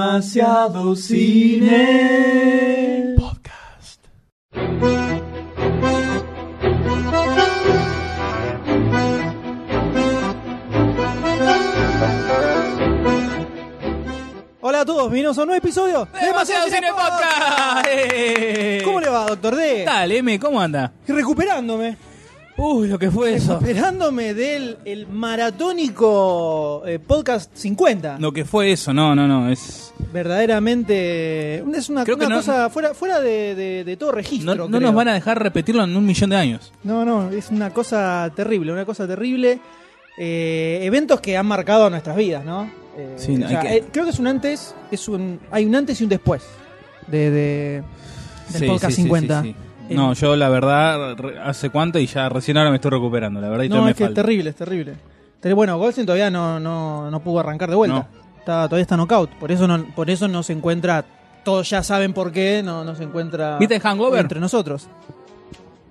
Demasiado cine. Podcast. Hola a todos, bienvenidos a un nuevo episodio. de Demasiado Cine Podcast. Eh. ¿Cómo le va, doctor ¿Qué D? tal, M? ¿Cómo anda? Recuperándome. Uy, lo que fue eso. Recuperándome del el maratónico eh, podcast 50. Lo que fue eso, no, no, no. Es... Verdaderamente es una, Creo que una no- cosa fuera, fuera de, de- de todo No, registro. no creo. nos van a dejar repetirlo en un millón de años. No, no, es una cosa terrible, una cosa terrible. Eh, eventos que han marcado nuestras vidas, ¿no? Eh, Sí, no, o sea, hay que- eh, creo que es un antes, es un, hay un antes y un después de, de- del Sí, podcast sí, sí, 50. sí, sí. No, yo la verdad, re- hace cuánto y ya recién ahora me estoy recuperando, la verdad. Y No, todavía es que me es falta. terrible, es terrible. Pero bueno, Goldstein todavía no, no, no pudo arrancar de vuelta. Está- todavía está knockout. Por eso no, por eso no se encuentra. Todos ya saben por qué, no, no se encuentra ¿Viste el Hangover? entre nosotros.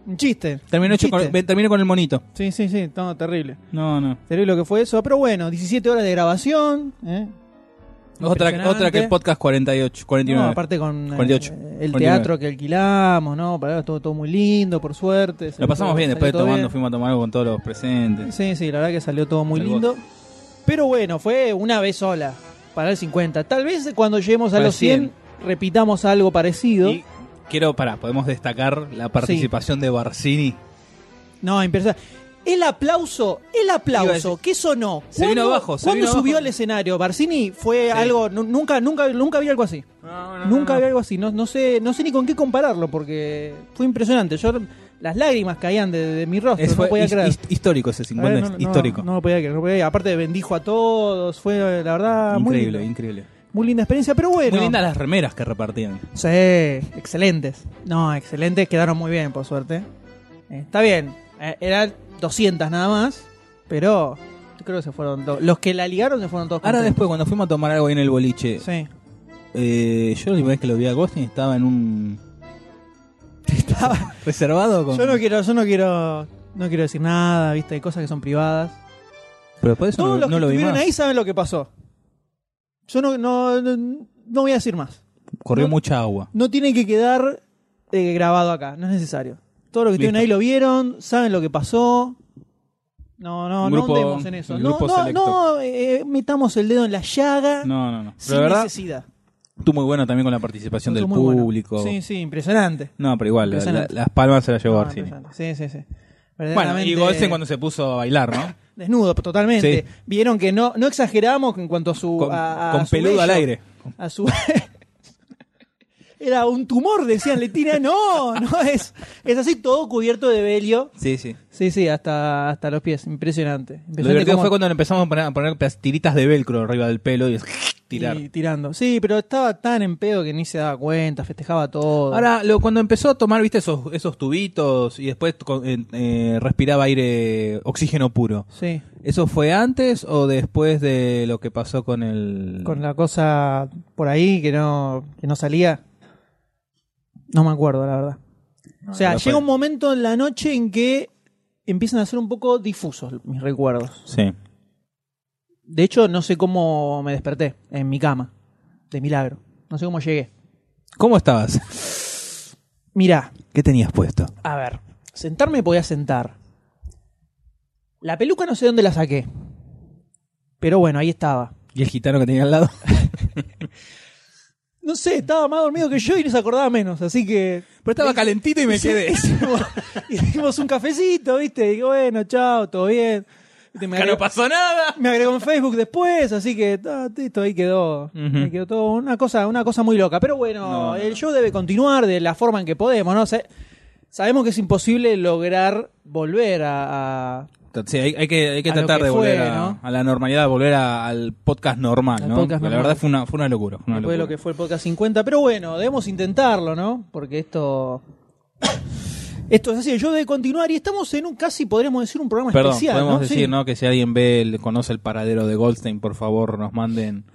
Un chiste. Terminó un hecho con, chiste. ve- terminó con el monito. Sí, sí, sí, no, terrible. No, no. Terrible lo que fue eso. Pero bueno, 17 horas de grabación. ¿eh? Otra, Impresionante. otra que el podcast 48, No, 49. aparte con eh, 48, el 49. teatro que alquilamos, ¿no? Para todo, todo muy lindo, por suerte. Lo pasamos bien, después tomando tomando, fuimos a tomar algo con todos los presentes. Sí, sí, la verdad que salió todo muy Al lindo. Pero bueno, fue una vez sola para el 50. Tal vez cuando lleguemos a Para los 100, repitamos algo parecido. Y quiero, pará, podemos destacar la participación de Barcini. No, impresionante. El aplauso, el Iba a aplauso, decir- que sonó. Se vino ¿Cuándo- abajo, se ¿Cuándo vino subió abajo. al escenario? Barcini fue Sí. algo, nu- nunca, nunca, nunca vi algo así. Nunca había algo así, no, no sé, no sé ni con qué compararlo, porque fue impresionante. Yo las lágrimas caían de, de mi rostro, Es- no fue podía his- creer. his- histórico ese 50, La verdad, no- no- histórico. No, lo podía creer, no podía creer. Aparte bendijo a todos, fue la verdad muy increíble, lindo. increíble. Muy linda experiencia, pero bueno. Muy lindas las remeras que repartían. Sí, excelentes. No, excelentes, quedaron muy bien, por suerte. Eh, está bien, eh, eran 200 nada más, pero yo creo que se fueron todos. Los que la ligaron se fueron todos. Ahora contentos. después, cuando fuimos a tomar algo ahí en el boliche, Sí. eh, yo la última vez que lo vi a Gosling estaba en un Estaba- reservado con... yo no quiero, yo no quiero, no quiero decir nada, viste, hay cosas que son privadas. Pero después de eso Todos no, los no que lo vi estuvieron más. ahí saben lo que pasó. Yo no, no, no, no voy a decir más. Corrió no- mucha agua. No tiene que quedar eh, grabado acá, no es necesario. Todos los que estuvieron Listo. ahí lo vieron, saben lo que pasó. No, no, Un grupo- no andemos en eso. un No, grupo no, selecto. no, eh, metamos el dedo en la llaga No, no, no. Pero sin la verdad, necesidad. estuvo muy bueno también con la participación del Estuvo muy bueno. público. Sí, sí, impresionante. No, pero igual, la- la- Impresionante. las palmas se las llevó No, Barcini. impresionante. Sí, sí, sí. Bueno, y Verdaderamente Goldstein cuando se puso a bailar, ¿no? Desnudo, totalmente. Sí. Vieron que no, no exageramos en cuanto a su. Con, Uh, a- a con su peludo al vello. aire. a su era un tumor, decían, le tira, no, no es, es así todo cubierto de vello. Sí, sí. Sí, sí, hasta, hasta los pies, impresionante. Lo Impresionante divertido cómo- fue cuando le empezamos a poner, a poner las tiritas de velcro arriba del pelo y es- tirar. y tirando. Sí, pero estaba tan en pedo que ni se daba cuenta, festejaba todo. Ahora, lo, cuando empezó a tomar, viste, esos, esos tubitos y después co- eh, eh, respiraba aire, oxígeno puro. sí, ¿Eso fue antes o después de lo que pasó con el... con la cosa por ahí que no, que no salía. No me acuerdo, la verdad. No, o sea, no llega fue- un momento en la noche en que empiezan a ser un poco difusos mis recuerdos. Sí. De hecho, no sé cómo me desperté en mi cama. De milagro. No sé cómo llegué. ¿Cómo estabas? Mirá, ¿Qué tenías puesto? a ver. Sentarme podía sentar. La peluca no sé dónde la saqué. Pero bueno, ahí estaba. ¿Y el gitano que tenía al lado? No sé, estaba más dormido que yo y no se acordaba menos. Así que. Pero estaba calentito y me quedé. Hicimos, hicimos un cafecito, ¿viste? Y dije, bueno, chao, todo bien. Viste, me Acá no agregó- pasó nada. me agregó en Facebook después, así que ah, esto ahí quedó, ahí quedó todo una cosa, una cosa muy loca. Pero bueno, No, no, el show debe continuar de la forma en que podemos, ¿no? sé sabemos que es imposible lograr volver a, a- Sí, hay, hay que, hay que A lo tratar que de volver fue, a, ¿no? a la normalidad, volver a- al podcast normal, Al ¿no? podcast Porque la normal. verdad fue una, fue una locura. fue una después de lo locura. que fue el podcast 50. Pero bueno, debemos intentarlo, ¿no? Porque esto. Esto es así, el show debe continuar y estamos en un casi, podríamos decir, un programa Perdón, especial. podemos ¿no? decir, Sí. ¿no? Que si alguien ve, el- conoce el paradero de Goldstein, por favor, nos manden.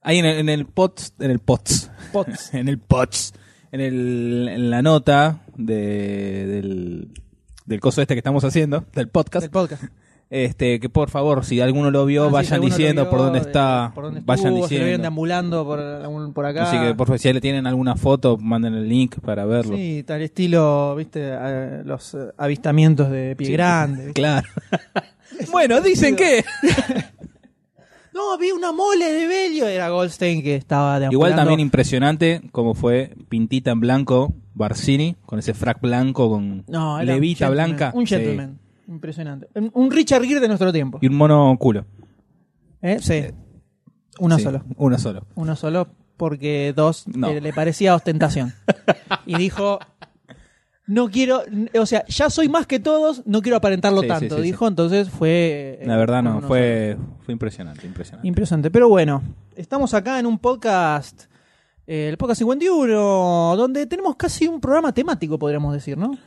Ahí en el, en el POTS, en el POTS, Pots. en el POTS, en, el, en la nota de, del, del coso este que estamos haciendo, del podcast, Del podcast. Este, que por favor, si alguno lo vio, Ah, sí, si vayan alguno lo diciendo vio, por dónde de- está. por dónde vayan estuvo, si lo vieron diciendo. deambulando por, algún- por acá. Así que por favor, si le tienen alguna foto, manden el link para verlo. Sí, tal estilo, viste, a- los eh, avistamientos de pie Sí. grande. ¿viste? Claro. bueno, dicen que. No, vi una mole de Belio. Era Goldstein que estaba de Igual también impresionante como fue Pintita en blanco, Barcini, con ese frac blanco, con no, era un levita gentleman, blanca. Un Sí. gentleman. Impresionante. Un- Un Richard Gere de nuestro tiempo. Y un mono culo. ¿eh? Sí. Uno Sí, solo. Uno solo. Uno solo porque dos No. eh, le parecía ostentación. y dijo, no quiero, n- o sea, ya soy más que todos, no quiero aparentarlo Sí, sí, tanto. sí, sí. dijo, entonces fue... eh, La verdad con no, uno fue, fue impresionante, impresionante. Impresionante. Pero bueno, estamos acá en un podcast, eh, el podcast 51, donde tenemos casi un programa temático, podríamos decir, ¿no?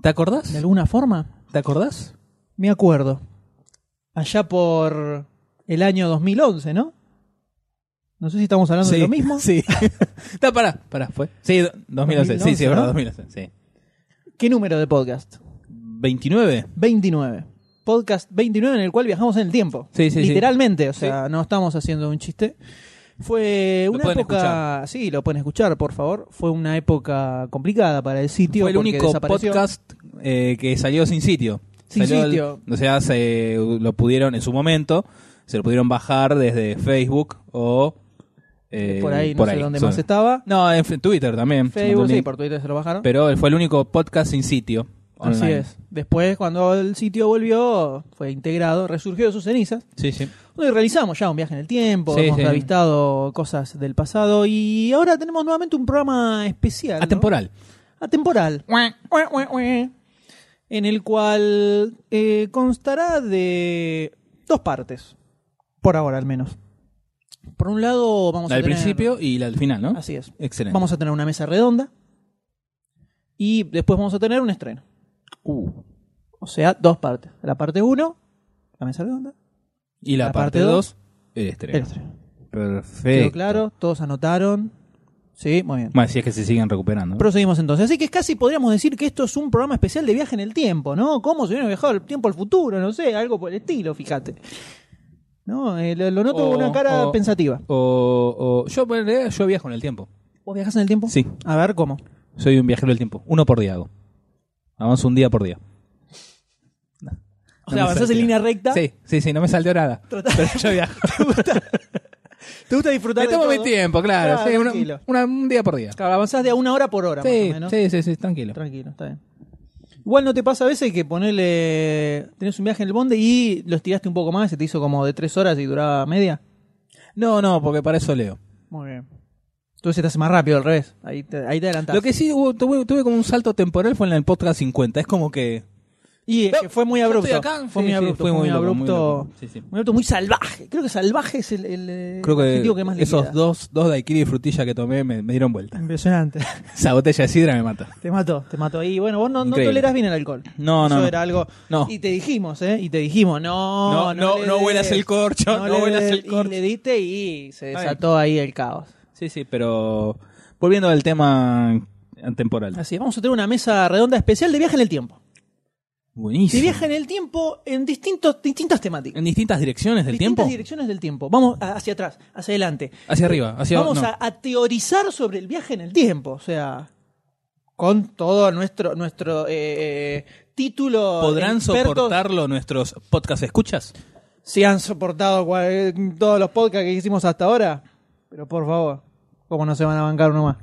¿Te acordás? De alguna forma. ¿Te acordás? Me acuerdo. Allá por el año 2011, ¿no? No sé si estamos hablando de lo mismo. Sí. no, pará, pará, fue. Sí, do- 2011, sí, sí, es ¿no? verdad, 2011, sí. ¿Qué número de podcast? 29. 29. Podcast 29 en el cual viajamos en el tiempo. Sí, sí, sí. Literalmente, o sea, no estamos haciendo un chiste. Fue Lo una pueden época, sí, lo pueden escuchar, por favor. Fue una época complicada para el sitio. fue el porque único desapareció. podcast eh, que salió sin sitio. Sin Salió el- sitio. o sea, se lo pudieron en su momento, se lo pudieron bajar desde Facebook o eh, por ahí, no sé dónde más Son- estaba. No, en f- Twitter también. se mandó Facebook, un sí, link. por Twitter se lo bajaron. Pero fue el único podcast sin sitio. Así online. es. Después, cuando el sitio volvió, fue integrado, resurgió de sus cenizas. Sí, sí. Donde realizamos ya un viaje en el tiempo, Sí, hemos sí. revistado cosas del pasado y ahora tenemos nuevamente un programa Ah, especial. ¿no? Atemporal. Atemporal. en el cual eh, constará de dos partes, por ahora al menos. Por un lado vamos a La del tener... principio y la del final, ¿no? Así es. Excelente. Vamos a tener una mesa redonda y después vamos a tener un estreno. Uh. O sea, dos partes. La parte 1, la mesa redonda, Y la, La parte parte 2, el estreno. el estreno. Perfecto. ¿Quedó claro? Todos anotaron. Sí, muy bien. Más si es que se siguen recuperando. ¿no? Proseguimos entonces. Así que casi podríamos decir que esto es un programa especial de viaje en el tiempo, ¿no? ¿Cómo se hubiera viajado el tiempo al futuro? No sé, algo por el estilo, fíjate. No, Eh, lo, lo noto O- con una cara o- pensativa. O, o- yo, en realidad, yo viajo en el tiempo. ¿Vos viajás en el tiempo? Sí. A ver, ¿cómo? Soy un viajero del tiempo. Uno por día hago. Avanzo un día por día. O sea, avanzás en línea recta. Sí, sí, sí, no me salteó nada. Total. Pero yo viajo. ¿Te gusta disfrutar me de tomo todo? mi tiempo, claro. Claro, sí, una- tranquilo. una- un día por día. Claro, avanzás de a una hora por hora, más Sí, o menos. sí, sí, sí, tranquilo. Tranquilo, está bien. Igual no te pasa a veces que ponerle. tenés un viaje en el bonde y lo estiraste un poco más, se te hizo como de tres horas y duraba media. No, no, porque para eso leo. Muy bien. Entonces te hace más rápido al revés. Ahí te, ahí te adelantás. Lo que sí hubo- tuve, tuve como un salto temporal fue en el podcast 50. Es como que. Y es que fue muy Yo abrupto. estoy acá. Fue Sí, muy sí, abrupto. fue fue muy muy loco, muy abrupto. loco. Sí, sí. muy abrupto, muy salvaje. Creo que salvaje es el, el, eh, Creo adjetivo que, que más le esos queda. dos, dos daiquiri de frutilla que tomé me, me dieron vuelta. Impresionante. Esa botella de sidra me mata. te mató, te mató. Y bueno, vos no, no Increíble. tolerás bien el alcohol. No, Eso no, no. era algo. No. Y te dijimos, ¿eh? Y te dijimos, no. No, no, le no des, huelas el corcho, no le huelas des. el corcho. Y le diste y se Está desató ahí el caos. Sí, sí, pero. Volviendo al tema temporal. Así, es, vamos a tener una mesa redonda especial de viaje en el tiempo. De Buenísimo. viaje en el tiempo en distintos, distintas temáticas. ¿En distintas direcciones del distintas tiempo? direcciones del tiempo. Vamos a- hacia atrás, hacia adelante. Hacia arriba, hacia Eh, Vamos no. a, a teorizar sobre el viaje en el tiempo, o sea, con todo nuestro nuestro eh, eh, título. ¿Podrán expertos, soportarlo nuestros podcast escuchas? Si han soportado cual- eh, todos los podcasts que hicimos hasta ahora, pero por favor, ¿cómo no se van a bancar uno más?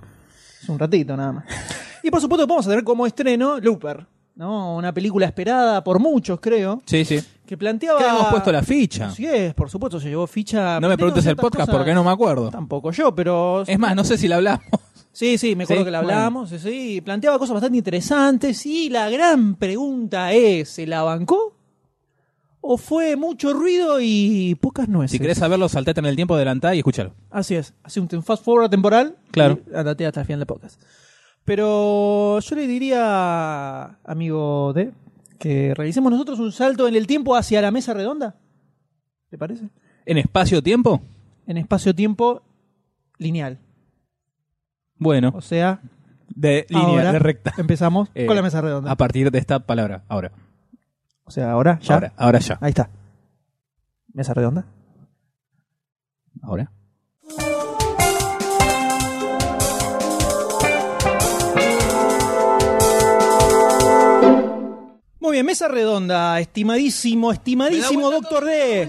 Es un ratito nada más. Y por supuesto vamos a tener como estreno Looper, ¿no? Una película esperada por muchos, creo, Sí, sí. que planteaba... Que habíamos puesto la ficha. Así es, por supuesto, se llevó ficha... No me preguntes el ciertas podcast cosas- porque no me acuerdo. Tampoco yo, pero... Es más, no sé si la hablamos. Sí, sí, me acuerdo Sí, que la bueno. hablábamos, sí, sí, y planteaba cosas bastante interesantes y la gran pregunta es, ¿se la bancó? ¿O fue mucho ruido y pocas nueces? Si querés saberlo, saltate en el tiempo, adelantá y escúchalo. Así es, hace un fast forward temporal. Claro. y Andate hasta el final de podcast. Pero yo le diría, amigo D, que realicemos nosotros un salto en el tiempo hacia la mesa redonda. ¿Te parece? ¿En espacio-tiempo? En espacio-tiempo lineal. Bueno, O sea, de línea, ahora de recta. empezamos Eh, con la mesa redonda. A partir de esta palabra, ahora. O sea, ahora, ya. Ahora, ahora ya. Ahí está. Mesa redonda. Ahora. Muy bien, mesa redonda, estimadísimo, estimadísimo Doctor D.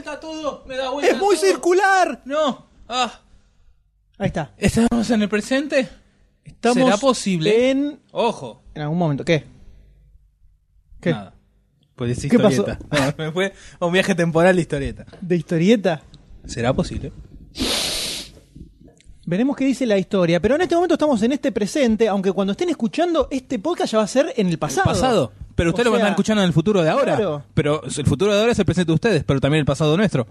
Es muy circular. No. Ah, Ahí está. ¿Estamos en el presente? Estamos ¿Será posible? En, Ojo. en algún momento. ¿Qué? ¿Qué? Nada. Pues es ¿Qué pasó? historieta. Me fue a un viaje temporal de historieta. ¿De historieta? ¿Será posible? Veremos qué dice la historia. Pero en este momento estamos en este presente, aunque cuando estén escuchando, este podcast ya va a ser en el pasado. Pasado. Pero ustedes O lo van a sea, estar escuchando en el futuro de ahora. claro. Pero el futuro de ahora es el presente de ustedes, pero también el pasado nuestro.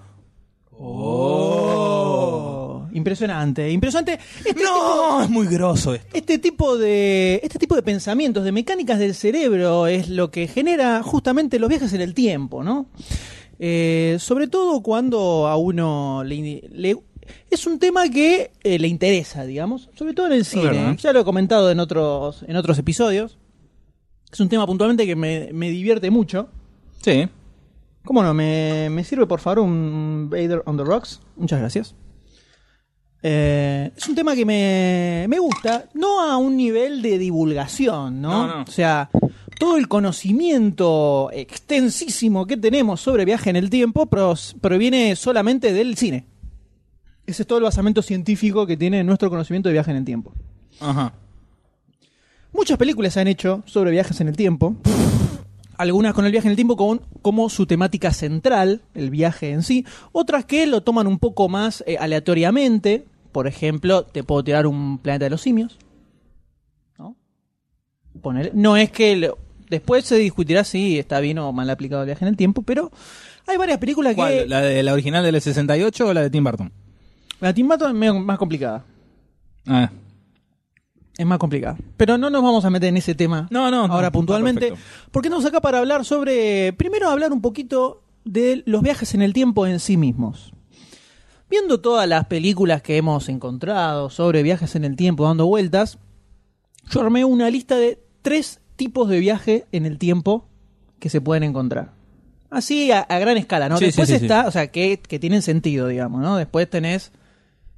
Oh, Impresionante, impresionante. Este ¡No! Oh, Es muy grosso esto. Este tipo de este tipo de pensamientos, de mecánicas del cerebro es lo que genera justamente los viajes en el tiempo, ¿no? Eh, sobre todo cuando a uno le, le- es un tema que eh, le interesa, digamos, sobre todo en el cine. verdad. Ya lo he comentado en otros en otros episodios. Es un tema puntualmente que me, me divierte mucho. Sí. ¿Cómo no? ¿Me, me sirve por favor un Vader on the Rocks? Muchas gracias. Eh, es un tema que me, me gusta, no a un nivel de divulgación, ¿no? No, no. O sea, todo el conocimiento extensísimo que tenemos sobre viaje en el tiempo pros- proviene solamente del cine. Ese es todo el basamento científico que tiene nuestro conocimiento de viaje en el tiempo. Ajá. Muchas películas se han hecho sobre viajes en el tiempo. Algunas con el viaje en el tiempo con- como su temática central, el viaje en sí. Otras que lo toman un poco más eh, aleatoriamente. Por ejemplo, te puedo tirar un planeta de los simios. ¿No? Ponele- No es que... lo- Después se discutirá si está bien o mal aplicado el viaje en el tiempo, pero hay varias películas que... ¿Cuál? ¿La, de, ¿La original del 68 o la de Tim Burton? La Tim Burton es medio más complicada. Ah. Es más complicada. Pero no nos vamos a meter en ese tema. No, no, no. Ahora Está puntualmente. perfecto. Porque estamos acá para hablar sobre. Primero, hablar un poquito de los viajes en el tiempo en sí mismos. Viendo todas las películas que hemos encontrado sobre viajes en el tiempo dando vueltas, yo armé una lista de tres tipos de viaje en el tiempo que se pueden encontrar. Así a, a gran escala, ¿no? Sí, sí, Después sí, sí. está, o sea, que, que tienen sentido, digamos, ¿no? Después tenés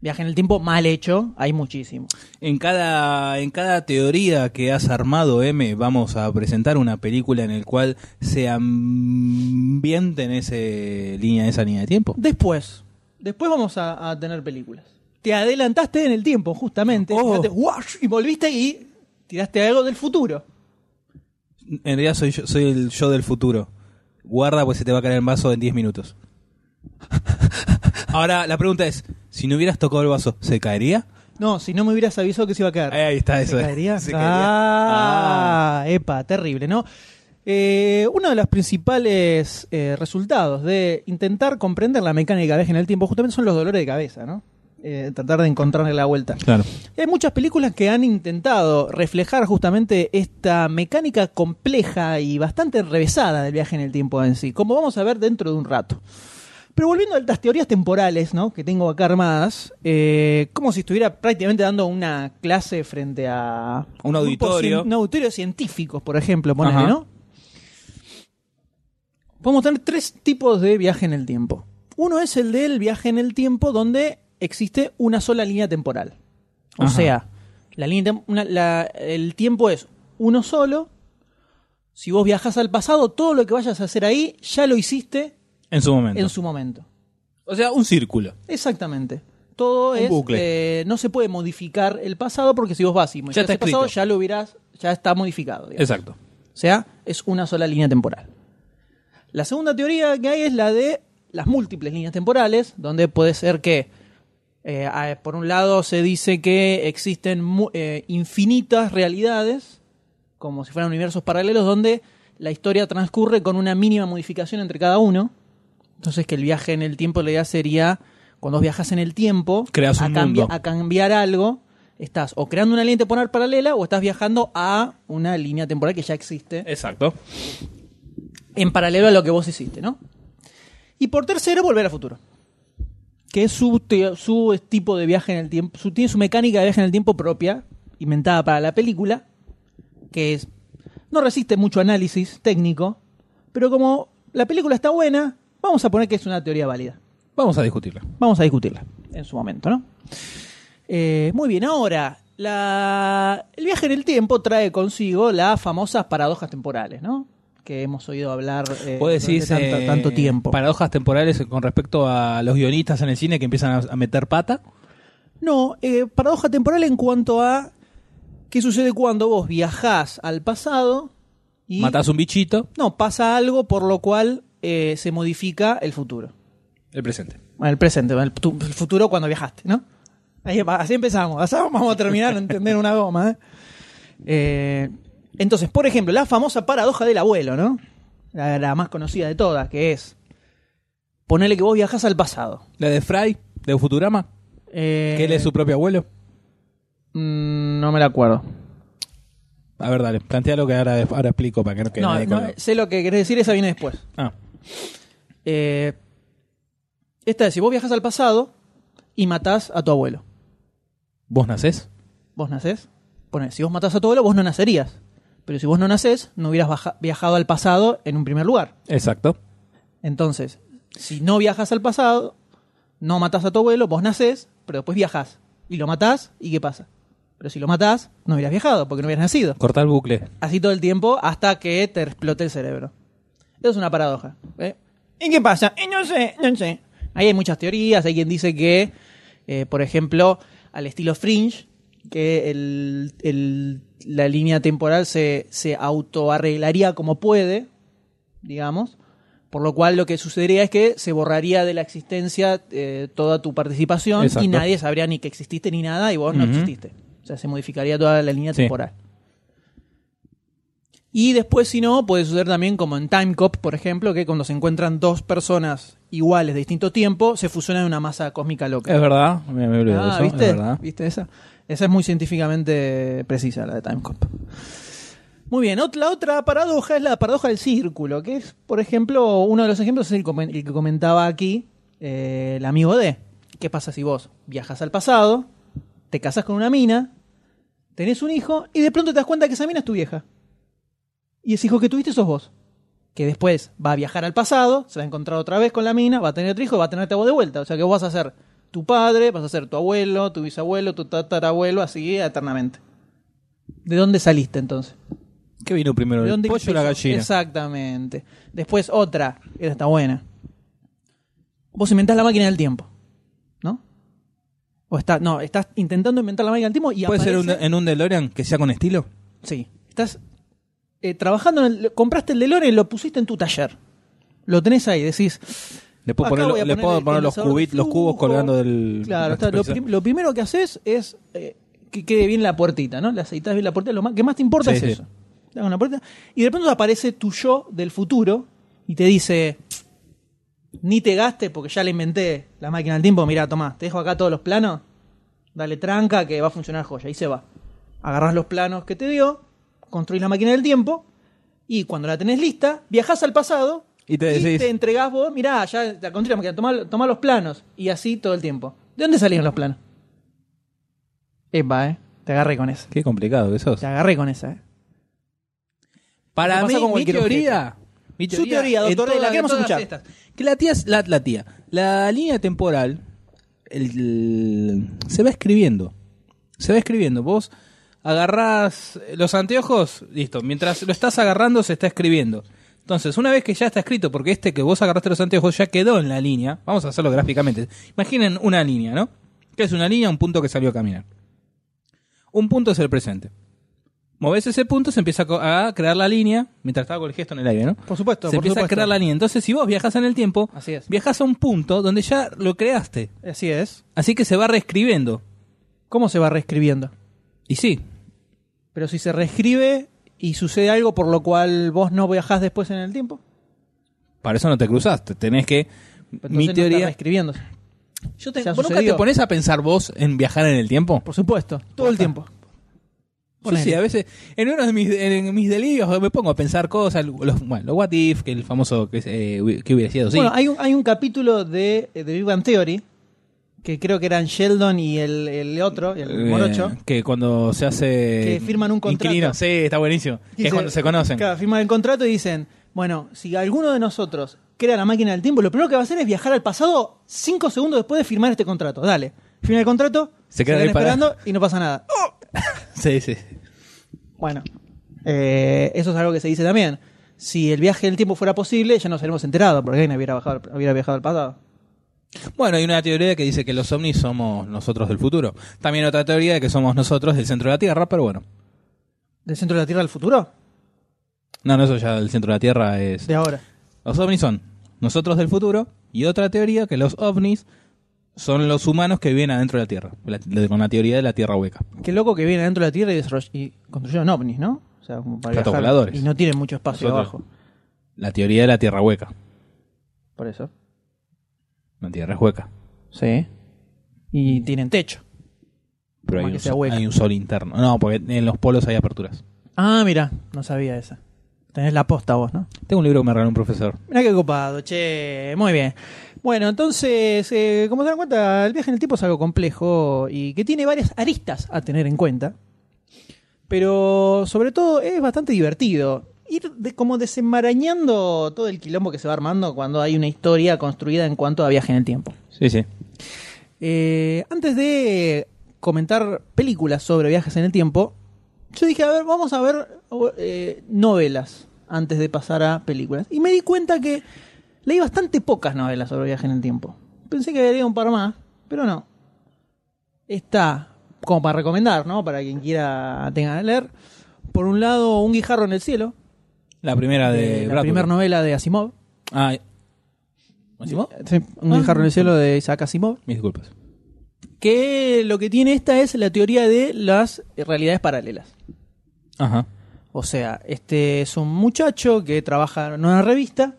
viaje en el tiempo mal hecho, hay muchísimo. En cada, en cada teoría que has armado, M, vamos a presentar una película en el cual se ambiente en ese línea, esa línea de tiempo. Después. Después vamos a, a tener películas. Te adelantaste en el tiempo, justamente. Oh. Tiraste, "Wash", y volviste y tiraste algo del futuro. En realidad soy yo, soy el yo del futuro. Guarda pues se te va a caer el vaso en 10 minutos. Ahora la pregunta es, si no hubieras tocado el vaso, ¿se caería? No, si no me hubieras avisado que se iba a caer. Ahí, ahí está ¿Se eso. eh. caería? Se Ah, epa, terrible, ¿no? Eh, uno de los principales eh, resultados de intentar comprender la mecánica de viaje en el tiempo justamente son los dolores de cabeza, ¿no? Eh, tratar de encontrarle la vuelta. Claro. Y Hay muchas películas que han intentado reflejar justamente esta mecánica compleja y bastante enrevesada del viaje en el tiempo en sí, como vamos a ver dentro de un rato. Pero volviendo a las teorías temporales ¿no? que tengo acá armadas, eh, como si estuviera prácticamente dando una clase frente a Un auditorio. grupo cien- un auditorio de científicos, por ejemplo, ponele, Ajá. ¿no? Podemos tener tres tipos de viaje en el tiempo. Uno es el del viaje en el tiempo donde existe una sola línea temporal. O Ajá. sea, la línea tem- una- la- el tiempo es uno solo. Si vos viajás al pasado, todo lo que vayas a hacer ahí ya lo hiciste En su momento. en su momento. O sea, un círculo. Exactamente. Todo Un es. bucle. eh, no se puede modificar el pasado porque si vos vas y modificas está el pasado, escrito. ya lo hubieras. Ya está modificado. digamos. Exacto. O sea, es una sola línea temporal. La segunda teoría que hay es la de las múltiples líneas temporales, donde puede ser que, eh, a- por un lado, se dice que existen mu- eh, infinitas realidades, como si fueran universos paralelos, donde la historia transcurre con una mínima modificación entre cada uno. Entonces, que el viaje en el tiempo, la idea sería, cuando viajas en el tiempo, Creas a, un cambia- mundo. a cambiar algo, estás o creando una línea temporal paralela o estás viajando a una línea temporal que ya existe Exacto. en paralelo a lo que vos hiciste, ¿no? Y por tercero, volver al futuro. Que es su, te- su tipo de viaje en el tiempo, su, tiene su mecánica de viaje en el tiempo propia, inventada para la película, que es, no resiste mucho análisis técnico, pero como la película está buena, vamos a poner que es una teoría válida. Vamos a discutirla. Vamos a discutirla en su momento, ¿no? Eh, muy bien, ahora, la- el viaje en el tiempo trae consigo las famosas paradojas temporales, ¿no? Que hemos oído hablar eh, Vos decís durante tanto, eh, tanto tiempo. paradojas temporales con respecto a los guionistas en el cine que empiezan a, a meter pata. No, eh, paradoja temporal en cuanto a qué sucede cuando vos viajás al pasado y... Matás un bichito. No, pasa algo por lo cual eh, se modifica el futuro. El presente. Bueno, el presente, bueno, el, tu- el futuro cuando viajaste, ¿no? Ahí, va, así empezamos. Así vamos a terminar de entender una goma. ¿eh? Eh, entonces, por ejemplo, la famosa paradoja del abuelo, ¿no? La, la más conocida de todas, que es ponerle que vos viajás al pasado. La de Fry, de Futurama, Eh, que él es su propio abuelo. mm, No me la acuerdo. A ver, dale, plantea lo que ahora, ahora explico para que no quede no, nadie no, con la- sé lo que querés decir, esa viene después. Ah, Eh, esta es, si vos viajas al pasado y matás a tu abuelo. ¿vos nacés? vos nacés. Pone, si vos matás a tu abuelo, vos no nacerías. Pero si vos no nacés, no hubieras baja- viajado al pasado en un primer lugar. Exacto. Entonces, si no viajas al pasado, no matás a tu abuelo, vos nacés, pero después viajás. Y lo matás, ¿y qué pasa? Pero si lo matás, no hubieras viajado, porque no hubieras nacido. Cortar el bucle. Así todo el tiempo hasta que te explote el cerebro. Eso es una paradoja. ¿eh? ¿Y qué pasa? Y no sé, no sé. Ahí hay muchas teorías. Hay quien dice que, eh, por ejemplo, al estilo Fringe, que el- el- la línea temporal se, se autoarreglaría como puede, digamos. Por lo cual lo que sucedería es que se borraría de la existencia eh, toda tu participación Exacto. y nadie sabría ni que exististe ni nada y vos no Ujú. exististe. O sea, se modificaría toda la línea Sí. temporal. Y después, si no, puede suceder también como en Time Cop, por ejemplo, que cuando se encuentran dos personas iguales de distinto tiempo, se fusionan en una masa cósmica loca. Es verdad, me, me olvidé de Ah, eso, ¿viste? es verdad. ¿Viste esa? Esa es muy científicamente precisa, la de Time Cop. Muy bien, ot- la otra paradoja es la paradoja del círculo, que es, por ejemplo, uno de los ejemplos es el, comen- el que comentaba aquí eh, el amigo D. ¿Qué pasa si vos viajas al pasado, te casas con una mina, tenés un hijo y de pronto te das cuenta que esa mina es tu vieja? Y ese hijo que tuviste sos vos. Que después va a viajar al pasado, se va a encontrar otra vez con la mina, va a tener otro hijo, y va a tenerte a vos de vuelta. O sea que vos vas a ser tu padre, vas a ser tu abuelo, tu bisabuelo, tu tatarabuelo, así eternamente. ¿De dónde saliste entonces? ¿Qué vino primero, ¿De el dónde pollo o la empezó? gallina? Exactamente. Después otra, esta está buena. Vos inventás la máquina del tiempo, ¿no? O está, no, estás intentando inventar la máquina del tiempo y ¿Puede ser un- aparece- en un DeLorean que sea con estilo? Sí. Estás eh, trabajando, en el- compraste el DeLorean y lo pusiste en tu taller. Lo tenés ahí, decís. Le puedo acá poner, voy a le puedo el poner los, condensador de cubit- los cubos flujo. colgando del... Claro, está- lo, prim- lo primero que haces es eh, que quede bien la puertita, ¿no? Le aceitas bien la puertita. Lo más, que más te importa Sí, es sí. eso. Le hago una puerta, y de pronto aparece tu yo del futuro y te dice: Ni te gastes porque ya le inventé la máquina del tiempo. Mira, tomás, te dejo acá todos los planos. Dale tranca que va a funcionar joya. Y se va. Agarrás los planos que te dio, construís la máquina del tiempo. Y cuando la tenés lista, viajás al pasado Y te decís- entregás vos, mirá, ya la construí la máquina, tomá, tomá los planos. Y así todo el tiempo. ¿De dónde salieron los planos? Epa, eh. Te agarré con esa. Qué complicado que sos. Te agarré con esa, eh. Para Eso mí, pasa con mi cualquier teoría, mi Su teoría, en doctor D, la todas- queremos en todas escuchar. estas, que la tía, es- la, la tía, la línea temporal el- se va escribiendo. Se va escribiendo. Vos agarrás los anteojos, listo. Mientras lo estás agarrando, se está escribiendo. Entonces, una vez que ya está escrito, porque este que vos agarraste los anteojos ya quedó en la línea, vamos a hacerlo gráficamente. Imaginen una línea, ¿no? ¿Qué es una línea? Un punto que salió a caminar. Un punto es el presente. Moves ese punto, se empieza a co- a crear la línea, mientras estaba con el gesto en el aire, ¿no? Por supuesto, se por empieza supuesto. a crear la línea. Entonces, si vos viajas en el tiempo, Así es. viajas a un punto donde ya lo creaste. Así es. Así que se va reescribiendo. ¿Cómo se va reescribiendo? Y sí, Pero si se reescribe y sucede algo por lo cual vos no viajás después en el tiempo. para eso no te cruzaste. Tenés que. entonces Mi no está teoría. reescribiéndose. Yo te- ¿Vos nunca sucedió. te pones a pensar vos en viajar en el tiempo? Por supuesto, todo el tiempo. Yo sí, a veces en uno de mis, en mis delirios me pongo a pensar cosas, los, bueno, los what if, que el famoso que, es, eh, hubi- que hubiera sido, sí. Bueno, hay un, hay un capítulo de, eh, de Big Bang Theory que creo que eran Sheldon y el, el otro, el Eh, morocho. que cuando se hace. Que firman un contrato. inquilino. Sí, está buenísimo. que Dice- es cuando se conocen. Claro, firman el contrato y dicen, Bueno, si alguno de nosotros crea la máquina del tiempo, lo primero que va a hacer es viajar al pasado 5 segundos después de firmar este contrato. Dale, firma el contrato, Se quedan ahí parados. esperando y no pasa nada. Sí, sí. Bueno, eh, eso es algo que se dice también. Si el viaje del tiempo fuera posible, ya nos hubiéramos enterado, porque alguien hubiera, bajado- hubiera viajado al pasado. Bueno, hay una teoría que dice que los ovnis somos nosotros del futuro. También otra teoría de que somos nosotros del centro de la Tierra, pero bueno. ¿Del centro de la Tierra al futuro? No, no, eso ya del centro de la Tierra es... De ahora. Los ovnis son nosotros del futuro y otra teoría que los ovnis son los humanos que viven adentro de la Tierra, la- de- con la teoría de la Tierra hueca. Qué loco que viene adentro de la Tierra y, desarroll- y construyeron ovnis, ¿no? O sea, como para Platos viajar. voladores. Y no tienen mucho espacio Nosotros. abajo. La teoría de la Tierra hueca. Por eso. La Tierra es hueca. Sí. Y tienen techo. Pero hay Más que un, sea sol- hueca. hay un sol interno. No, porque en los polos hay aperturas. Ah, mira, no sabía esa. Tenés la posta vos, ¿no? Tengo un libro que me regaló un profesor. Mirá qué copado, che. Muy bien. Bueno, entonces, eh, como se dan cuenta, el viaje en el tiempo es algo complejo y que tiene varias aristas a tener en cuenta. Pero sobre todo es bastante divertido. Ir de- como desenmarañando todo el quilombo que se va armando cuando hay una historia construida en cuanto a viaje en el tiempo. Sí, sí. Eh, antes de comentar películas sobre viajes en el tiempo, yo dije, a ver, vamos a ver eh, novelas antes de pasar a películas. Y me di cuenta que leí bastante pocas novelas sobre viaje en el tiempo. Pensé que había leído un par más, pero no. Está como para recomendar, ¿no? Para quien quiera tenga que leer. Por un lado, Un guijarro en el cielo, La primera de... eh, la Bradbury. primera novela de Asimov. Ah, ¿Asimov? Ah, Sí, un guijarro en el cielo de Isaac Asimov. Mis disculpas. que lo que tiene esta es la teoría de las realidades paralelas. Ajá. O sea, este es un muchacho que trabaja en una revista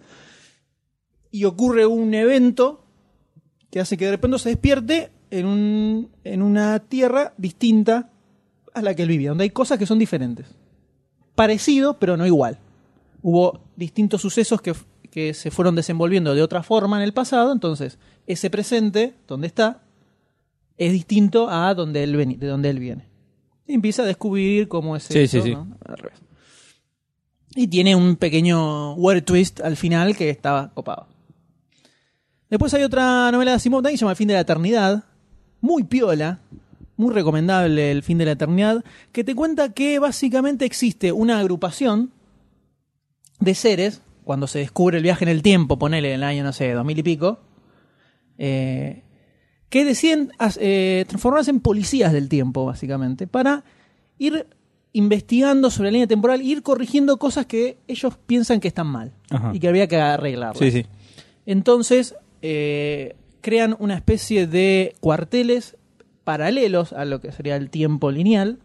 y ocurre un evento que hace que de repente se despierte en, un- en una tierra distinta a la que él vivía, donde hay cosas que son diferentes. Parecido, pero no igual. Hubo distintos sucesos que, que se fueron desenvolviendo de otra forma en el pasado, entonces ese presente, donde está, es distinto a donde él veni- de donde él viene. Y empieza a descubrir cómo es Sí, eso, sí, sí. ¿no? Al revés. Y tiene un pequeño word twist al final que estaba copado. Después hay otra novela de Asimov también que se llama El fin de la eternidad. Muy piola, muy recomendable El fin de la eternidad, que te cuenta que básicamente existe una agrupación de seres, cuando se descubre el viaje en el tiempo, ponele en el año, no sé, dos mil y pico, eh, que deciden as- eh, transformarse en policías del tiempo, básicamente, para ir investigando sobre la línea temporal, ir corrigiendo cosas que ellos piensan que están mal Ajá. y que habría que arreglarlas. Sí, sí. Entonces, eh, crean una especie de cuarteles paralelos a lo que sería el tiempo lineal,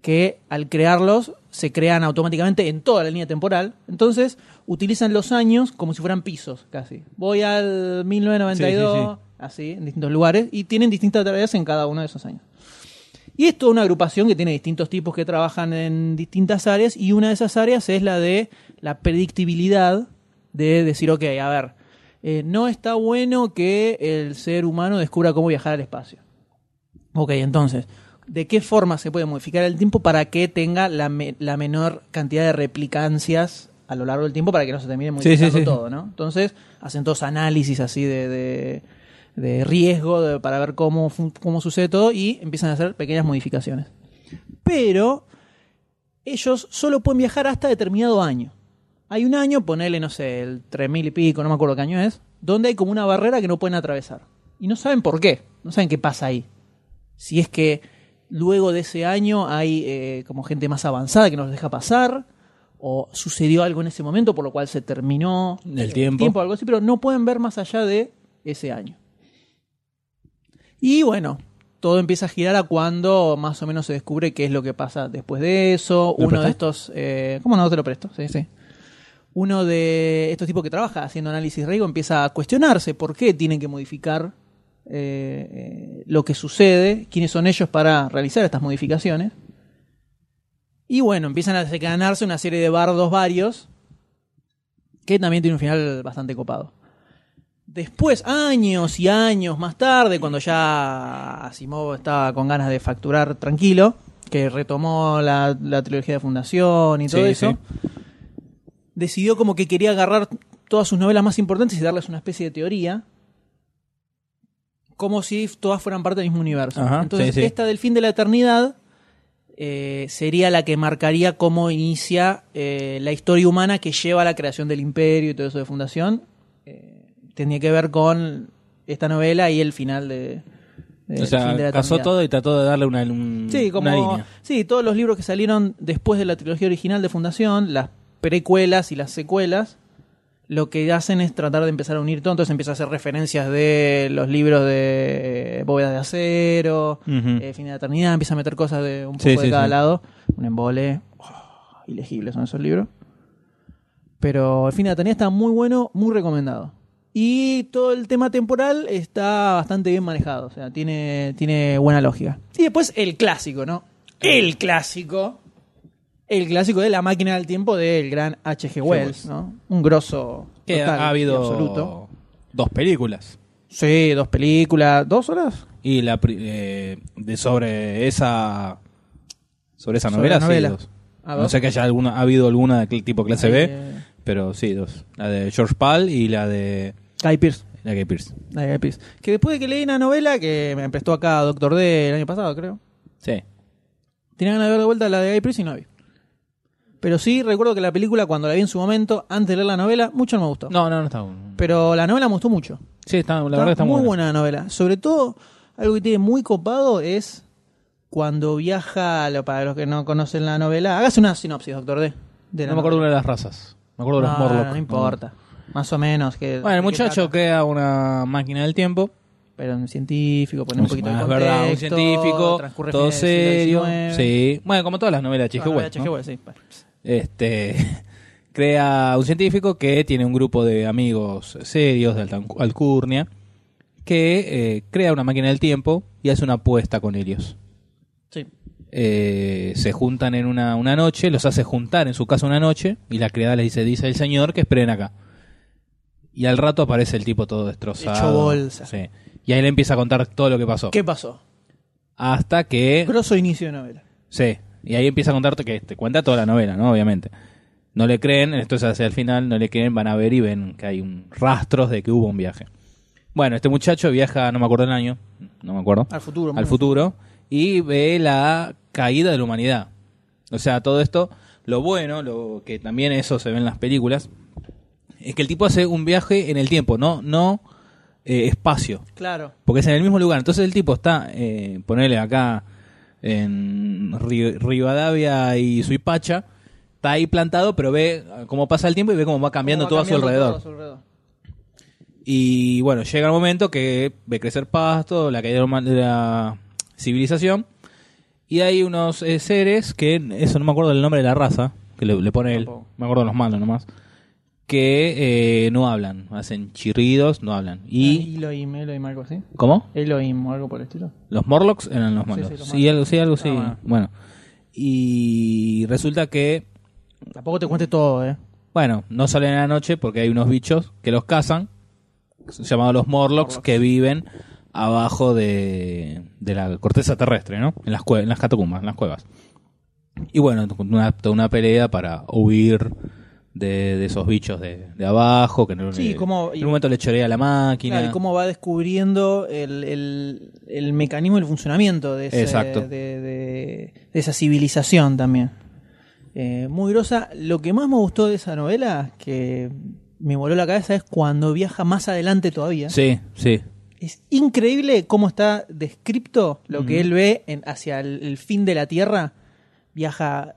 que al crearlos se crean automáticamente en toda la línea temporal. Entonces, utilizan los años como si fueran pisos, casi. Voy al 1992, Sí, sí, así, en distintos lugares, y tienen distintas tareas en cada uno de esos años. Y es toda una agrupación que tiene distintos tipos que trabajan en distintas áreas y una de esas áreas es la de la predictibilidad de decir, ok, a ver, eh, no está bueno que el ser humano descubra cómo viajar al espacio. Ok, entonces, ¿de qué forma se puede modificar el tiempo para que tenga la, me- la menor cantidad de replicancias a lo largo del tiempo para que no se termine modificando sí, sí. todo, ¿no? Entonces, hacen todos análisis así de, de- de riesgo de- para ver cómo, fun- cómo sucede todo y empiezan a hacer pequeñas modificaciones. Pero ellos solo pueden viajar hasta determinado año. Hay un año, ponele, no sé, el 3000 y pico, no me acuerdo qué año es, donde hay como una barrera que no pueden atravesar. Y no saben por qué, no saben qué pasa ahí. Si es que luego de ese año hay eh, como gente más avanzada que nos deja pasar, o sucedió algo en ese momento por lo cual se terminó El tiempo. Eh, tiempo algo así, pero no pueden ver más allá de ese año. Y bueno, todo empieza a girar a cuando más o menos se descubre qué es lo que pasa después de eso. ¿Me lo Uno de prestás? estos. eh, ¿Cómo no te lo presto? Sí, sí. Uno de estos tipos que trabaja haciendo análisis riesgo empieza a cuestionarse por qué tienen que modificar eh, eh, lo que sucede, quiénes son ellos para realizar estas modificaciones. Y bueno, empiezan a ganarse una serie de bardos varios que también tiene un final bastante copado. Después, años y años más tarde, cuando ya Asimov estaba con ganas de facturar tranquilo, que retomó la, la trilogía de Fundación y todo Sí, eso, decidió como que quería agarrar todas sus novelas más importantes y darles una especie de teoría. Como si todas fueran parte del mismo universo. Ajá, Entonces, sí, sí. esta del fin de la eternidad eh, sería la que marcaría cómo inicia eh, la historia humana que lleva a la creación del imperio y todo eso de fundación. Eh, tenía que ver con esta novela y el final de... de El o eh, fin de sea, la casó eternidad. todo y trató de darle una, un- Sí, como, una línea. sí, todos los libros que salieron después de la trilogía original de Fundación, las precuelas y las secuelas, lo que hacen es tratar de empezar a unir todo. Entonces empieza a hacer referencias de los libros de eh, Bóveda de Acero, Ujú. eh, Fin de la Eternidad, empieza a meter cosas de un poco Sí, de sí, cada sí. lado. Un embole. Oh, ilegibles son esos libros. Pero el fin de la Eternidad está muy bueno, muy recomendado. Y todo el tema temporal está bastante bien manejado, o sea, tiene, tiene buena lógica. Y después el clásico, ¿no? El clásico. El clásico de la máquina del tiempo del gran H.G. Wells, ¿no? Un grosso. Que total ha y habido Absoluto. dos películas. Sí, dos películas, dos horas. Y la pri- eh, de sobre esa sobre esa Sobre novela, la sí, novela. dos. Ah, no dos. sé que haya alguna ha habido alguna de cl- tipo clase B, Eh, pero sí, dos. La de George Pal y la de Guy Pearce. la que Pierce. La de Guy Pearce. Que después de que leí una novela que me prestó acá Doctor D el año pasado, creo. Sí. Tenía ganas de ver de vuelta la de Guy Pearce y no la vi. Pero sí, recuerdo que la película, cuando la vi en su momento, antes de leer la novela, mucho no me gustó. No, no, no está bueno. Pero la novela me gustó mucho. Sí, está, la verdad que está muy buena. buena. la novela. Sobre todo, algo que tiene muy copado es cuando viaja, lo- para los que no conocen la novela, hágase una sinopsis, doctor D. de la No me acuerdo novela. una de las razas. Me acuerdo de los No, Morlocks. no importa. Más o menos. Que, Bueno, que el muchacho trata. crea una máquina del tiempo. Pero un científico, pone un poquito de es contexto. verdad, un científico, transcurre todo fines del siglo serio. XIX. Sí. Bueno, como todas las novelas de Ah, H.G. novela Wells, de H.G. ¿no? Wells, sí. Bueno, este crea un científico que tiene un grupo de amigos serios de alta alcu- alcurnia que eh, crea una máquina del tiempo y hace una apuesta con ellos. Sí. Eh, se juntan en una, una noche, los hace juntar en su casa una noche y la criada les dice, dice el señor que esperen acá. Y al rato aparece el tipo todo destrozado. Hecho bolsa. Sí. Y ahí le empieza a contar todo lo que pasó. ¿Qué pasó? Hasta que... Grosso inicio de novela. Sí, y ahí empieza a contarte que te cuenta toda la novela, ¿no? Obviamente. No le creen, esto es hacia el final, no le creen, van a ver y ven que hay un rastros de que hubo un viaje. Bueno, este muchacho viaja, no me acuerdo el año, no me acuerdo, Al futuro. al futuro, y ve la caída de la humanidad. O sea, todo esto, lo bueno, lo que también eso se ve en las películas, es que el tipo hace un viaje en el tiempo, no, no eh, espacio. Claro. Porque es en el mismo lugar. Entonces el tipo está, eh, ponele acá en Ri- Rivadavia y Suipacha, está ahí plantado, pero ve cómo pasa el tiempo y ve cómo va cambiando, ¿Cómo va todo, cambiando a su alrededor. Y bueno, llega el momento que ve crecer pasto, la caída de la huma- de la civilización, y hay unos eh, seres que, eso no me acuerdo el nombre de la raza, que le, le pone él, Tampoco. me acuerdo los malos nomás, que eh, no hablan, hacen chirridos, no hablan. Y ¿Y Elohim, Elohim, algo así. cómo? Elohim o algo por el estilo. Los Morlocks eran los Sí, malos. sí, los Sí, algo, sí, algo, sí. Ah, bueno. Y resulta que, Tampoco te cuente todo, eh. bueno, no salen a la noche porque hay unos bichos que los cazan, que son llamados los Morlocks, que viven abajo de, de la corteza terrestre, ¿no? En las, cue- en las catacumbas, en las cuevas. Y bueno, una, toda una pelea para huir de, de esos bichos de, de abajo, que en, el- Sí, como- en un momento le chorea la máquina. Claro, y cómo va descubriendo el, el, el mecanismo y el funcionamiento de, ese- Exacto. de, de- de esa civilización también. Eh, muy grosa. Lo que más me gustó de esa novela, que me voló la cabeza, es cuando viaja más adelante todavía. Sí, sí. Es increíble cómo está descripto lo que Mm. él ve en- hacia el, el fin de la Tierra. Viaja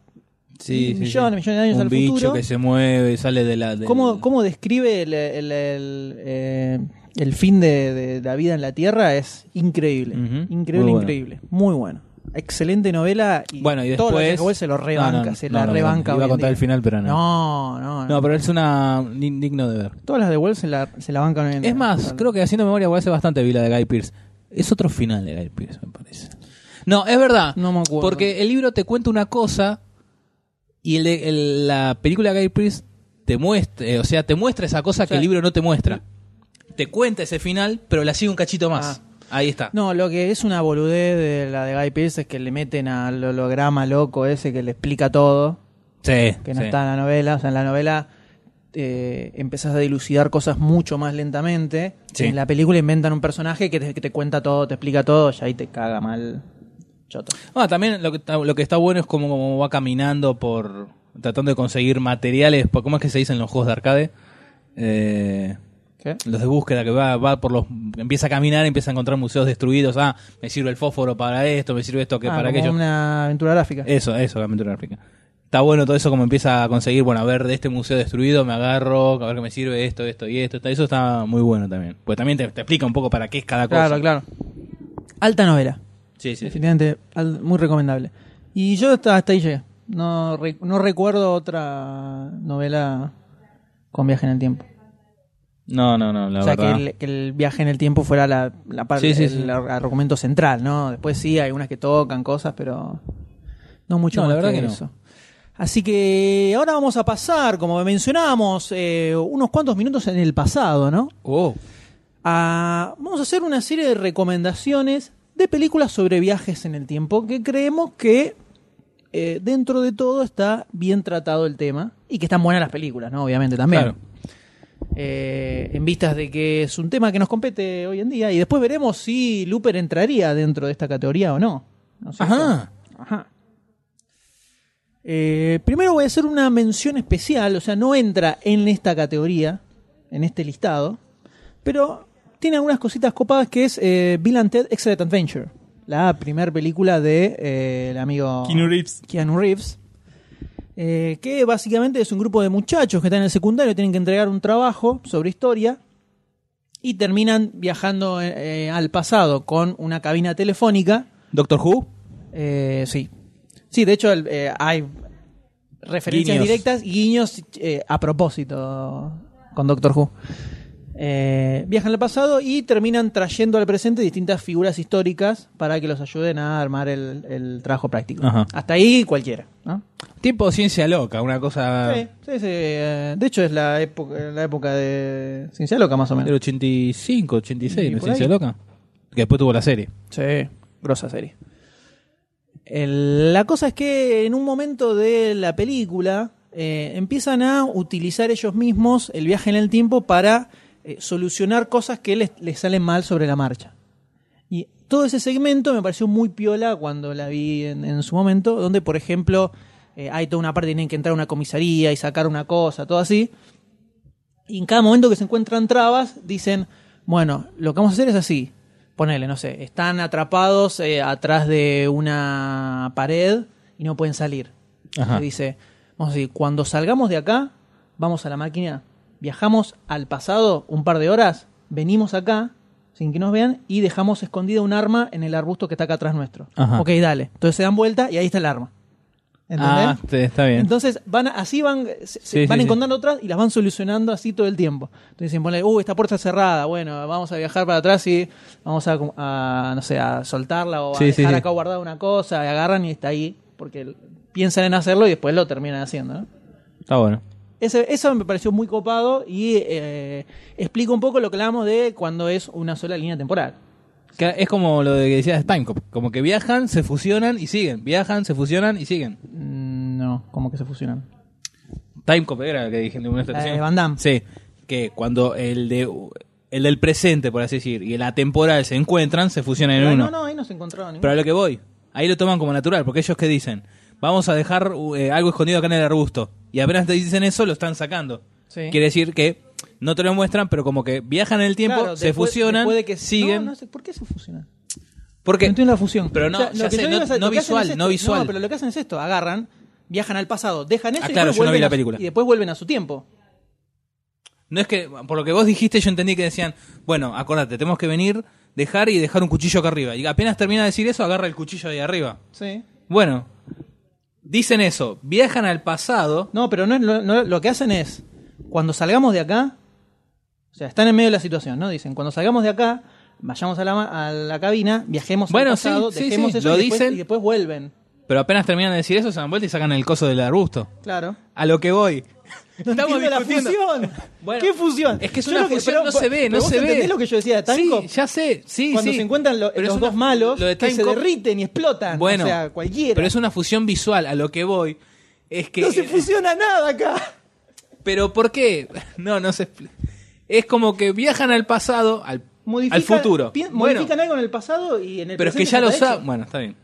Sí, sí, sí. millones, millones de años un al bicho futuro. que se mueve, sale de la. del- ¿Cómo, cómo describe el, el- el, eh, el fin de, de la vida en la Tierra? Es increíble. Ujú. Increíble, Muy bueno. increíble. Muy bueno. Excelente novela. Y Bueno, y todo lo que después- Howell se lo rebanca. No, no, se no, la no, rebanca. iba a hoy en contar día. el final, pero no. No, no, no. No, pero es una. ni- digno de ver. Todas las de Howell se la, se la bancan hoy en día. Es más, creo que haciendo memoria, porque hace bastante vi la de Guy Pierce. Es otro final de Guy Pierce, me parece. No, es verdad. No me acuerdo. Porque el libro te cuenta una cosa y el de- el- la película de Guy Pierce te muestra, eh, o sea, te muestra esa cosa que sea, el libro no te muestra. Te cuenta ese final, pero la sigue un cachito más. Ahí está. Ah. No, lo que es una boludez de la de Guy Pearce es que le meten al holograma loco ese que le explica todo, sí, que no sí. está en la novela. O sea, en la novela eh, empezás a dilucidar cosas mucho más lentamente. Sí. En la película inventan un personaje que te, que te cuenta todo, te explica todo, y ahí te caga mal. Choto. Ah, también lo que, está- lo que está bueno es cómo, cómo va caminando por. tratando de conseguir materiales. por- ¿Cómo es que se dicen los juegos de arcade? Eh, ¿Qué? los de búsqueda que va, va por los. empieza a caminar, empieza a encontrar museos destruidos. Ah, me sirve el fósforo para esto, me sirve esto que Ah, para como aquello. una aventura gráfica. Eso, eso, la aventura gráfica. Está bueno todo eso como empieza a conseguir, bueno, a ver, de este museo destruido me agarro, a ver qué me sirve esto, esto y esto. Está- Eso está muy bueno también. Pues también te, te explica un poco para qué es cada cosa. claro, claro. Alta novela. Sí, sí. sí. Definitivamente, al- muy recomendable. Y yo hasta, hasta ahí llegué. No, re- no recuerdo otra novela con viaje en el tiempo. No, no, no, la o sea, que verdad. el, que el viaje en el tiempo fuera la, la parte, Sí, sí, el, sí. el argumento central, ¿no? Después sí, hay unas que tocan cosas, pero no mucho No, más la verdad que no. eso. Así que ahora vamos a pasar, como mencionábamos, eh, unos cuantos minutos en el pasado, ¿no? Oh. a- vamos a hacer una serie de recomendaciones de películas sobre viajes en el tiempo que creemos que eh, dentro de todo está bien tratado el tema y que están buenas las películas, ¿no? Obviamente también. Claro. Eh, en vistas de que es un tema que nos compete hoy en día y después veremos si Looper entraría dentro de esta categoría o no. ¿No es cierto? Ajá. Ajá. Eh, primero voy a hacer una mención especial, o sea, no entra en esta categoría, en este listado, pero tiene algunas cositas copadas que es eh, Bill and Ted Excellent Adventure, la primera película de eh, el amigo Keanu Reeves. Keanu Reeves, eh, que básicamente es un grupo de muchachos que están en el secundario, tienen que entregar un trabajo sobre historia y terminan viajando eh, eh, al pasado con una cabina telefónica. Doctor Who. Eh, sí. Sí, de hecho el- eh, hay referencias Guiños. directas y guiños eh, a propósito con Doctor Who. Eh, viajan al pasado y terminan trayendo al presente distintas figuras históricas para que los ayuden a armar el, el trabajo práctico. Ajá. Hasta ahí cualquiera. ¿no? Tipo ciencia loca, una cosa Sí, sí, sí, eh, de hecho es la época, la época de Ciencia Loca más o del menos. 85, 86, ¿Y ¿no? por ahí? ciencia loca. Que después tuvo la serie. Sí, grosa serie. El- la cosa es que en un momento de la película eh, empiezan a utilizar ellos mismos el viaje en el tiempo para eh, solucionar cosas que les, les salen mal sobre la marcha. Y todo ese segmento me pareció muy piola cuando la vi en, en su momento, donde por ejemplo eh, hay toda una parte, tienen que entrar a una comisaría y sacar una cosa, todo así. Y en cada momento que se encuentran trabas, dicen, bueno, lo que vamos a hacer es así. Ponele, no sé, están atrapados eh, atrás de una pared y no pueden salir. Ajá. Y dice, vamos a decir, cuando salgamos de acá, vamos a la máquina, viajamos al pasado un par de horas, venimos acá sin que nos vean y dejamos escondida un arma en el arbusto que está acá atrás nuestro. Ajá. Ok, dale. Entonces se dan vuelta y ahí está el arma. ¿Entendés? Ah, te- está bien. Entonces, van, a- así van, se- se- Sí, van sí, sí. encontrando otras y las van solucionando así todo el tiempo. Entonces dicen, ponle, uh, esta puerta está cerrada, bueno, vamos a viajar para atrás y vamos a, como- a, no sé, a soltarla o a Sí, sí, dejar sí. acá guardada una cosa, y agarran y está ahí, porque l- piensan en hacerlo y después lo terminan haciendo, ¿no? Está bueno. Ese- eso me pareció muy copado y eh, explica un poco lo que hablamos de cuando es una sola línea temporal. Que es como lo de que decías Time Cop. Como que viajan, se fusionan y siguen. Viajan, se fusionan y siguen. Mm, No, como que se fusionan. Time Cop era la que dije en una La de estación. Van Damme. Sí. Que cuando el de el del presente, por así decir, y el atemporal se encuentran, se fusionan en Ah, uno. No, no, ahí no se encontraron. ninguno. Pero a lo que voy, ahí lo toman como natural, porque ellos que dicen, vamos a dejar uh, eh, algo escondido acá en el arbusto. Y apenas te dicen eso, lo están sacando. Sí. Quiere decir que no te lo muestran, pero como que viajan en el tiempo, Claro, se después- fusionan, después de que- siguen. No, no sé, ¿Por qué se fusionan? porque No entiendo la fusión. Pero no, ya lo que sé, yo no- iba a hacer- no lo que hacen visual, es esto. no visual. pero lo que hacen es esto: agarran, viajan al pasado, dejan eso Ah, y, claro, después yo no vi vuelven la a su- película. y después vuelven a su tiempo. no es que, por lo que vos dijiste, yo entendí que decían, bueno, acordate, tenemos que venir, dejar y dejar un cuchillo acá arriba. Y apenas termina de decir eso, agarra el cuchillo de ahí arriba. Sí. Bueno, dicen eso, viajan al pasado. No, pero no, es lo- no- lo que hacen es: cuando salgamos de acá, o sea, están en medio de la situación, ¿no? Dicen: cuando salgamos de acá, vayamos a la, ma- a la cabina, viajemos Bueno, al pasado, sí, sí, dejemos sí, eso lo y, después, dicen. y después vuelven. Pero apenas terminan de decir eso, se dan vuelta y sacan el coso del arbusto. Claro. A lo que voy. Estamos Entiendo discutiendo. La fusión. Bueno, ¿Qué fusión? Es que es Yo una lo fusión, pero- no se ve, pero no vos se ve. ¿Entendés lo que yo decía de Time sí, Cop? ya sé, sí, cuando sí. se encuentran lo- Pero los es una- dos malos lo de que Time se Cop- derriten y explotan. Bueno, o sea, cualquiera. Pero es una fusión visual, a lo que eh, voy es que no se fusiona nada acá. Pero ¿por qué? No, no se expli- Es como que viajan al pasado, al, Modifica- al futuro. pi- Bueno, Modifican algo en el pasado y en el pero es que presente ya lo está hecho. saben. Bueno, está bien.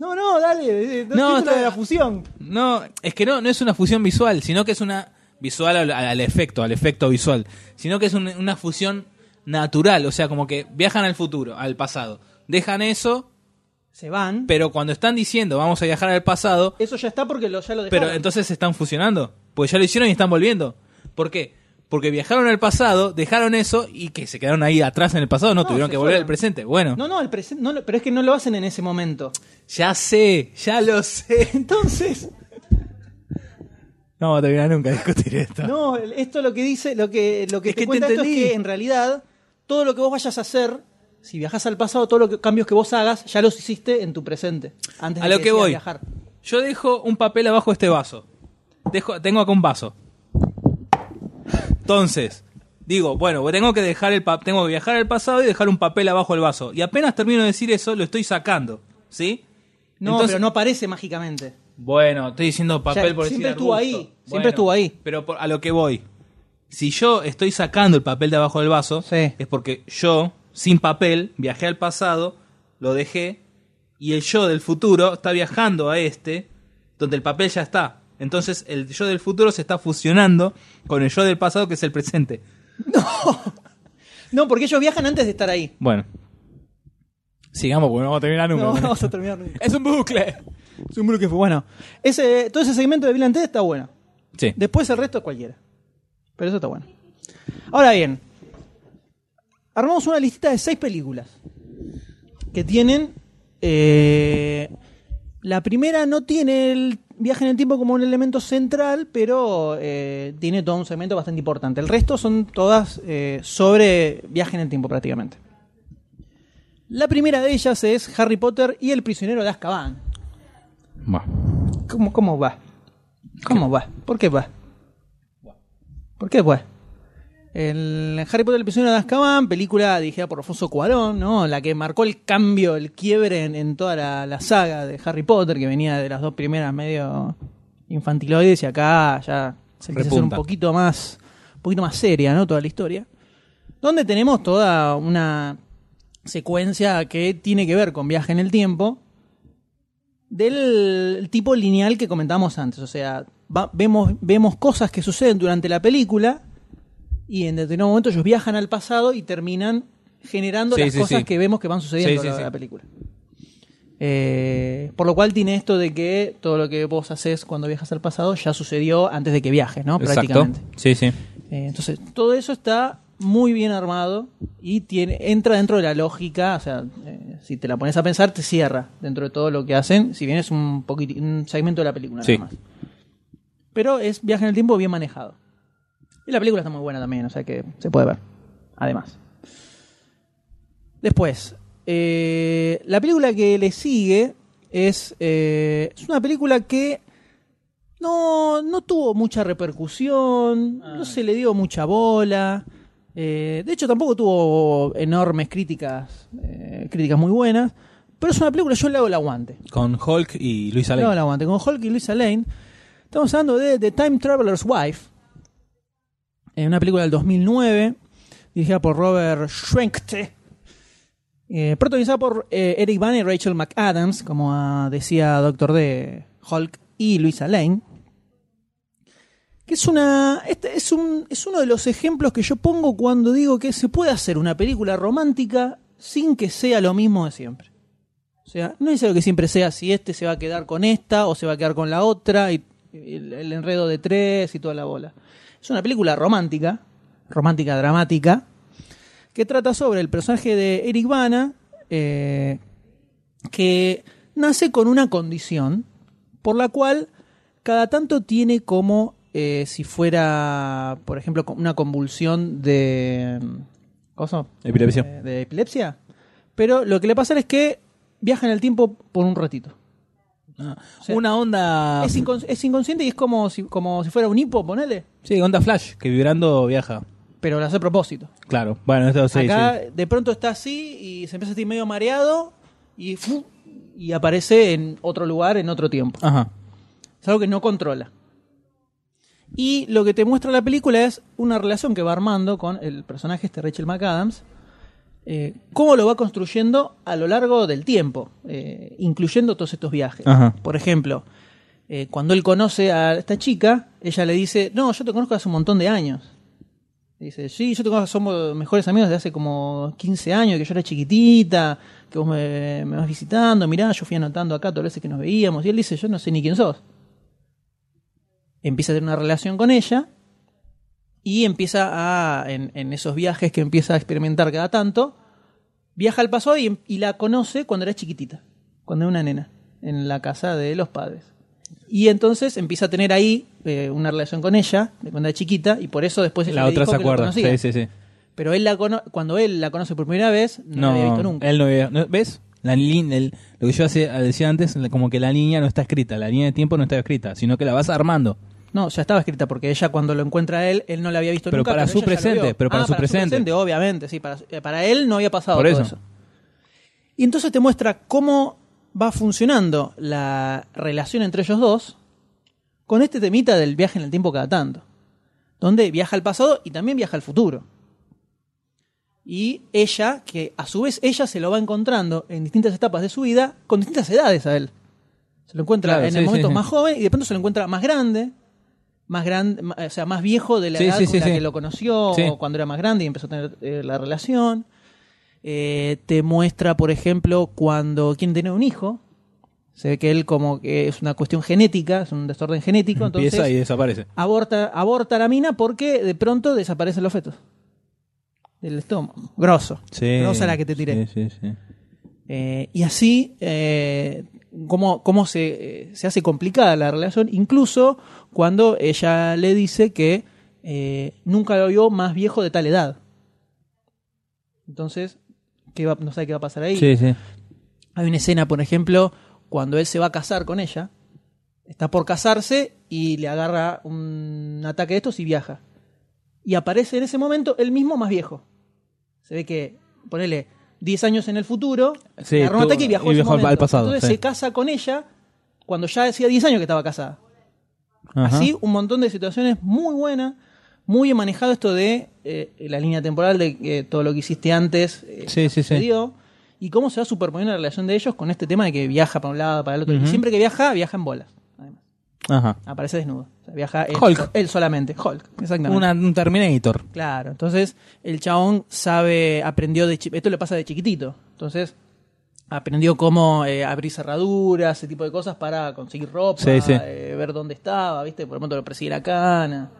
No, no, dale. eh, dos No, títulos está- de la fusión. No, es que no, no es una fusión visual, sino que es una visual al, al- al efecto, al efecto visual, sino que es un- una fusión natural, o sea, como que viajan al futuro, al pasado, dejan eso, Se van. pero cuando están diciendo vamos a viajar al pasado, Eso ya está porque lo, ya lo dejaron. pero entonces se están fusionando, pues ya lo hicieron y están volviendo. ¿Por qué? Porque viajaron al pasado, dejaron eso y que se quedaron ahí atrás en el pasado, no, No, tuvieron se que volver fueron. al presente. Bueno, No, no, el presente. No, lo- pero es que no lo hacen en ese momento. ya sé, ya lo sé. Entonces. No vamos a terminar nunca de discutir esto. No, el- esto lo que dice, lo que, lo que Es te que te cuenta esto es entendí. que en realidad todo lo que vos vayas a hacer, si viajas al pasado, todos los que- cambios que vos hagas, ya los hiciste en tu presente. Antes A de lo que decidas voy. viajar. Yo dejo un papel abajo de este vaso. Dejo, tengo acá un vaso. Entonces, digo, bueno, pues tengo que dejar el pa- tengo que viajar al pasado y dejar un papel abajo del vaso. Y apenas termino de decir eso, lo estoy sacando. ¿Sí? No, Entonces- pero no aparece mágicamente. Bueno, estoy diciendo papel O sea, por decir siempre estuvo arbusto. ahí, siempre estuvo ahí. Pero por- a lo que voy. Si yo estoy sacando el papel de abajo del vaso, Sí. es porque yo, sin papel, viajé al pasado, lo dejé, y el yo del futuro está viajando a este, donde el papel ya está. Entonces el yo del futuro se está fusionando con el yo del pasado, que es el presente. No, porque ellos viajan antes de estar ahí. Bueno. Sigamos, porque no vamos a terminar nunca. No, con vamos esto. a terminar nunca. Es un bucle. Es un que fue bueno. Ese, todo ese segmento de Bill Ted está bueno. Sí. Después el resto es cualquiera. Pero eso está bueno. Ahora bien, armamos una listita de seis películas que tienen. eh, la primera no tiene el viaje en el tiempo como un elemento central, pero eh, tiene todo un segmento bastante importante. El resto son todas eh, sobre viaje en el tiempo prácticamente. La primera de ellas es Harry Potter y el prisionero de Azkaban. ¿Cómo, cómo va? ¿Cómo va? ¿Por qué va? ¿Por qué va? El Harry Potter, el prisionero de Azkaban, película dirigida por Alfonso Cuarón, ¿no? La que marcó el cambio, el quiebre en, en toda la, la saga de Harry Potter, que venía de las dos primeras medio infantiloides y acá ya se empieza a hacer un Repunta. poquito más, un poquito más seria, ¿no? Toda la historia. Donde tenemos toda una secuencia que tiene que ver con viaje en el tiempo, del tipo lineal que comentábamos antes. O sea, va- vemos, vemos cosas que suceden durante la película y en determinado momento ellos viajan al pasado y terminan generando Sí, las sí, cosas sí. que vemos que van sucediendo Sí, a lo sí, largo de sí. la película. Eh, por lo cual tiene esto de que todo lo que vos haces cuando viajas al pasado ya sucedió antes de que viajes, ¿no? Prácticamente. Sí, sí. Eh, entonces, todo eso está muy bien armado y tiene, entra dentro de la lógica, o sea, eh, si te la pones a pensar, te cierra dentro de todo lo que hacen, si bien es un, poquiti- un segmento de la película Sí. nada más. Pero es viaje en el tiempo bien manejado. Y la película está muy buena también, o sea que se puede ver, además. Después, eh, la película que le sigue es, eh, es una película que no, no tuvo mucha repercusión, no se le dio mucha bola. eh, de hecho, tampoco tuvo enormes críticas, eh, críticas muy buenas. Pero es una película, yo le hago el aguante. Con Hulk y Luis Le Alén. hago el aguante. Con Hulk y Luisa Lane. Estamos hablando de The Time Traveler's Wife. eh, una película del 2009. Dirigida por Robert Schwenkte. eh, protagonizada por eh, Eric Bana y Rachel McAdams. Como ah, decía Doctor D. Hulk y Luisa Lane. Que es una. este es, un, es uno de los ejemplos que yo pongo cuando digo que se puede hacer una película romántica sin que sea lo mismo de siempre. O sea, no es algo que siempre sea si este se va a quedar con esta o se va a quedar con la otra y el, el enredo de tres y toda la bola. Es una película romántica, romántica dramática, que trata sobre el personaje de Eric Bana, eh, que nace con una condición por la cual cada tanto tiene como eh, si fuera, por ejemplo, co- una convulsión de... mm, ¿Cosa? Epilepsia. eh, de epilepsia. Pero lo que le pasa es que viaja en el tiempo por un ratito. sea, una onda. Es, incon- es inconsciente y es como si, como si fuera un hipo, ponele. Sí, onda Flash, que vibrando viaja. Pero lo hace a propósito. Claro, bueno, esto sí, Acá sí. de pronto está así y se empieza a sentir medio mareado y, fu- y aparece en otro lugar, en otro tiempo. Ajá. Es algo que no controla. Y lo que te muestra la película es una relación que va armando con el personaje este Rachel McAdams, eh, cómo lo va construyendo a lo largo del tiempo, eh, incluyendo todos estos viajes. Ajá. Por ejemplo, eh, cuando él conoce a esta chica, ella le dice, no, yo te conozco hace un montón de años. Dice, sí, yo te conozco, somos mejores amigos desde hace como 15 años, que yo era chiquitita, que vos me, me vas visitando, mirá, yo fui anotando acá todas las veces que nos veíamos. Y él dice, yo no sé ni quién sos. Empieza a tener una relación con ella y empieza a, en, en esos viajes que empieza a experimentar cada tanto, viaja al pasado y, y la conoce cuando era chiquitita, cuando era una nena, en la casa de los padres. Y entonces empieza a tener ahí eh, una relación con ella, de cuando era chiquita, y por eso después ella La le otra dijo se que lo acuerda. conocía. Sí, sí, sí. Pero él la cono- cuando él la conoce por primera vez, no, la No, había visto nunca. él no había. no- ¿Ves? La, lin- el- lo que yo hace- decía antes, la- como que la línea no está escrita, la línea de tiempo no está escrita, sino que la vas armando. No, ya estaba escrita porque ella cuando lo encuentra a él, él no la había visto Pero nunca. para su ella ya lo presente, vio. pero para Ah, su presente. Obviamente, sí, para, eh, para él no había pasado Por todo eso. eso. Y entonces te muestra cómo va funcionando la relación entre ellos dos con este temita del viaje en el tiempo cada tanto. Donde viaja al pasado y también viaja al futuro. Y ella, que a su vez ella se lo va encontrando en distintas etapas de su vida, con distintas edades a él. Se lo encuentra Claro, en sí, el momento sí, sí. más joven y de pronto se lo encuentra más grande, más grande, ma- o sea, más viejo de la Sí, edad sí, con sí, la sí. que lo conoció Sí. o cuando era más grande y empezó a tener eh, la relación. Eh, te muestra, por ejemplo, cuando quien tiene un hijo, se ve que él como que es una cuestión genética, es un desorden genético, entonces Empieza y desaparece. aborta, aborta la mina porque de pronto desaparecen los fetos del estómago. Grosso. Grosa la que te tiré. Sí, sí, sí. Eh, y así, eh, cómo, cómo se, eh, se hace complicada la relación, incluso cuando ella le dice que eh, nunca lo vio más viejo de tal edad. Entonces, ¿qué va- no sabe qué va a pasar ahí. Sí, sí. Hay una escena, por ejemplo, cuando él se va a casar con ella, está por casarse y le agarra un ataque de estos y viaja. Y aparece en ese momento el mismo más viejo. Se ve que, ponele, 10 años en el futuro, Sí, le agarró un tú- ataque y viajó, y a ese viajó al- momento. al pasado, Entonces sí. se casa con ella cuando ya hacía 10 años que estaba casada. Ajá. Así, un montón de situaciones muy buenas, muy bien manejado esto de eh, la línea temporal de que todo lo que hiciste antes eh, Sí, sí, sí. sucedió, y cómo se va superponiendo la relación de ellos con este tema de que viaja para un lado, para el otro. Y siempre que viaja, viaja en bolas. además. Ajá. Aparece desnudo. O sea, viaja él, Hulk. él solamente. Hulk, exactamente. Una- un Terminator. Claro, entonces el chabón sabe, aprendió de chi- esto le pasa de chiquitito, entonces aprendió cómo eh, abrir cerraduras, ese tipo de cosas para conseguir ropa, Sí, sí. eh, ver dónde estaba, viste, por el momento lo persigue la cana.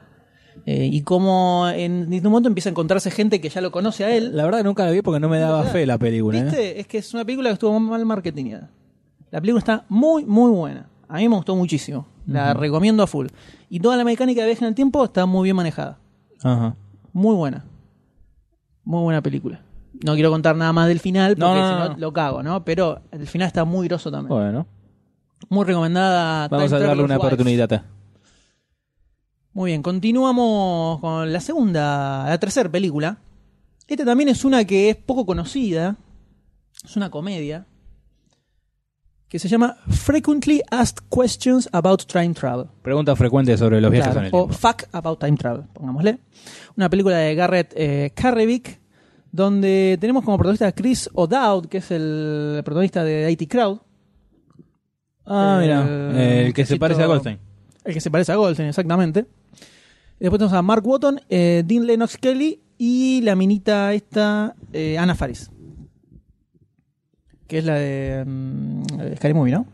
Eh, y cómo en ningún momento empieza a encontrarse gente que ya lo conoce a él. La verdad que nunca la vi porque no me daba Claro. fe la película. ¿eh? ¿Viste? Es que es una película que estuvo mal marketingada. La película está muy, muy buena. A mí me gustó muchísimo. La recomiendo a full. Y toda la mecánica de viaje en el tiempo está muy bien manejada. Ajá. Muy buena. Muy buena película. No quiero contar nada más del final No, porque no, si no, no. lo cago, ¿no? Pero el final está muy groso también. Bueno, Muy recomendada. vamos Time a darle Traveler's una Wives. oportunidad. Muy bien, continuamos con la segunda, la tercera película. Esta también es una que es poco conocida. Es una comedia. Que se llama Frequently Asked Questions About Time Travel. Preguntas frecuentes sobre los viajes Claro, en el o tiempo. Fuck About Time Travel, pongámosle. Una película de Garrett eh, Carrevic, donde tenemos como protagonista a Chris O'Dowd, que es el protagonista de IT Crowd, Oh, Ah, mira. Eh, el que se muchachito- parece a Goldstein. el que se parece a Goldstein, exactamente. Después tenemos a Mark Wotton, eh, Dean Lennox Kelly y la minita esta, eh, Ana Faris. Que es la de mm, Scary Movie, ¿no?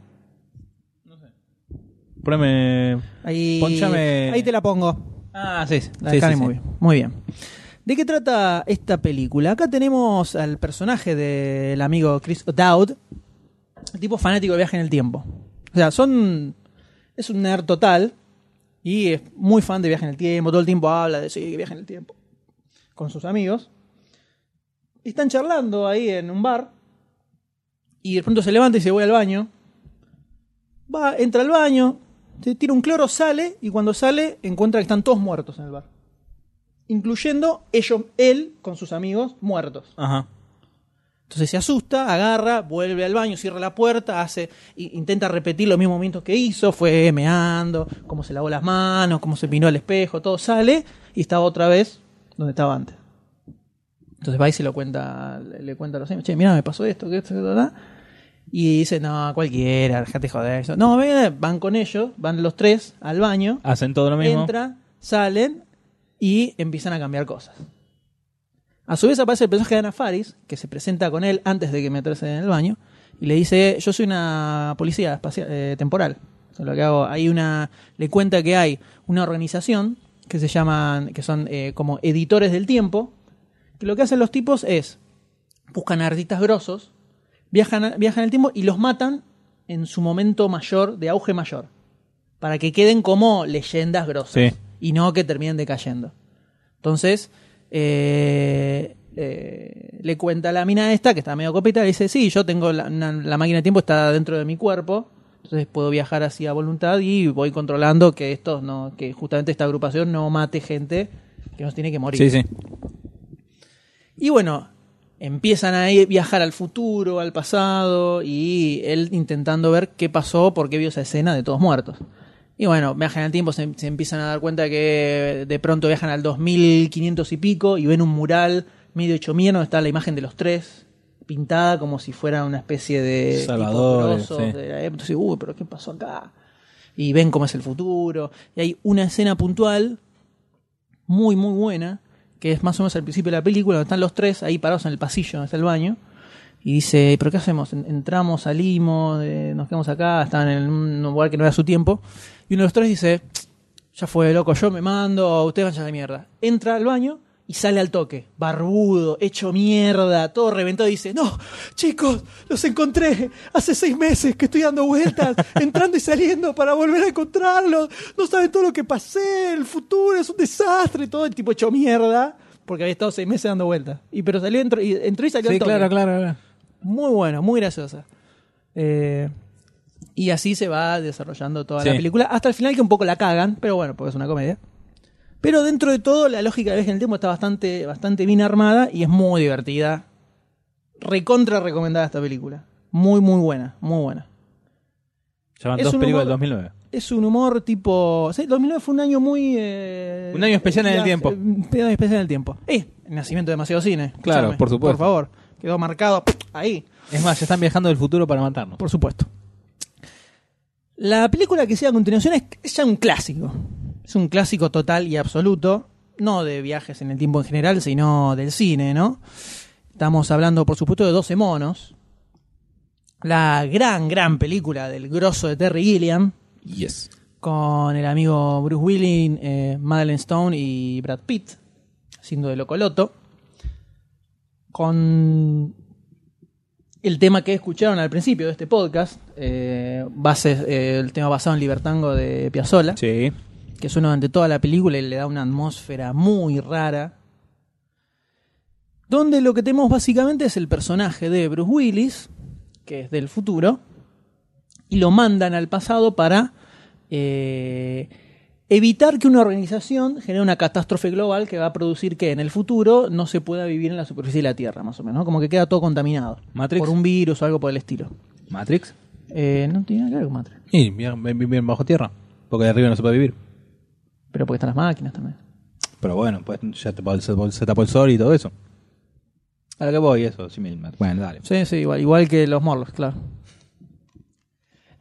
Poneme. Ahí, Ponchame- ahí te la pongo. Ah, sí. sí, La sí, de Scary sí. Movie. Muy bien. ¿De qué trata esta película? Acá tenemos al personaje del amigo Chris O'Dowd, el tipo fanático de viaje en el tiempo. O sea, son. Es un nerd total y es muy fan de viaje en el tiempo. Todo el tiempo habla de sí, viaje en el tiempo con sus amigos. Y están charlando ahí en un bar y de pronto se levanta y se voy al baño. Va, entra al baño, se tira un cloro, sale y cuando sale encuentra que están todos muertos en el bar. Incluyendo ellos, él con sus amigos muertos. Ajá. Entonces se asusta, agarra, vuelve al baño, cierra la puerta, hace, i- intenta repetir los mismos movimientos que hizo, fue meando, cómo se lavó las manos, cómo se pinó al espejo, todo sale y estaba otra vez donde estaba antes. Entonces va y se lo cuenta, le le cuenta a los amigos, che, mira, me pasó esto, que esto, que esto, que esto". Y dice, no, cualquiera, dejate joder. Eso. No, ven, van con ellos, van los tres al baño, Hacen todo lo mismo. entran, salen y empiezan a cambiar cosas. A su vez aparece el personaje de Ana Faris, que se presenta con él antes de que meterse en el baño, y le dice, yo soy una policía espacial, eh, temporal. Eso es Lo que hago, hay una, le cuenta que hay una organización que se llaman, que son eh, como editores del tiempo, que lo que hacen los tipos es, buscan a artistas grosos, viajan, a- viajan el tiempo y los matan en su momento mayor, de auge mayor, para que queden como leyendas grosas Sí. y no que terminen decayendo. Entonces, eh, eh, le cuenta a la mina esta, que está medio copita, le dice, sí, yo tengo la, una- la máquina de tiempo, está dentro de mi cuerpo, entonces puedo viajar así a voluntad y voy controlando que estos no, que justamente esta agrupación no mate gente que nos tiene que morir. Sí, sí. Y bueno, empiezan a ir- viajar al futuro, al pasado, y él intentando ver qué pasó, por qué vio esa escena de todos muertos. Y bueno, viajan al tiempo, se, se empiezan a dar cuenta que de pronto viajan al 2500 y pico y ven un mural medio hecho mierda donde está la imagen de los tres, pintada como si fuera una especie de... Salvadores, tipo grosso sí. de la época. Entonces, uy, pero ¿qué pasó acá? Y ven cómo es el futuro. Y hay una escena puntual muy, muy buena, que es más o menos al principio de la película, donde están los tres ahí parados en el pasillo, donde está el baño, y dice, ¿pero qué hacemos? En- Entramos, salimos, eh, nos quedamos acá, estaban en un lugar que no era su tiempo, y uno de los tres dice, ya fue, loco, yo me mando, ustedes vayan a la mierda. Entra al baño y sale al toque, barbudo, hecho mierda, todo reventado, y dice, no, chicos, los encontré, hace seis meses que estoy dando vueltas, entrando y saliendo para volver a encontrarlos, no saben todo lo que pasé, el futuro es un desastre, todo el tipo hecho mierda, porque había estado seis meses dando vueltas. Y pero salió, entró y, entró y salió al Sí, toque. claro, claro, claro. Muy bueno, muy graciosa. Eh, y así se va desarrollando toda la Sí. película. Hasta el final que un poco la cagan, pero bueno, porque es una comedia. Pero dentro de todo, la lógica de viaje en el tiempo está bastante, bastante bien armada y es muy divertida. Recontra recomendada esta película. Muy, muy buena, muy buena. Llevan Es dos un películas del humor- 2009. Es un humor tipo... sí, 2009 fue un año muy... eh, Un año especial en el ya, tiempo. eh, Un año especial en el tiempo. Eh, el nacimiento de demasiado cine. Claro, escuchame, por supuesto. Por favor. Quedó marcado ahí. Es más, ya están viajando del futuro para matarnos. Por supuesto. La película que sigue a continuación es, es ya un clásico. Es un clásico total y absoluto. No de viajes en el tiempo en general, sino del cine, ¿no? Estamos hablando, por supuesto, de 12 monos. La gran, gran película del grosso de Terry Gilliam. Yes. Con el amigo Bruce Willis, eh, Madeleine Stone y Brad Pitt. Siendo de Locoloto. Con el tema que escucharon al principio de este podcast, eh, base- eh, el tema basado en Libertango de Piazzolla, Sí. que suena durante toda la película y le da una atmósfera muy rara. Donde lo que tenemos básicamente es el personaje de Bruce Willis, que es del futuro, y lo mandan al pasado para eh, evitar que una organización genere una catástrofe global que va a producir que en el futuro no se pueda vivir en la superficie de la Tierra, más o menos, ¿no? como que queda todo contaminado Matrix. por un virus o algo por el estilo. Matrix. Eh, no tiene nada que ver con Matrix, Y bien, bien- bien bajo tierra. Porque de arriba no se puede vivir. pero porque están las máquinas también. Pero bueno, pues ya tapó el- se, se tapó el sol y todo eso. A lo que voy, eso, sí, mil- Bueno, dale. Sí, sí, igual, igual que los morlos, claro.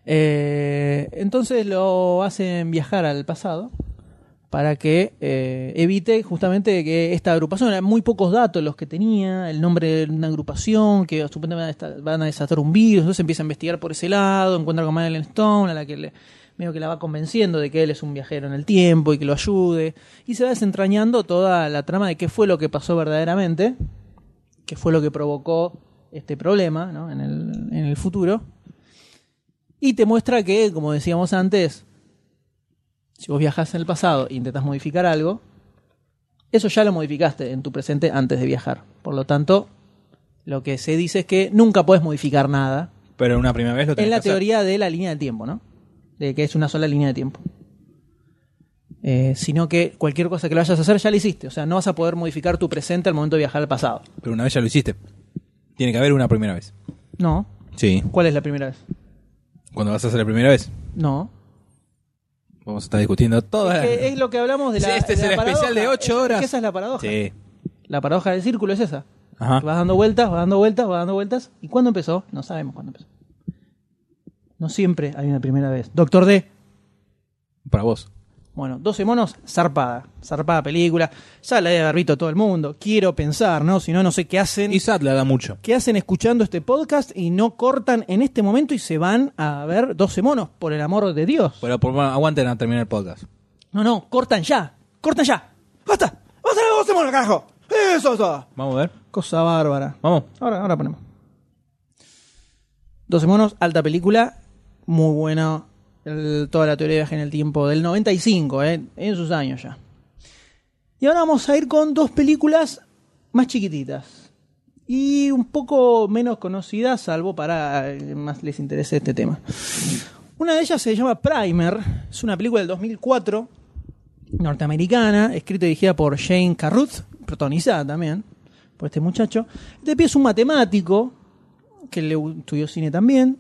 Eh, entonces lo hacen viajar al pasado para que eh, evite justamente que esta agrupación, eran muy pocos datos los que tenía, el nombre de una agrupación, que supuestamente van a, desta- van a desatar un virus, entonces empieza a investigar por ese lado, encuentra con Madeleine Stone, a la que le, medio que la va convenciendo de que él es un viajero en el tiempo y que lo ayude, y se va desentrañando toda la trama de qué fue lo que pasó verdaderamente que fue lo que provocó este problema ¿no? en, el, en el futuro. Y te muestra que, como decíamos antes, si vos viajás en el pasado e intentas modificar algo, eso ya lo modificaste en tu presente antes de viajar. Por lo tanto, lo que se dice es que nunca puedes modificar nada. Pero una primera vez lo tenés En la que hacer. teoría de la línea de tiempo, ¿no? De que es una sola línea de tiempo. Eh, sino que cualquier cosa que lo vayas a hacer ya la hiciste. O sea, no vas a poder modificar tu presente al momento de viajar al pasado. Pero una vez ya lo hiciste. Tiene que haber una primera vez. No. Sí. ¿Cuál es la primera vez? Cuando vas a hacer la primera vez, No. vamos a estar discutiendo todas Es, las... que es lo que hablamos de la. Sí, este es de la el especial paradoja. de ocho Es- es horas. que esa es la paradoja. Sí. La paradoja del círculo es esa. Ajá. Que vas dando vueltas, vas dando vueltas, vas dando vueltas. ¿Y cuándo empezó? No sabemos cuándo empezó. No siempre hay una primera vez. Doctor D. Para vos. Bueno, 12 monos, zarpada. Zarpada película. Ya la debe haber visto todo el mundo. Quiero pensar, ¿no? Si no, no sé qué hacen. Y Sat la da mucho. ¿Qué hacen escuchando este podcast y no cortan en este momento y se van a ver 12 monos, por el amor de Dios? Pero por, aguanten a terminar el podcast. No, no, cortan ya. Cortan ya. ¡Basta! ¡Basta de 12 monos, carajo! ¡Eso, eso! Vamos a ver. Cosa bárbara. Vamos. Ahora, ahora ponemos. 12 monos, alta película, muy bueno. el- toda la teoría de viaje en el tiempo del 95, ¿eh? en sus años ya. Y ahora vamos a ir con dos películas más chiquititas. Y un poco menos conocidas, salvo para eh, más les interese este tema. Una de ellas se llama Primer, es una película del 2004, norteamericana, escrita y dirigida por Jane Carruth, protagonizada también por este muchacho. Este pie es un matemático que le gu- estudió cine también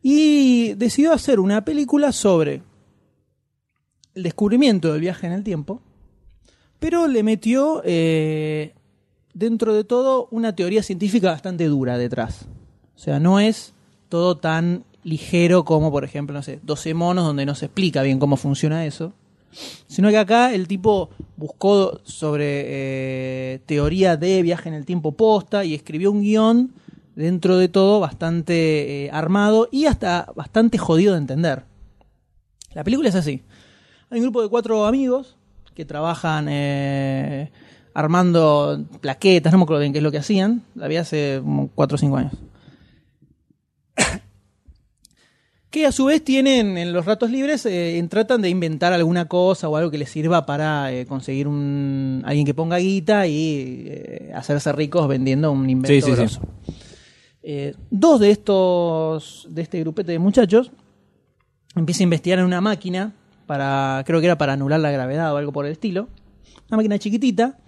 y decidió hacer una película sobre el descubrimiento del viaje en el tiempo, pero le metió eh, dentro de todo una teoría científica bastante dura detrás. O sea, no es todo tan ligero como, por ejemplo, no sé, 12 monos donde no se explica bien cómo funciona eso sino que acá el tipo buscó sobre eh, teoría de viaje en el tiempo posta y escribió un guión dentro de todo bastante eh, armado y hasta bastante jodido de entender. La película es así. Hay un grupo de cuatro amigos que trabajan eh, armando plaquetas, no me acuerdo bien qué es lo que hacían, la vi hace como cuatro o cinco años. que a su vez tienen en los ratos libres eh, en- tratan de inventar alguna cosa o algo que les sirva para eh, conseguir un alguien que ponga guita y eh, hacerse ricos vendiendo un invento Sí, sí, sí. grosso. Eh, dos de estos de este grupete de muchachos empieza a investigar en una máquina para creo que era para anular la gravedad o algo por el estilo una máquina chiquitita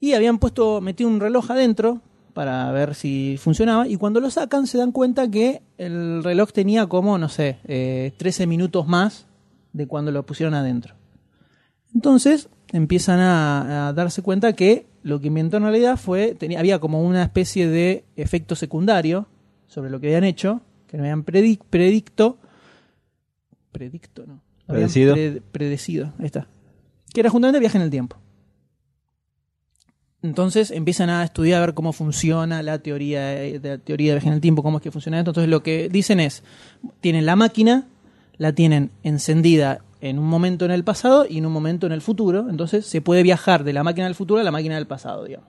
y habían puesto metido un reloj adentro para ver si funcionaba y cuando lo sacan se dan cuenta que el reloj tenía como no sé eh, 13 minutos más de cuando lo pusieron adentro entonces empiezan a, a darse cuenta que lo que inventó en realidad fue, tenía, había como una especie de efecto secundario sobre lo que habían hecho, que no habían predi- predicto, predicto, no, no habían Predecido. pre- predecido, ahí está, que era justamente viaje en el tiempo. Entonces empiezan a estudiar a ver cómo funciona la teoría eh, de la teoría de viaje en el tiempo, cómo es que funciona esto. Entonces lo que dicen es, tienen la máquina, la tienen encendida en un momento en el pasado y en un momento en el futuro. Entonces se puede viajar de la máquina del futuro a la máquina del pasado, digamos.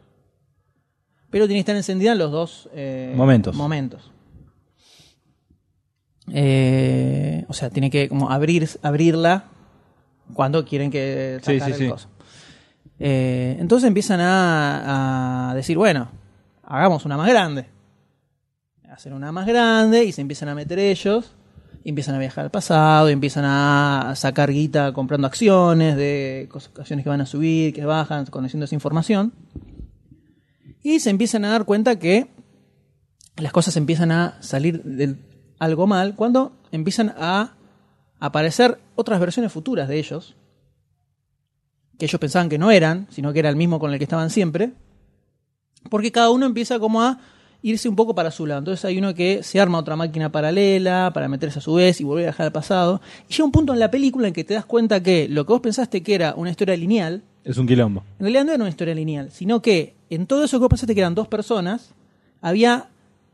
Pero tiene que estar encendida en los dos eh, Momentos. momentos. Eh, o sea, tiene que como abrir, abrirla cuando quieren que Sí, sacar sí, el sí. coso. Eh, entonces empiezan a, a decir, bueno, hagamos una más grande. Hacen una más grande y se empiezan a meter ellos. Y empiezan a viajar al pasado, y empiezan a sacar guita comprando acciones de cosas, acciones que van a subir, que bajan, conociendo esa información. Y se empiezan a dar cuenta que las cosas empiezan a salir del algo mal cuando empiezan a aparecer otras versiones futuras de ellos que ellos pensaban que no eran, sino que era el mismo con el que estaban siempre, porque cada uno empieza como a irse un poco para su lado. Entonces hay uno que se arma otra máquina paralela para meterse a su vez y volver a dejar al pasado. Y llega un punto en la película en que te das cuenta que lo que vos pensaste que era una historia lineal, Es un quilombo. en realidad no era una historia lineal, sino que en todo eso que vos pensaste que eran dos personas, había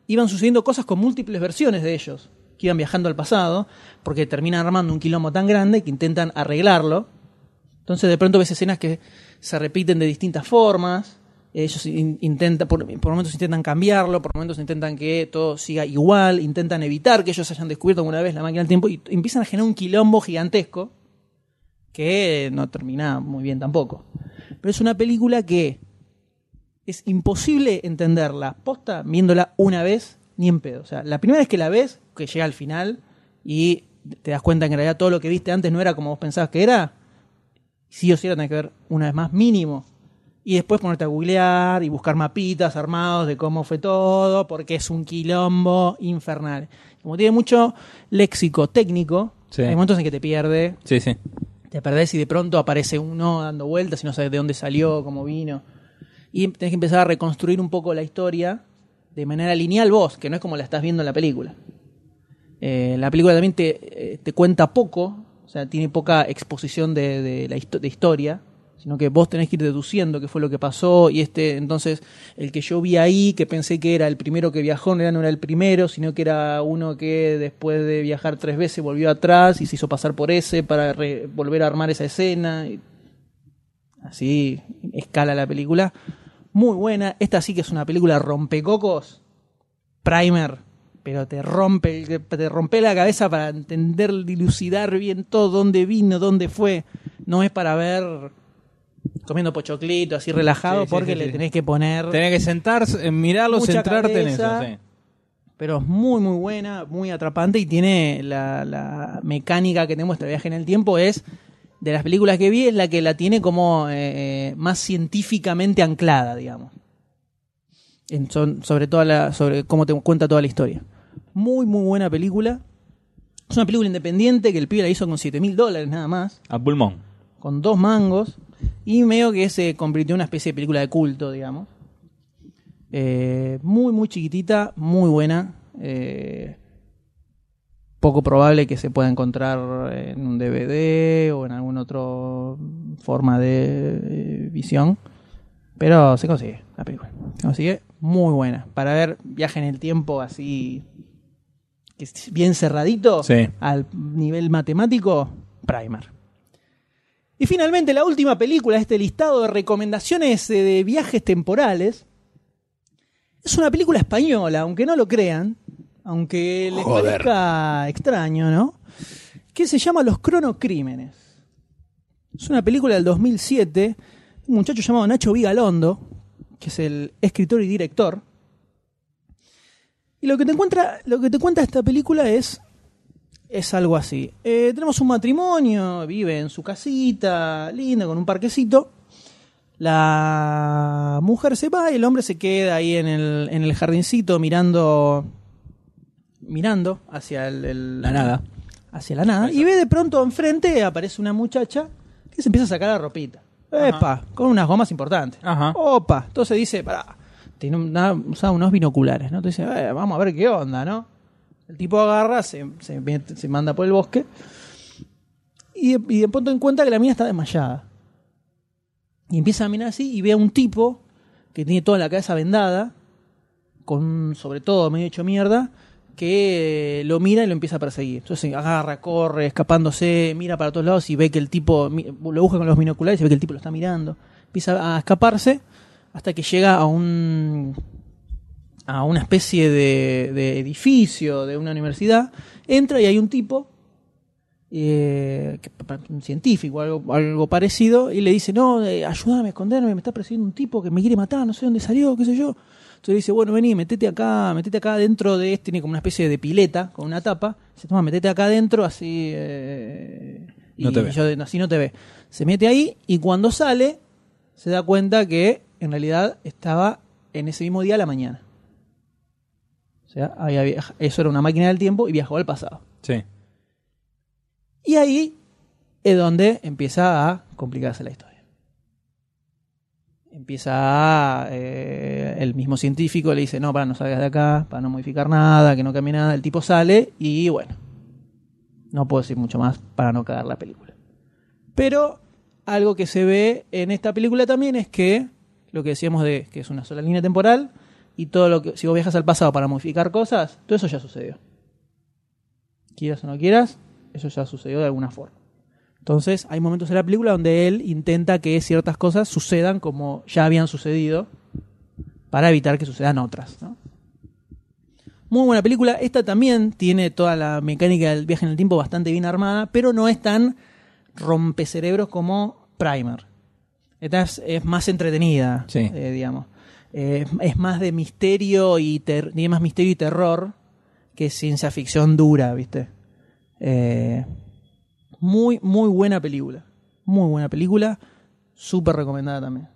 iban sucediendo cosas con múltiples versiones de ellos, que iban viajando al pasado, porque terminan armando un quilombo tan grande que intentan arreglarlo. Entonces de pronto ves escenas que se repiten de distintas formas, ellos in- intentan, por, por momentos intentan cambiarlo, por momentos intentan que todo siga igual, intentan evitar que ellos hayan descubierto alguna vez la máquina del tiempo y t- empiezan a generar un quilombo gigantesco que no termina muy bien tampoco. Pero es una película que es imposible entenderla posta viéndola una vez ni en pedo. O sea, la primera vez que la ves, que llega al final y te das cuenta que en realidad todo lo que viste antes no era como vos pensabas que era, sí o sí la tenés que ver una vez más mínimo. Y después ponerte a googlear y buscar mapitas armados de cómo fue todo, porque es un quilombo infernal. Como tiene mucho léxico técnico, Sí. hay momentos en que te pierde, Sí, sí. te perdés y de pronto aparece uno dando vueltas y no sabes de dónde salió, cómo vino. Y tenés que empezar a reconstruir un poco la historia de manera lineal vos, que no es como la estás viendo en la película. Eh, la película también te, eh, te cuenta poco, o sea, tiene poca exposición de, de la histo- de historia, sino que vos tenés que ir deduciendo qué fue lo que pasó y este, entonces, el que yo vi ahí, que pensé que era el primero que viajó, no era, no era el primero, sino que era uno que después de viajar tres veces volvió atrás y se hizo pasar por ese para re- volver a armar esa escena. y- Así escala la película. Muy buena. Esta sí que es una película rompecocos. Primer. Pero te rompe, el- te rompe la cabeza para entender, dilucidar bien todo, dónde vino, dónde fue. No es para ver comiendo pochoclito, así relajado, Sí, sí, porque sí, le sí. tenés que poner... Tenés que sentarse, eh, mirarlo, Mucha centrarte cabeza. en eso. sí. pero es muy muy buena, muy atrapante y tiene la, la mecánica que te muestra viaje en el tiempo es de las películas que vi es la que la tiene como eh, eh, más científicamente anclada, digamos. En son- sobre toda la sobre cómo te cuenta toda la historia. Muy muy buena película. Es una película independiente que el pibe la hizo con 7 mil dólares nada más A pulmón. con dos mangos y medio que se convirtió en una especie de película de culto, digamos. Eh, muy, muy chiquitita, muy buena. eh, poco probable que se pueda encontrar en un DVD o en alguna otra forma de eh, visión. Pero se consigue la película. Se consigue muy buena. Para ver viaje en el tiempo así, que es bien cerradito, Sí. al nivel matemático, Primer. Y finalmente la última película de este listado de recomendaciones eh, de viajes temporales es una película española, aunque no lo crean, aunque les parezca extraño, ¿no? Que se llama Los cronocrímenes. Es una película del 2007, un muchacho llamado Nacho Vigalondo, que es el escritor y director. Y lo que te encuentra, lo que te cuenta esta película es es algo así. Eh, tenemos un matrimonio, vive en su casita, linda, con un parquecito. La mujer se va y el hombre se queda ahí en el, en el jardincito mirando. mirando hacia el- el- La nada. Hacia la nada. Y ve de pronto enfrente aparece una muchacha que se empieza a sacar la ropita. Epa, con unas gomas importantes. Ajá. Opa. Entonces dice, pará. Tiene una- usa unos binoculares, ¿no? Entonces dice, "Eh, vamos a ver qué onda, ¿no? El tipo agarra, se, se mete- se manda por el bosque. Y, de- y de pronto encuentra que la mina está desmayada. Y empieza a mirar así y ve a un tipo que tiene toda la cabeza vendada, con sobre todo medio hecho mierda, que eh, lo mira y lo empieza a perseguir. Entonces agarra, corre, escapándose, mira para todos lados y ve que el tipo mi- lo busca con los binoculares y ve que el tipo lo está mirando. Empieza a escaparse hasta que llega a un a una especie de, de edificio de una universidad, entra y hay un tipo, eh, que pa- pa- un científico, algo, algo parecido, y le dice, no, eh, ayúdame a esconderme, me está persiguiendo un tipo que me quiere matar, no sé dónde salió, qué sé yo. Entonces le dice, bueno, vení, metete acá, metete acá dentro de este, tiene como una especie de pileta con una tapa, se toma, metete acá adentro, así... eh, No y te ve. yo de- así no te ve. Se mete ahí y cuando sale se da cuenta que en realidad estaba en ese mismo día a la mañana. O sea, había viaja- eso era una máquina del tiempo y viajó al pasado. Sí. Y ahí es donde empieza a complicarse la historia. Empieza a, eh, el mismo científico le dice, no, para no salgas de acá, para no modificar nada, que no cambie nada. El tipo sale y bueno, no puedo decir mucho más para no cagar la película. Pero algo que se ve en esta película también es que lo que decíamos de que es una sola línea temporal y todo lo que si vos viajas al pasado para modificar cosas, todo eso ya sucedió. Quieras o no quieras, eso ya sucedió de alguna forma. Entonces, hay momentos en la película donde él intenta que ciertas cosas sucedan como ya habían sucedido para evitar que sucedan otras, ¿no? Muy buena película. Esta también tiene toda la mecánica del viaje en el tiempo bastante bien armada, pero no es tan rompecerebros como Primer. Esta es, es más entretenida, Sí. eh, digamos. Eh, es más de misterio y ter- tiene más misterio y terror que ciencia ficción dura, ¿viste? Eh, muy, muy buena película. Muy buena película. Súper recomendada también.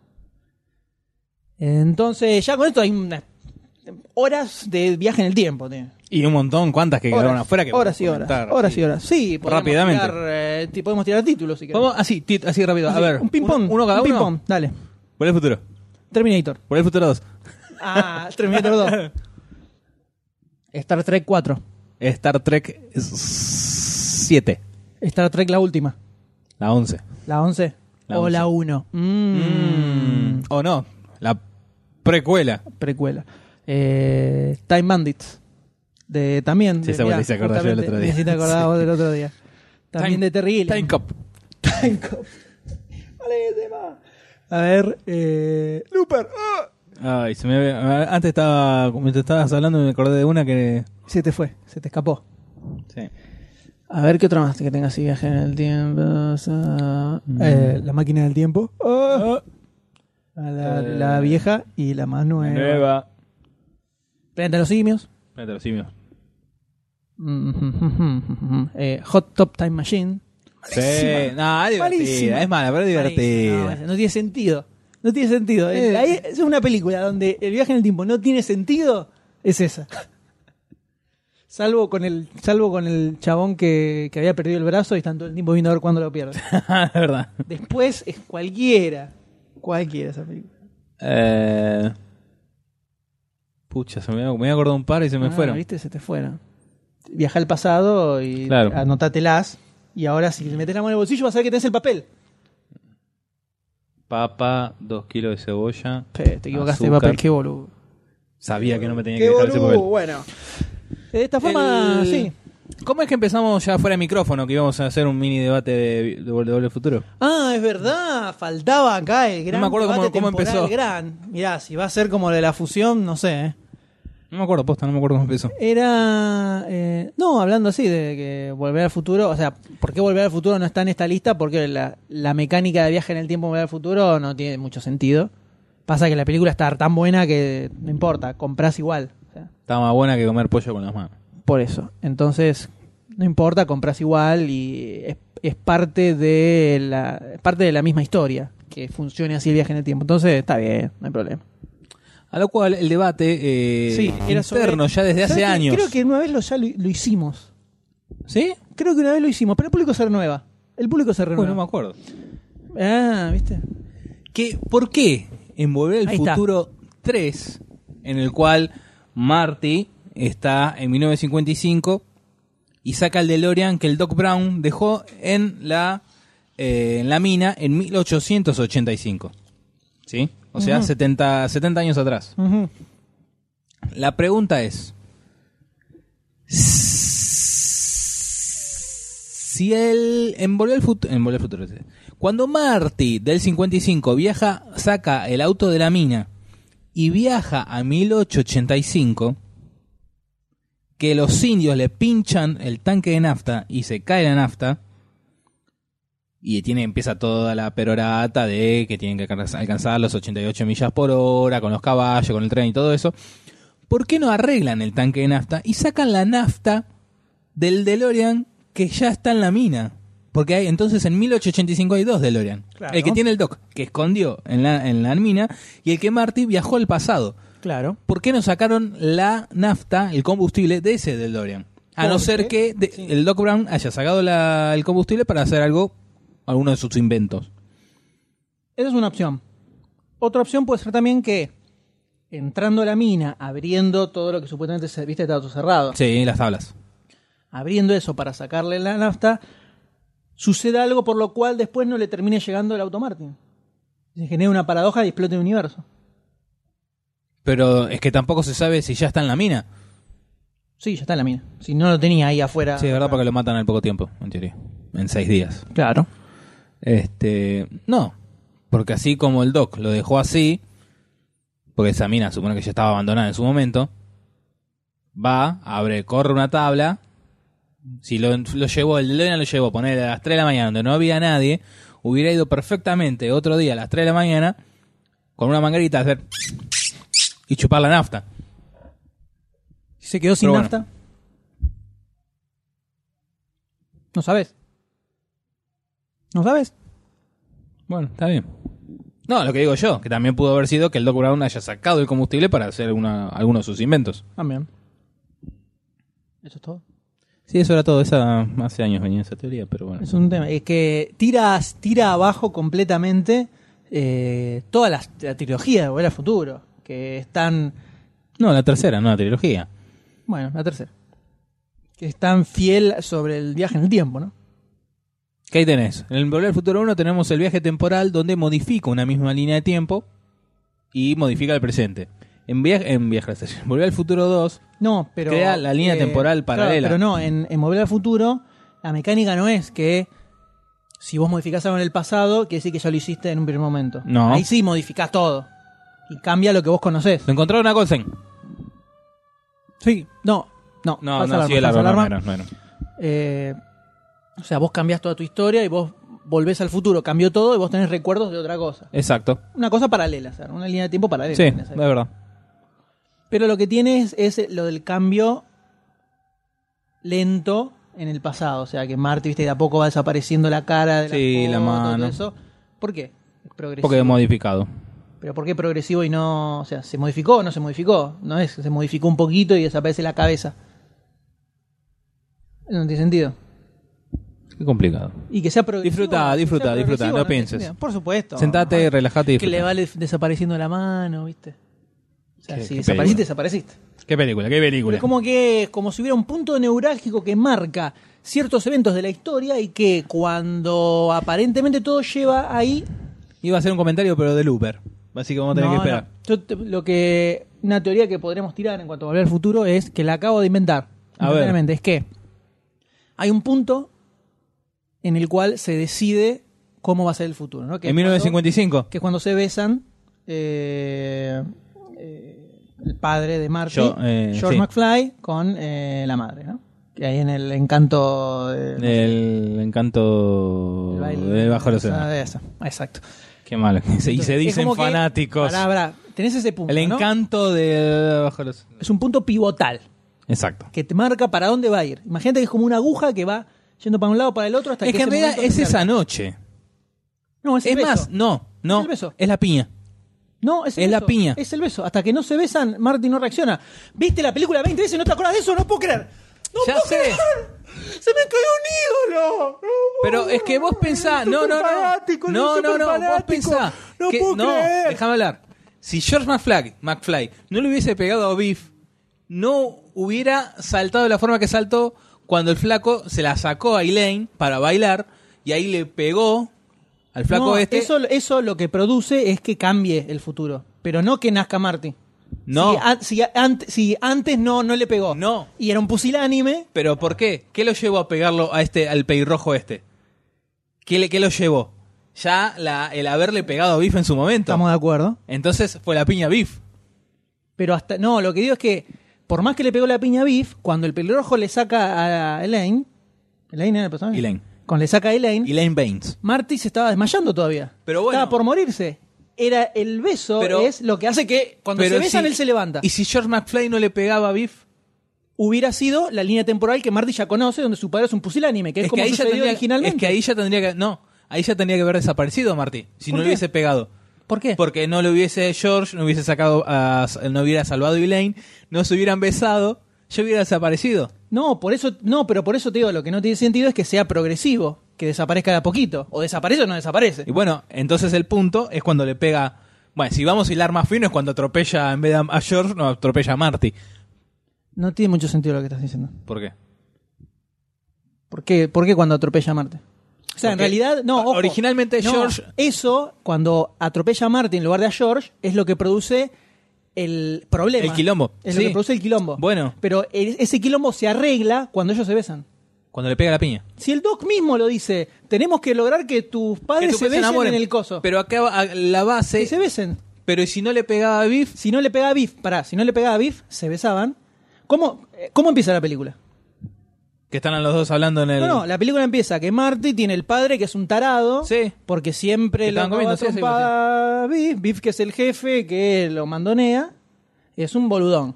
Entonces, ya con esto hay unas horas de viaje en el tiempo, tío. Y un montón, ¿cuántas que quedaron Horas, afuera? Que horas y podemos horas. comentar? horas Sí. y horas. Sí, podemos Rápidamente. Tirar, eh, ti- podemos tirar títulos si querés. Vamos así, tit, así rápido. A Así, ver. Un ping-pong. Uno, uno cada un uno. ping-pong. Dale. Por el futuro. Terminator. Por el futuro 2. Ah, Terminator 2. Star Trek 4. Star Trek 7. Star Trek la última. La 11. La 11. La o 11. la 1. Mm. O no. La precuela. Precuela. Eh, Time Bandits. De, también. Sí, de- esa me la mirá, hice acordar yo el justamente, otro día. me hiciste acordar vos del otro día. También Time- de Terry Gilliam. Time Cop. Time Cop. Vale, tema. A ver. Eh, Looper. ¡Ah! Ay, se me había- Antes estaba. Mientras estabas hablando, me acordé de una que. Se te fue. Se te escapó. Sí. A ver, ¿qué otra más que tenga así viaje en el tiempo? O sea, eh, la máquina del tiempo. Ah. A la, la vieja y la más nueva. Nueva. Planeta de los simios. Mm, Planeta de los simios. Eh, Hot Top Time Machine. Sí. No, es divertida. Malísima. Es mala, pero es divertida. No, no tiene sentido. No tiene sentido. Eh. Ahí es una película donde el viaje en el tiempo no tiene sentido. Es esa. Salvo con el, salvo con el chabón que, que había perdido el brazo y están todo el tiempo viendo a ver cuándo lo pierde. de verdad. Después es cualquiera. Cualquiera esa película. Eh... Pucha, se me, me había acordado un par y se me Ah, fueron. ¿Viste? Se te fueron. Viaja al pasado y Claro. anótatelas. Y ahora, si le metes la mano en el bolsillo, vas a ver que tenés el papel. Papa, dos kilos de cebolla. Pe, te equivocaste de azúcar. papel, qué boludo. Sabía que no me tenía Qué que dejar ese boludo, papel. bueno. De esta forma, El- sí. ¿Cómo es que empezamos ya fuera de micrófono que íbamos a hacer un mini debate de, de Volver al Futuro? Ah, es verdad, faltaba acá el gran. me acuerdo cómo- debate cómo temporal, empezó. Gran. Mirá, si va a ser como de la fusión, no sé. ¿eh? No me acuerdo, posta, no me acuerdo cómo empezó. Era. eh, no, hablando así de que Volver al Futuro. O sea, ¿por qué Volver al Futuro no está en esta lista? Porque la, la mecánica de viaje en el tiempo en Volver al Futuro no tiene mucho sentido. Pasa que la película está tan buena que no importa, compras igual. O sea, Estaba más buena que comer pollo con las manos. por eso. Entonces, no importa, compras igual y es, es parte de la es parte de la misma historia que funcione así el viaje en el tiempo. Entonces, está bien, no hay problema. A lo cual el debate eh, sobre- interno ya desde ¿Sabes hace qué? años. Creo que una vez lo, ya lo, lo hicimos. ¿Sí? Creo que una vez lo hicimos, pero el público se renueva. El público se Uy, no me renueva. acuerdo. ah, ¿viste? que ¿Por qué en Volver al Ahí está. Futuro 3, en el cual Marty está en 1955 y saca el DeLorean que el Doc Brown dejó en la, eh, en la mina en 1885? ¿Sí? O sea, 70, 70 años atrás. Ujú. La pregunta es: Si él. En Volver al Futuro. En Volver al Futuro, sí. Cuando Marty del 55 viaja, saca el auto de la mina y viaja a 1885, que los indios le pinchan el tanque de nafta y se cae la nafta. Y tiene, empieza toda la perorata de que tienen que alcanzar- alcanzar los 88 millas por hora, con los caballos, con el tren y todo eso. ¿por qué no arreglan el tanque de nafta y sacan la nafta del DeLorean que ya está en la mina? Porque hay, entonces en 1885 hay dos DeLorean. Claro. El que tiene el Doc, que escondió en la, en la mina, y el que Marty viajó al pasado. Claro. ¿Por qué no sacaron la nafta, el combustible, de ese DeLorean? A no Porque- ser que de- el Doc Brown haya sacado la- el combustible para hacer algo, alguno de sus inventos. Esa es una opción. Otra opción puede ser también que entrando a la mina, abriendo todo lo que supuestamente se viste estaba todo cerrado. Sí, las tablas. abriendo eso para sacarle la nafta, suceda algo por lo cual después no le termine llegando el auto Martin. Se genera una paradoja y explota el universo. Pero es que tampoco se sabe si ya está en la mina. Sí, ya está en la mina. Si no lo tenía ahí afuera. Sí, es verdad, porque lo matan al poco tiempo, en teoría. En seis días. Claro. Este, no, porque así como el Doc lo dejó así, porque esa mina supone que ya estaba abandonada en su momento, va, abre, corre una tabla, si lo, lo llevó, el DeLorean lo llevó, poner a las 3 de la mañana donde no había nadie, hubiera ido perfectamente otro día a las 3 de la mañana con una manguerita a hacer y chupar la nafta. se quedó sin Pero bueno. nafta. ¿No sabes? ¿No sabes? Bueno, está bien. No, lo que digo yo, que también pudo haber sido que el Doc Brown haya sacado el combustible para hacer alguna, alguno de sus inventos. También. Eso es todo. Sí, eso era todo. Esa, hace años venía esa teoría, pero bueno. Es un tema. Es que tiras, tira abajo completamente eh, toda la, la trilogía de Volver al Futuro. Que están. No, la tercera, no la trilogía. Bueno, la tercera. Que es tan fiel sobre el viaje en el tiempo, ¿no? ¿Qué ahí tenés? En el Volver al Futuro 1 tenemos el viaje temporal donde modifica una misma línea de tiempo y modifica el presente. En, via- en Viaje a la Estación. Volver al Futuro 2 No, pero. eh, Crea la línea temporal claro, paralela. pero no, en, en Volver al Futuro, la mecánica no es que si vos modificás algo en el pasado, quiere decir que ya lo hiciste en un primer momento. No. Ahí sí modificás todo. Y cambia lo que vos conocés. lo encontraron a Golsen. Sí. No, no. No, falsa no, alarma, sí, el falsa árbol no, alarma. no era, no era. Eh, o sea, vos cambiás toda tu historia y vos volvés al futuro, cambió todo y vos tenés recuerdos de otra cosa. Exacto. Una cosa paralela, o sea, una línea de tiempo paralela. Sí, en esa es época. verdad. Pero lo que tienes es lo del cambio lento en el pasado. O sea, que Marty, viste, de a poco va desapareciendo la cara de Sí, fotos, la mano. todo eso. ¿Por qué? Es progresivo. Porque modificado. Pero ¿por qué progresivo y no... O sea, ¿se modificó o no se modificó? No es, que se modificó un poquito y desaparece la cabeza. No tiene sentido. Qué complicado. Y que sea progresivo. Disfrutá, que sea disfrutá, progresivo, disfrutá, no tiene pienses. sentido. Por supuesto. Sentate, Ajá. relajate y Que le disfruta. va le- desapareciendo la mano, ¿viste? O sea, Qué- si qué desapareciste, peligro. desapareciste. Qué película, qué película. Pero como que como si hubiera un punto neurálgico que marca ciertos eventos de la historia y que cuando aparentemente todo lleva ahí. Iba a hacer un comentario, pero del Uber. Así que vamos a tener No, que esperar. no. Yo te- lo que una teoría que podremos tirar en cuanto a volver al futuro es que la acabo de inventar. A ver. instantáneamente, es que hay un punto en el cual se decide cómo va a ser el futuro, ¿no? Que En es cuando- 1955. que es cuando se besan eh, eh, el padre de Marty, Yo, eh, George sí. McFly, con eh, la madre, ¿no? Que ahí en el encanto eh, El encanto el baile- de bajo la esa- escena. de esa. Exacto. Qué malo. Y se Entonces, es dicen como que- fanáticos. pará, pará, tenés ese punto. El ¿no? encanto de bajo la escena. Es un punto pivotal Exacto. que te marca para dónde va a ir. Imagínate que es como una aguja que va yendo para un lado, para el otro, hasta Es que en ese realidad momento es se esa acerca. noche. No, es, el Es beso. más, no, Es no. el beso. Es la piña. No, es, el Es la beso. piña. Es el beso. Hasta que no se besan, Marty no reacciona. ¿Viste la película 20 veces y no te acuerdas de eso? No puedo creer. No Ya puedo sé. creer. Se me cayó un ídolo. No puedo Pero es que vos creer. pensá, Soy no, súper no, fanático, no, soy no, no, súper no, vos fanático. pensá. No que- puedo no, creer. déjame hablar. Si George McFly, McFly no le hubiese pegado a Biff, no hubiera saltado de la forma que saltó cuando el flaco se la sacó a Elaine para bailar y ahí le pegó al flaco No, este. Eso, eso lo que produce es que cambie el futuro. Pero no que nazca Marty. No. Si, an- si an- si antes no, no le pegó. No. Y era un pusilánime. Pero ¿por qué? ¿Qué lo llevó a pegarlo a este, al pelirrojo este? ¿Qué, le, qué lo llevó? Ya la- el haberle pegado a Biff en su momento. Estamos de acuerdo. Entonces fue la piña Biff. Pero hasta. No, lo que digo es que. Por más que le pegó la piña a Biff, cuando el pelirrojo le saca a Elaine. ¿Elaine era el personaje? Elaine. Cuando le saca a Elaine. Elaine Baines. Marty se estaba desmayando todavía. Pero bueno. Estaba por morirse. Era el beso, Pero- es lo que hace que cuando Pero se besan si- él se levanta. ¿Y si George McFly no le pegaba a Biff? hubiera sido la línea temporal que Marty ya conoce, donde su padre es un pusilánime, que es, como sucedió originalmente. Es que ahí ya tendría que. No, ahí ya tendría que haber desaparecido Marty. Si ¿Por no qué? le hubiese pegado. ¿Por qué? Porque no lo hubiese George, no hubiese sacado a, no hubiera salvado a Elaine, no se hubieran besado, ya hubiera desaparecido. No, por eso, no, pero por eso te digo, lo que no tiene sentido es que sea progresivo, que desaparezca de a poquito. O desaparece o no desaparece. Y bueno, entonces el punto es cuando le pega. Bueno, si vamos a hilar más fino es cuando atropella, en vez de a George, no atropella a Marty. No tiene mucho sentido lo que estás diciendo. ¿Por qué? ¿Por qué, por qué cuando atropella a Marte? O sea, en Porque realidad, no. ojo. originalmente No, George- Eso, cuando atropella a Marte en lugar de a George, es lo que produce el problema. El quilombo, Es sí. lo que produce el quilombo. Bueno. Pero e- ese quilombo se arregla cuando ellos se besan. Cuando le pega la piña. Si el doc mismo lo dice, tenemos que lograr que tus Que padres tus se padres besen enamoren. en el coso. Pero acá va- a- la base. que se besen. Pero ¿y si no le pegaba a Biff? Si no le pegaba a Biff, pará, si no le pegaba a Biff, se besaban. ¿Cómo, eh, ¿Cómo empieza la película? Que están los dos hablando en el. No, no, la película empieza que Marty tiene el padre que es un tarado. Sí. Porque Que siempre lo estaban comiendo, acaba sí, sí, trompada a Biff, Biff que es el jefe, que lo mandonea. Es un boludón.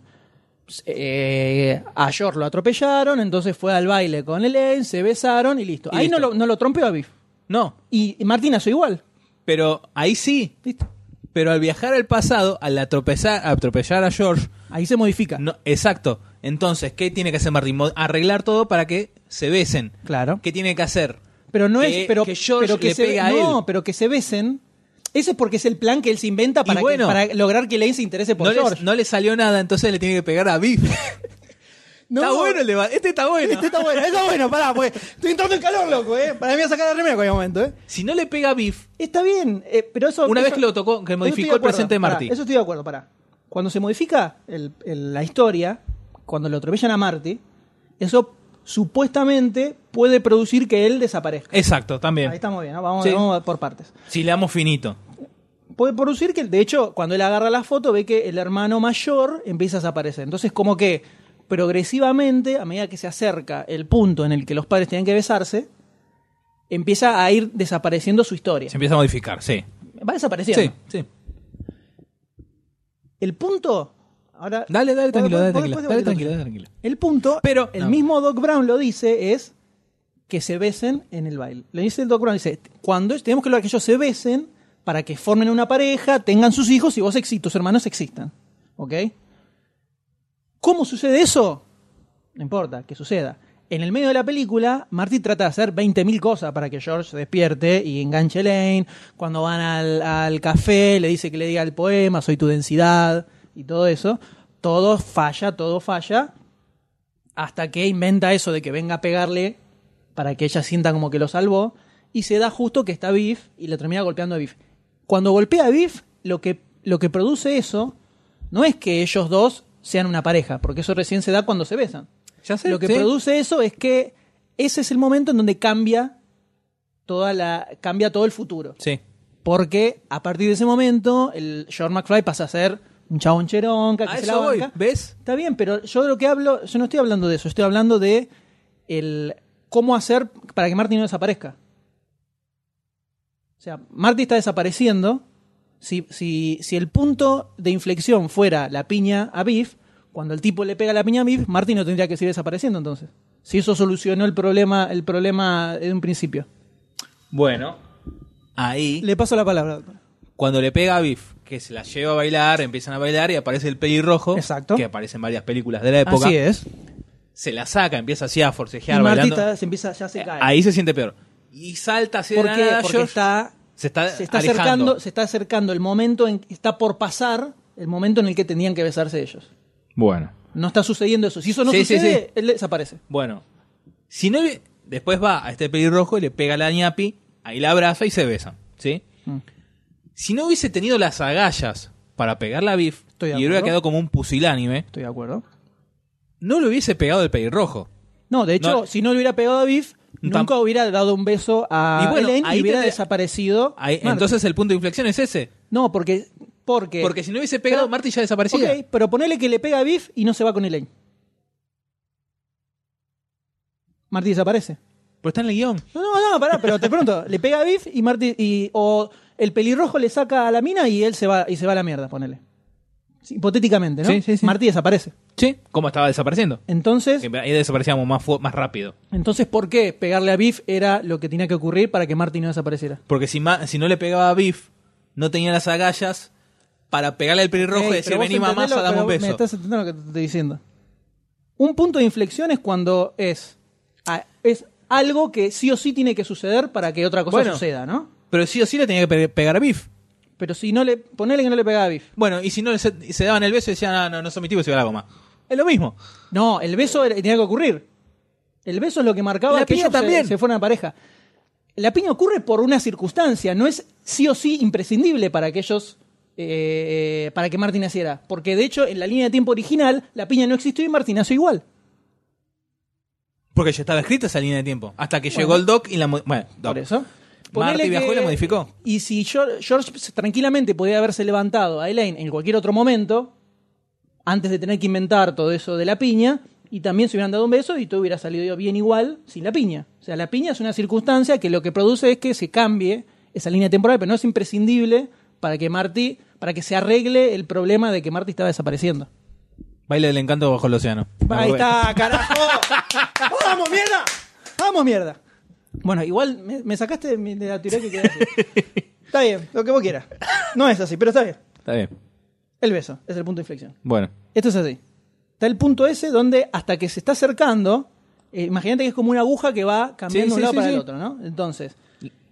Pues, Eh, a George lo atropellaron, entonces fue al baile con Elaine, se besaron y listo. Y Ahí listo. no lo, no lo trompeó a Biff. No, Y, y Marty nació igual. Pero ahí sí. Listo. Pero al viajar al pasado, al atropezar, atropellar a George, Ahí se modifica. no, exacto. Entonces, ¿qué tiene que hacer Martin? Mo- Arreglar todo para que se besen. Claro. ¿Qué tiene que hacer? Pero no Que- es. Pero que George pero le se, pega a No, él. pero que se besen. Eso es porque es el plan que él se inventa para, que- bueno. para lograr que Lane se interese por No le, George. no le salió nada, entonces le tiene que pegar a Biff. No. Está bueno el debate. Este está bueno. Este está bueno, está bueno, pará, pues. Estoy entrando en calor, loco, eh. Para mí voy a sacar la remera en cualquier momento, eh. Si no le pega a Biff, Está bien, eh, pero eso. Una eso- vez que lo tocó, que eso modificó estoy de el presente de pará, Marty. eso estoy de acuerdo, pará. Cuando se modifica el- el- la historia, cuando lo atropellan a Marty, eso supuestamente puede producir que él desaparezca. exacto, Ahí también. estamos bien, ¿no? vamos, Sí. vamos por partes. Si le damos finito. Puede producir que, de hecho, cuando él agarra la foto, ve que el hermano mayor empieza a desaparecer. Entonces, como que progresivamente, a medida que se acerca el punto en el que los padres tienen que besarse, empieza a ir desapareciendo su historia. Se empieza a modificar, sí. Va desapareciendo. Sí, sí. El punto. Ahora, Dale, dale, tranquilo, ¿puedo- dale, puedo- tranquilo. puedo- Dale, puedo- tranquilo, dale, tranquilo. El punto, Pero- el no. mismo Doc Brown lo dice, es que se besen en el baile. Le dice el Doc Brown, dice, cuando es- tenemos que lograr que ellos se besen para que formen una pareja, tengan sus hijos y vos exi- tus hermanos existan. ¿Ok? ¿Cómo sucede eso? No importa, que suceda. En el medio de la película, Marty trata de hacer 20.000 cosas para que George se despierte y enganche a Lane. Cuando van al, al café, le dice que le diga el poema, soy tu densidad y todo eso. Todo falla, todo falla. Hasta que inventa eso de que venga a pegarle para que ella sienta como que lo salvó. Y se da justo que está Biff y le termina golpeando a Biff. Cuando golpea a Biff, lo que, lo que produce eso no es que ellos dos sean una pareja, porque eso recién se da cuando se besan. Ya sé, Lo que sí. produce eso es que ese es el momento en donde cambia toda la cambia todo el futuro. Sí. Porque a partir de ese momento el George McFly pasa a ser un chabón cheronca que A se la eso voy, banca. ¿ves? Está bien, pero yo de lo que hablo, yo no estoy hablando de eso, estoy hablando de el cómo hacer para que Marty no desaparezca. O sea, Marty está desapareciendo. Si, si, si el punto de inflexión fuera la piña a Biff, cuando el tipo le pega la piña a Biff, Marty no tendría que seguir desapareciendo entonces. Si eso solucionó el problema, el problema de un principio. Bueno. Ahí, Le paso la palabra. doctor. cuando le pega a Biff, que se la lleva a bailar, empiezan a bailar y aparece el pelirrojo. Exacto. Que aparece en varias películas de la época. Así es. Se la saca, empieza así a forcejear, Y Marty bailando. está- se empieza, ya se Eh, cae. Ahí se siente peor. Y salta hacia ¿Por la qué? nada, Porque George. está se está, se está alejando. acercando, se está acercando el momento en está por pasar el momento en el que tenían que besarse ellos. Bueno. No está sucediendo eso. Si eso no Sí, sí, sucede, él desaparece. Bueno, si no le- después va a este pelirrojo y le pega la ñapi, ahí la abraza y se besan, ¿sí? Mm. Si no hubiese tenido las agallas para pegar la Biff Estoy de y hubiera acuerdo. quedado como un pusilánime, Estoy de acuerdo. no le hubiese pegado el pelirrojo. No, de hecho, No. si no le hubiera pegado a Biff, Tam- nunca hubiera dado un beso a Y bueno, Ellen ahí y hubiera tendría- desaparecido. Ahí- Marty. entonces el punto de inflexión es ese. no, porque porque Porque si no hubiese pegado, Eh, Pero- Marty ya desaparecía. Ok, pero ponele que le pega a Biff y no se va con Elaine. Marty desaparece. Pero está en el guión. No, no, no, pará, pero te pregunto, le pega a Biff y Marty y o el pelirrojo le saca a la mina y él se va y se va a la mierda, ponele. Sí, hipotéticamente, ¿no? Sí, sí, sí. Marty desaparece. Sí, ¿cómo estaba desapareciendo? Entonces, Que Ahí desaparecíamos más, fu- más rápido. entonces ¿por qué pegarle a Biff era lo que tenía que ocurrir para que Marty no desapareciera? Porque si, ma- si no le pegaba a Biff, no tenía las agallas para pegarle al pelirrojo Ey, y pero decir, vos vení mamá, entendelo, dame un pero beso. Me estás entendiendo lo que te estoy diciendo. Un punto de inflexión es cuando es a- es algo que sí o sí tiene que suceder para que otra cosa Bueno. suceda, ¿no? Pero sí o sí le tenía que pe- pegar a Biff. Pero si no le ponele que no le pegaba a Biff. Bueno, y si no se, y se daban el beso y decían, "Ah, no, no son mi tipo, se va la goma. Es lo mismo. No, el beso era- tenía que ocurrir. El beso es lo que marcaba La que piña ellos se- también. Se, fueron a pareja. La piña ocurre por una circunstancia, no es sí o sí imprescindible para que ellos. eh, para que Martín naciera. Porque de hecho, en la línea de tiempo original, la piña no existió y Martín nació igual. Porque ya estaba escrita esa línea de tiempo. Hasta que Bueno. llegó el Doc y la... mo- Bueno, Doc. Por eso. Marty Ponele viajó y que- la modificó. Y si George, George tranquilamente podía haberse levantado a Elaine en cualquier otro momento, antes de tener que inventar todo eso de la piña, y también se hubieran dado un beso y todo hubiera salido bien igual sin la piña. O sea, la piña es una circunstancia que lo que produce es que se cambie esa línea temporal, pero no es imprescindible para que Marty, para que se arregle el problema de que Marty estaba desapareciendo. Baile del encanto bajo el océano. Ahí Me acuerdo. está, carajo. ¡Vamos, mierda! ¡Vamos, mierda! Bueno, igual me, me sacaste de mi- de la teoría que quería hacer. Está bien, lo que vos quieras. No es así, pero está bien. Está bien. El beso es el punto de inflexión. Bueno. Esto es así. Está el punto ese donde hasta que se está acercando, eh, imagínate que es como una aguja que va cambiando Sí, de un lado sí, sí, para el sí. otro, ¿no? Entonces,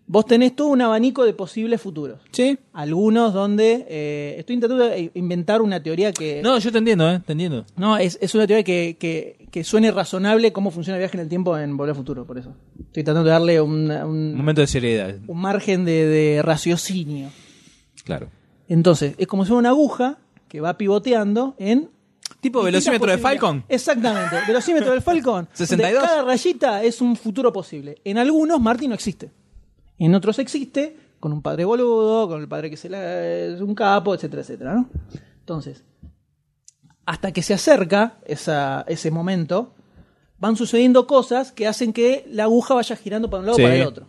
vos tenés todo un abanico de posibles futuros. Sí. Algunos donde eh, estoy intentando eh, inventar una teoría que... No, yo te entiendo, ¿eh? Te entiendo. No, es, es una teoría que, que- que suene razonable cómo funciona el viaje en el tiempo en Volver al Futuro, por eso. Estoy tratando de darle una- Un un, momento de seriedad, un margen de- de raciocinio. claro. Entonces, es como si fuera una aguja que va pivoteando en. Tipo distintas velocímetro de posibilidades. Falcon. Exactamente, velocímetro del Falcon. 62. donde Cada rayita es un futuro posible. En algunos, Marty no existe. En otros existe, con un padre boludo, con el padre que se la, es un capo, etcétera, etcétera, ¿no? Entonces, hasta que se acerca esa- ese momento, van sucediendo cosas que hacen que la aguja vaya girando para un lado o Sí. para el otro.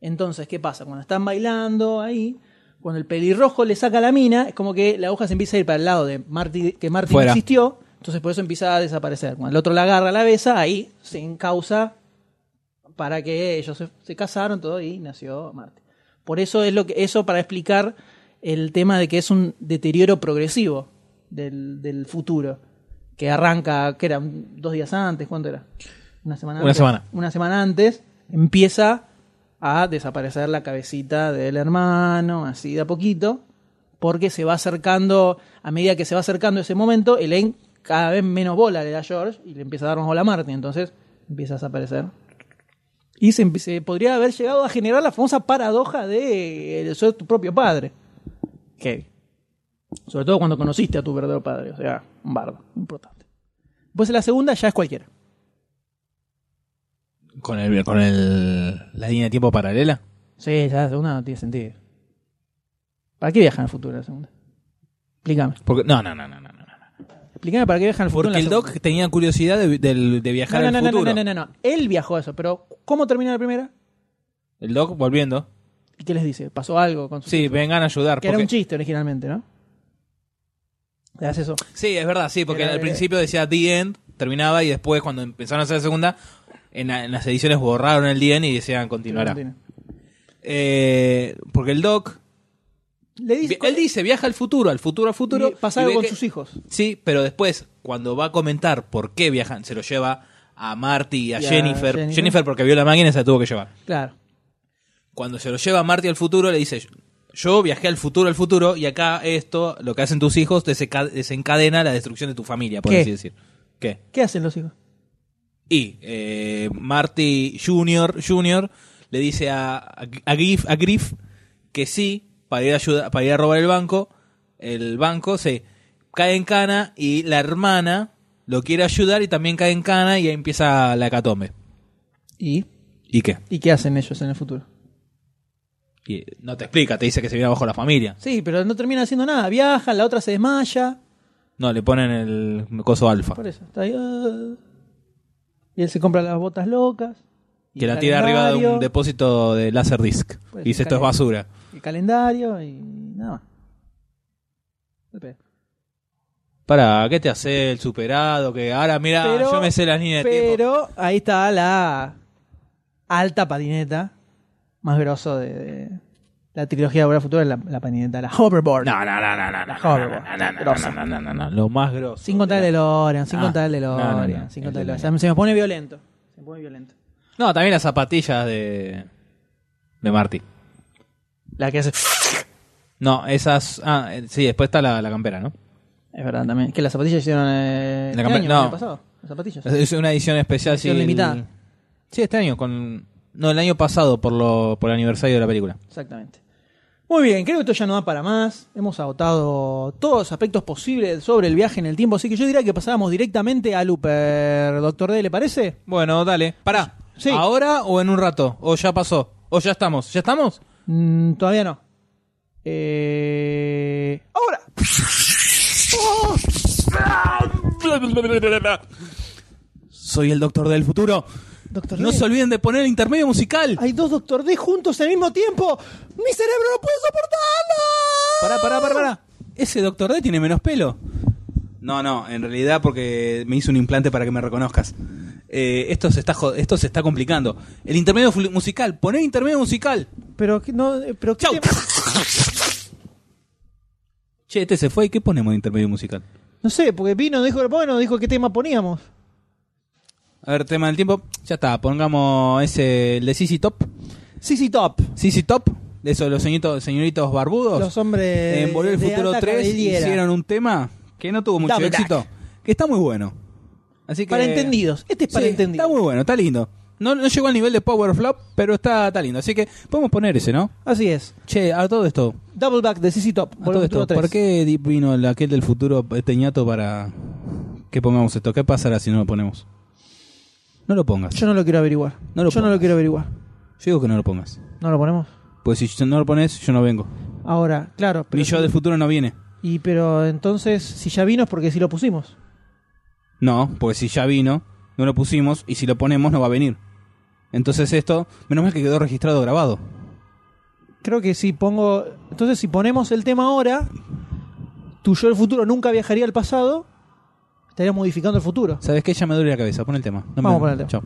Entonces, ¿qué pasa? Cuando están bailando ahí, cuando el pelirrojo le saca la mina, es como que la aguja se empieza a ir para el lado de Marty, que Marty no Fuera. existió, entonces por eso empieza a desaparecer. Cuando el otro la agarra, la besa, ahí se encausa para que ellos se, se casaron todo y nació Marty. Por eso es lo que eso para explicar el tema de que es un deterioro progresivo del, del futuro que arranca que era Un- dos días antes, ¿cuánto era? Una semana. Una antes. semana. Una semana antes empieza a desaparecer la cabecita del hermano, así de a poquito, porque se va acercando, a medida que se va acercando ese momento, Elaine cada vez menos bola le da a George y le empieza a dar más bola a Marty, entonces empieza a desaparecer. Y se, empie- se podría haber llegado a generar la famosa paradoja de eh, ser tu propio padre. Heavy. Sobre todo cuando conociste a tu verdadero padre, o sea, un bardo, importante. Pues la segunda ya es cualquiera. Con el, con el, la línea de tiempo paralela. Sí, ya la segunda no tiene sentido. ¿Para qué viajan al futuro la segunda? Explícame. Porque, no, no, no, no, no, no. Explícame para qué viajan al futuro. en Porque la el Doc segunda. tenía curiosidad de, del- de viajar No, al no, no, futuro. no, no, no, no, no. Él viajó a eso, pero ¿cómo termina la primera? El Doc volviendo. ¿Y qué les dice? ¿Pasó algo con su.? Sí, vengan a ayudar. que era un porque- chiste originalmente, ¿no? Le das eso. sí, es verdad, sí, porque Era- al principio decía The End, terminaba y después cuando empezaron a hacer la segunda, en, la- en las ediciones borraron el The End y decían continuará. Eh, porque el Doc, Le dice. él dice viaja al futuro, al futuro, al futuro. y pasa y algo ve con que- sus hijos. Sí, pero después, cuando va a comentar por qué viajan, se lo lleva a Marty y a, Y a Jennifer. Jennifer. Jennifer. porque vio la máquina, se la tuvo que llevar. Claro. Cuando se lo lleva a Marty al futuro, le dice: Yo viajé al futuro, al futuro, y acá esto, lo que hacen tus hijos, desenca- desencadena la destrucción de tu familia, por ¿Qué? así decir. ¿Qué? ¿Qué hacen los hijos? Y eh, Marty Junior, Junior le dice a, a, a Griff, a Griff que sí, para ir, a ayuda- para ir a robar el banco, el banco se cae en cana y la hermana lo quiere ayudar y también cae en cana y ahí empieza la hecatombe. ¿Y? ¿Y qué? ¿Y qué hacen ellos en el futuro? Y no te explica, te dice que se viene abajo la familia. Sí, pero no termina haciendo nada. Viajan, la otra se desmaya. No, le ponen el coso alfa. Por eso. Está ahí, ah. Y él se compra las botas locas. y Que el la tira arriba de un calendario, Pues, depósito de láser disc. Por Y dice, eso esto es cae- basura. El calendario y nada más. No te pega. Para, ¿qué te hace el superado? Que ahora mira, Pero- yo me sé las líneas de tiempo. Pero ahí está la alta patineta más grosso de, de la trilogía de Volver al Futuro, es la, la patineta, la hoverboard. No, no, no, no, no, no, no, no, no, no, no, Grosso. no, no, no, no, lo más grosso. Sin contar el DeLorean, sin Ah, contar el no, no, no, DeLorean, sin el contar el DeLorean. DeLorean. Se me pone violento. Se me pone violento. No, también las zapatillas de de Marty. La que hace... No, esas, ah, eh, sí, después está la, la campera, ¿no? Es verdad también. Que las zapatillas hicieron eh, La este campe- año, no. el año pasado. Las zapatillas. Es una edición especial, Edición sí, el- limitada. Sí, este año con no, el año pasado por lo por el aniversario de la película. Exactamente. Muy bien, creo que esto ya no da para más. Hemos agotado todos los aspectos posibles sobre el viaje en el tiempo, así que yo diría que pasáramos directamente a Looper. Doctor D, ¿le parece? Bueno, dale. Pará. Sí. ¿Ahora o en un rato? ¿O ya pasó? ¿O ya estamos? ¿Ya estamos? Mm, todavía no. Eh... Ahora. Soy el doctor del futuro. Doctor No D. se olviden de poner el intermedio musical. Hay dos Doctor D juntos al mismo tiempo. Mi cerebro no puede soportarlo. Pará, pará, pará, pará. Ese doctor D tiene menos pelo. No, no, en realidad porque me hizo un implante para que me reconozcas. eh, esto, se está, jo- esto se está complicando. El intermedio flu- musical, poner intermedio musical. Pero, ¿qué- no, eh, pero ¿qué Chau. tema? Che, este se fue, ¿y qué ponemos de intermedio musical? No sé, porque vino, dijo, bueno, dijo qué tema poníamos. A ver, tema del tiempo. Ya está, pongamos ese, el de CC Top. CC Top. CC Top, de esos los señoritos, señoritos barbudos. Los hombres. en Volver al de Futuro alta 3 cabellera. hicieron un tema que no tuvo mucho Double éxito, que está muy bueno. Así que Para entendidos. Este es Sí, para está entendidos. muy bueno, está lindo. No, no llegó al nivel de Power Flop, pero está, está lindo. Así que podemos poner ese, ¿no? Así es. Che, a todo esto, Double Back de CC Top. a todo Volver al esto, Futuro ¿por 3. qué di- vino el- aquel del futuro este ñato para que pongamos esto? ¿Qué pasará si no lo ponemos? No lo pongas. Yo, Yo no lo quiero averiguar. No lo Yo no pongas. lo quiero averiguar. digo que no lo pongas. ¿No lo ponemos? Pues si no lo pones, yo no vengo. Ahora, claro. Pero Ni yo si- del futuro no viene. Y pero entonces, si ya vino es porque sí lo pusimos. No, porque si ya vino, no lo pusimos y si lo ponemos no va a venir. Entonces esto, menos mal que quedó registrado grabado. Creo que si pongo. Entonces, si ponemos el tema ahora, tu yo del futuro nunca viajaría al pasado, estarías modificando el futuro. ¿Sabes qué? Ya me duele la cabeza. Pon el tema. No me- Vamos a poner el tema. Chao.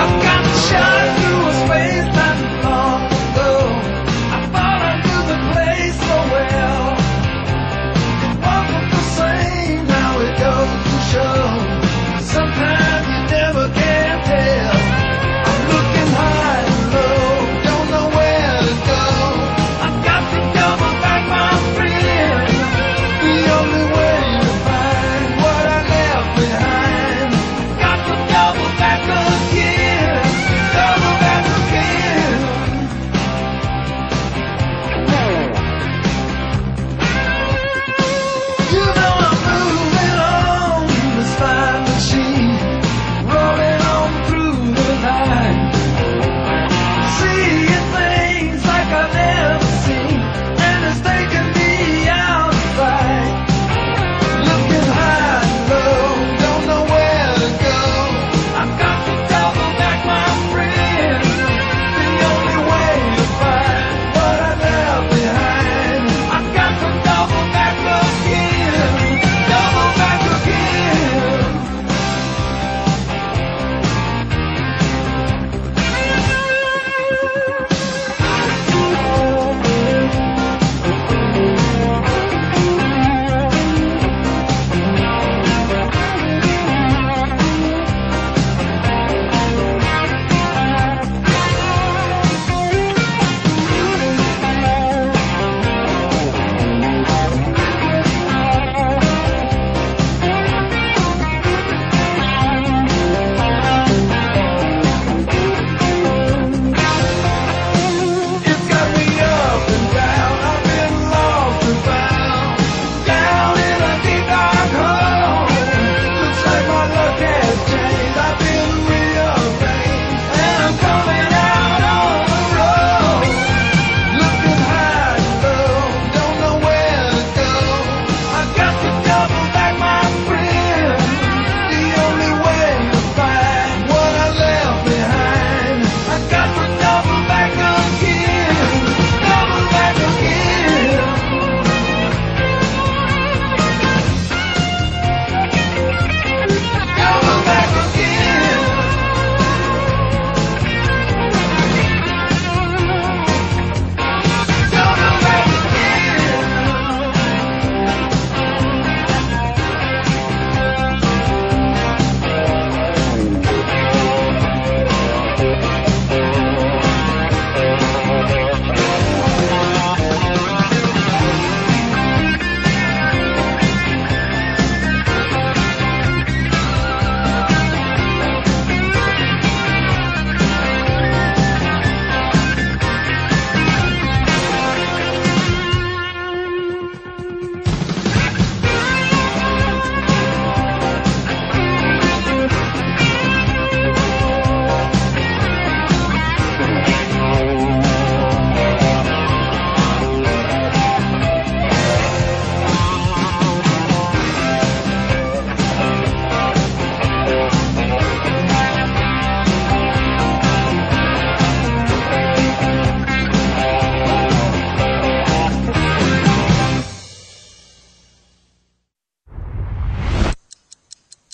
I've got a shot through a space not long ago. I thought I knew the place so well. It wasn't the same, now it goes to show. Sometimes you never can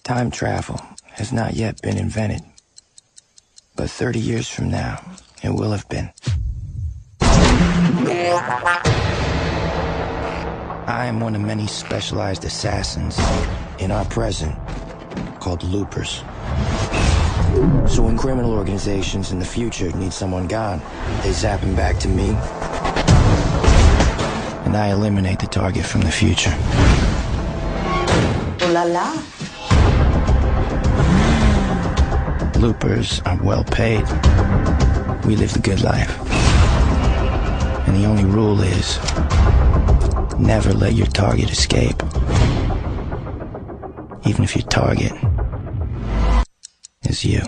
Time travel has not yet been invented. But 30 years from now, it will have been. I am one of many specialized assassins in our present called loopers. So when criminal organizations in the future need someone gone, they zap him back to me. And I eliminate the target from the future. Oh là là, Loopers are well paid. We live the good life. And the only rule is never let your target escape. Even if your target is you.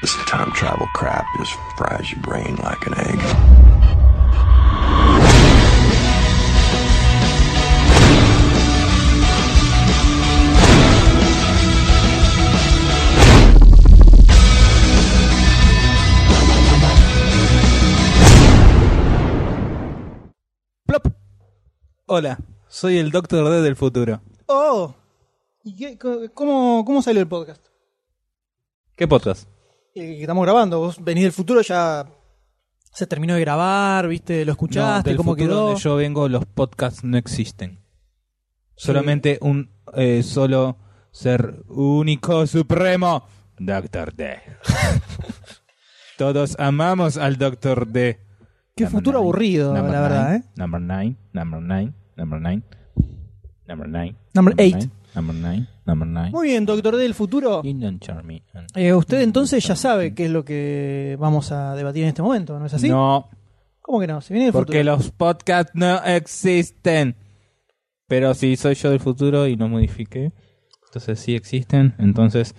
This time travel crap just fries your brain like an egg. Plop. Hola, soy el Doctor D del futuro. ¡Oh! ¿Y qué- co- cómo, cómo salió el podcast? ¿Qué podcast? El que estamos grabando, vos venís del futuro, ya se terminó de grabar, ¿viste? ¿Lo No, escuchaste? del ¿Cómo futuro quedó? donde yo vengo, los podcasts no existen. Solamente un eh, solo ser único supremo, Doctor D. Todos amamos al Doctor D. Qué Number futuro nine, aburrido, number la verdad, nine, ¿eh? Number 9, number 9, number 9, number 9. Number eight. Number 9, number 9. Muy bien, Doctor D del futuro. You don't charm me. Eh, Mm, usted entonces ya sabe qué es lo que vamos a debatir en este momento, ¿no es así? No, ¿Cómo que no? Si viene del porque futuro. los podcasts no existen. Pero si soy yo del futuro y no modifiqué, entonces sí existen. Entonces,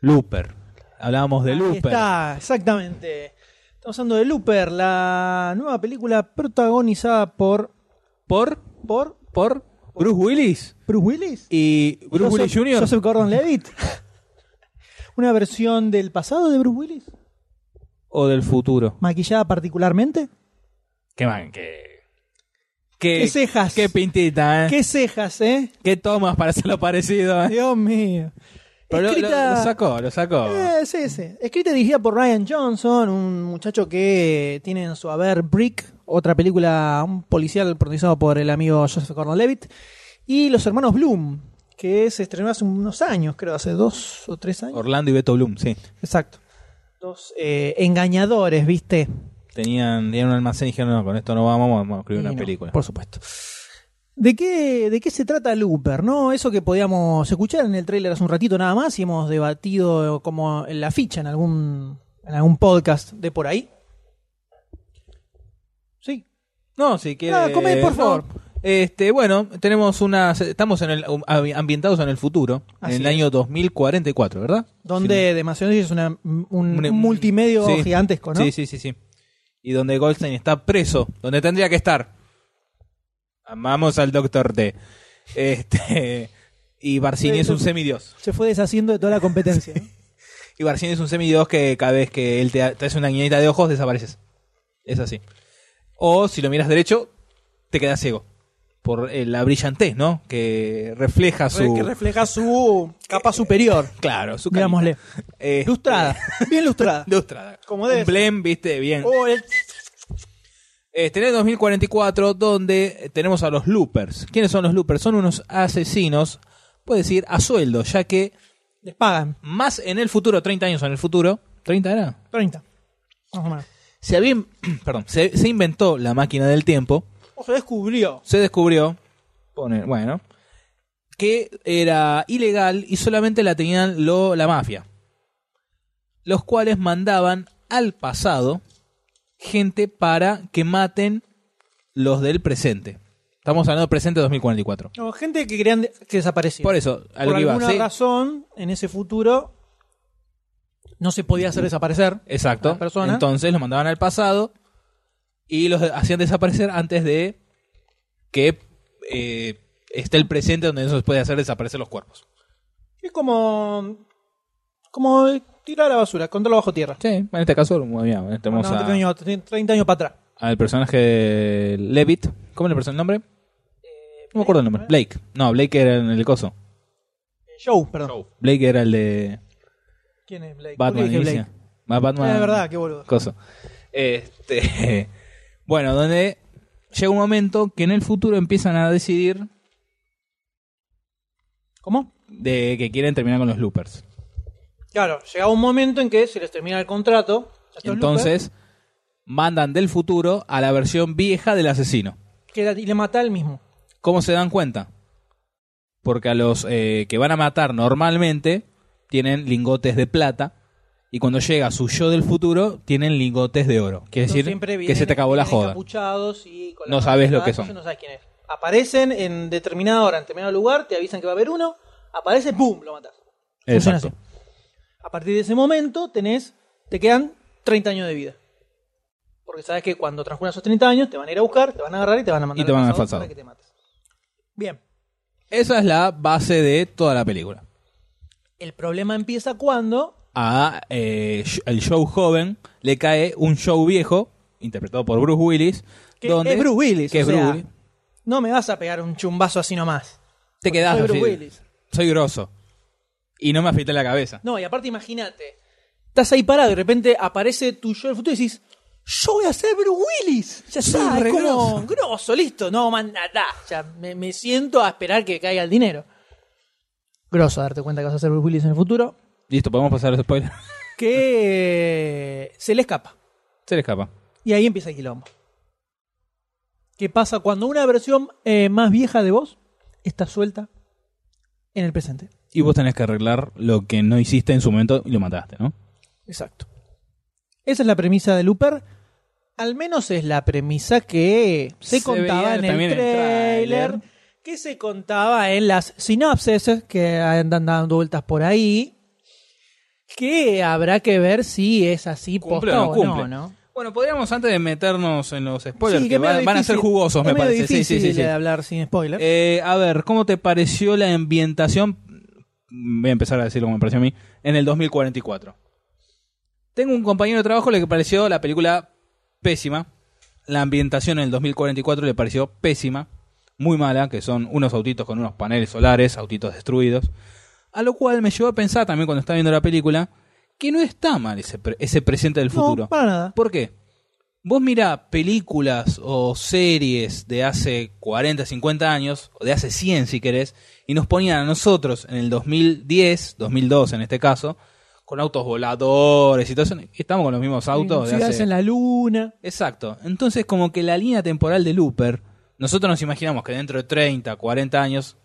Looper. Hablábamos de Ahí Looper. Está, exactamente. Estamos hablando de Looper, la nueva película protagonizada por. Por, por por Bruce Willis Bruce Willis. y Bruce Willis Joseph- Jr. Joseph Gordon Levitt. Una versión del pasado de Bruce Willis. o del futuro. Maquillada particularmente. Qué man, qué. Qué, Qué cejas. Eh, Qué pintita, ¿eh? Qué cejas, ¿eh. Qué tomas para hacerlo parecido, ¿eh? Dios mío. Pero lo- Escrita- lo, lo sacó, lo sacó. Eh, sí, sí. Escrita y dirigida por Ryan Johnson, un muchacho que tiene en su haber Brick, otra película, un policial protagonizado por el amigo Joseph Gordon-Levitt, y los hermanos Bloom, que se estrenó hace unos años, creo, hace dos o tres años. Orlando y Beto Bloom, sí. Exacto. Dos eh, engañadores, ¿viste? Tenían, tenían un almacén y dijeron, no, con esto no vamos, vamos a escribir Y una no, película. Por supuesto. ¿De qué, ¿De qué se trata Looper? ¿No? Eso que podíamos escuchar en el tráiler hace un ratito nada más y hemos debatido como en la ficha en algún, en algún podcast de por ahí. Sí. No, si quiere. Ah, come, por no. favor. Este, bueno, tenemos una estamos en el um, ambientados en el futuro, Así en el es. año 2044, ¿verdad? Donde Demasiado es una- un, Sí. un multimedio Sí. gigantesco, ¿no? Sí, sí, sí, sí. Y donde Goldstein está preso, donde tendría que estar. Amamos al Doctor D. Este, y Barcini es un semidios. Se fue deshaciendo de toda la competencia. ¿no? Y Barcini es un semidios que cada vez que él te, ha- te hace una guiñadita de ojos desapareces. Es así. O si lo miras derecho, te quedas ciego. Por eh, la brillantez, ¿no? Que refleja su. Que refleja su capa superior. Claro, su carita. Digámosle. Eh, Lustrada. Bien lustrada. Lustrada. Como debe Un ser. blend, viste, bien. Oh, el- Este, en el 2044, donde tenemos a los loopers. ¿Quiénes son los loopers? Son unos asesinos, puede decir, a sueldo, ya que Les pagan. más en el futuro, 30 años en el futuro, 30 era, 30. Más o menos. se había, in- perdón, se, se inventó la máquina del tiempo, O se descubrió. se descubrió, pone, bueno, que era ilegal y solamente la tenían lo, la mafia, los cuales mandaban al pasado gente para que maten los del presente. Estamos hablando del presente 2044. No, gente que querían de- que desapareció. Por eso, a lo Por que iba, alguna sí. razón, en ese futuro no se podía hacer desaparecer. a Exacto. la persona. Entonces los mandaban al pasado y los hacían desaparecer antes de que eh, esté el presente donde eso puede hacer desaparecer los cuerpos. Es como como tirar a la basura, contarlo bajo tierra. Sí, en este caso lo movíamos. Tenemos No, a- 30 años, 30 años para atrás. al personaje de Levitt. ¿Cómo le el personaje el nombre? No me acuerdo el nombre. Blake. No, Blake era en el coso. Show, perdón. Show. Blake era el de ¿Quién es Blake? ¿Por qué Batman. dije Blake? Inicia. Ah, Batman. Ah, es verdad, qué boludo. Coso. Este, bueno, donde llega un momento que en el futuro empiezan a decidir ¿Cómo? de que quieren terminar con los loopers. Claro, llegaba un momento en que se les termina el contrato. a estos Entonces mandan del futuro a la versión vieja del asesino. Loopers, que era- y le mata al mismo. ¿Cómo se dan cuenta? Porque a los eh, que van a matar normalmente tienen lingotes de plata y cuando llega su yo del futuro tienen lingotes de oro. Quiere Entonces, decir siempre que vienen- se te acabó la vienen joda. encapuchados y con la No cabeza sabes lo abajo, que son. entonces No sabes quién es. Aparecen en determinada hora, en determinado lugar, te avisan que va a haber uno, aparece, ¡boom! Lo matas. Funciona Exacto. así. A partir de ese momento tenés, te quedan 30 años de vida. Porque sabes que cuando transcurran esos 30 años te van a ir a buscar, te van a agarrar y te van a mandar Y te al van al cazador cazador. para que te mates. Bien. Esa es la base de toda la película. El problema empieza cuando A eh, el show joven le cae un show viejo, interpretado por Bruce Willis, Que donde es Bruce Willis, que o es Bruce sea, Willis. no me vas a pegar un chumbazo así nomás. te quedás soy Bruce así, Willis. Soy grosso. Y no me afeité la cabeza. No, y aparte imagínate, estás ahí parado y de repente aparece tu yo del futuro y decís, yo voy a ser Bruce Willis. Ya está, es como grosso, listo, no mandata. Ya me, me siento a esperar que caiga el dinero. Grosso darte cuenta que vas a ser Bruce Willis en el futuro. Listo, podemos pasar los spoilers. Que se le escapa. Se le escapa. Y ahí empieza el quilombo. ¿Qué pasa cuando una versión eh, más vieja de vos está suelta en el presente? Y vos tenés que arreglar lo que no hiciste en su momento y lo mataste, ¿no? Exacto. Esa es la premisa de Looper. Al menos es la premisa que se, Se contaba veía en el también en el trailer, tráiler. que se contaba en las sinopsis que andan dando vueltas por ahí, que habrá que ver si es así Cumple posta o no no, cumple. ¿no? Bueno, podríamos antes de meternos en los spoilers, Sí, que que es medio van, van a ser difícil. jugosos, Es me medio parece. Sí, sí, difícil sí, sí. de hablar sin spoiler. Eh, a ver, ¿cómo te pareció la ambientación? Voy a empezar a decirlo como me pareció a mí. En el 2044. Tengo un compañero de trabajo le que pareció la película pésima. La ambientación en el 2044 le pareció pésima. Muy mala, que son unos autitos con unos paneles solares, autitos destruidos. A lo cual me llevó a pensar también cuando estaba viendo la película que no está mal ese, pre- ese presente del No, futuro. para nada. ¿Por qué? Vos mirá películas o series de hace 40, 50 años, o de hace 100 si querés, y nos ponían a nosotros en el 2010, 2002 en este caso, con autos voladores y todo eso. Estamos con los mismos autos. de Ciudades hace- en la luna. Exacto. Entonces, como que la línea temporal de Looper, nosotros nos imaginamos que dentro de 30, 40 años.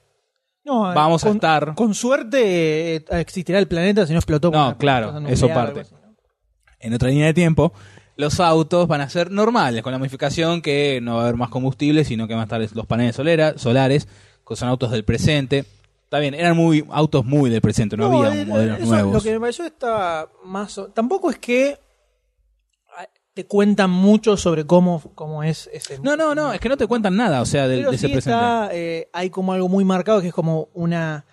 No, eh, Vamos a con- estar- Con suerte eh, existirá el planeta si no explotó. por No, una claro, cosa eso nuclear o parte. algo así, ¿no? en otra línea de tiempo, los autos van a ser normales, con la modificación que no va a haber más combustible, sino que van a estar los paneles solera- solares, que son autos del presente. Está bien, eran muy autos muy del presente, no, había eh, modelos eso, nuevos. Lo que me pareció está más. o- Tampoco es que ah, te cuentan mucho sobre cómo, cómo es ese. No, no, no, es que no te cuentan nada, o sea, del- de, Pero ese sí presente. está, eh, hay como algo muy marcado que es como una.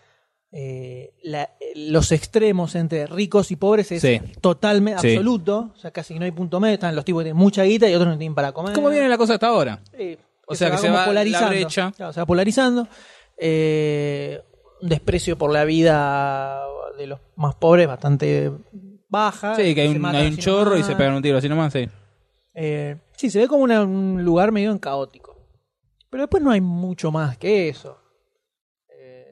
eh, la- eh, los extremos entre ricos y pobres es Sí. totalmente Sí. absoluto. O sea, casi no hay punto medio. Están los tipos que tienen mucha guita y otros no tienen para comer. ¿Cómo viene la cosa hasta ahora? Sí, O sea, que se como va la brecha. Claro, se va polarizando. Eh, un desprecio por la vida de los más pobres bastante baja. Sí, que hay ah, se un, matan hay un así chorro y nomás. se pegan un tiro así nomás, sí. Eh, sí, se ve como una- un lugar medio en caótico. Pero después no hay mucho más que eso. Eh,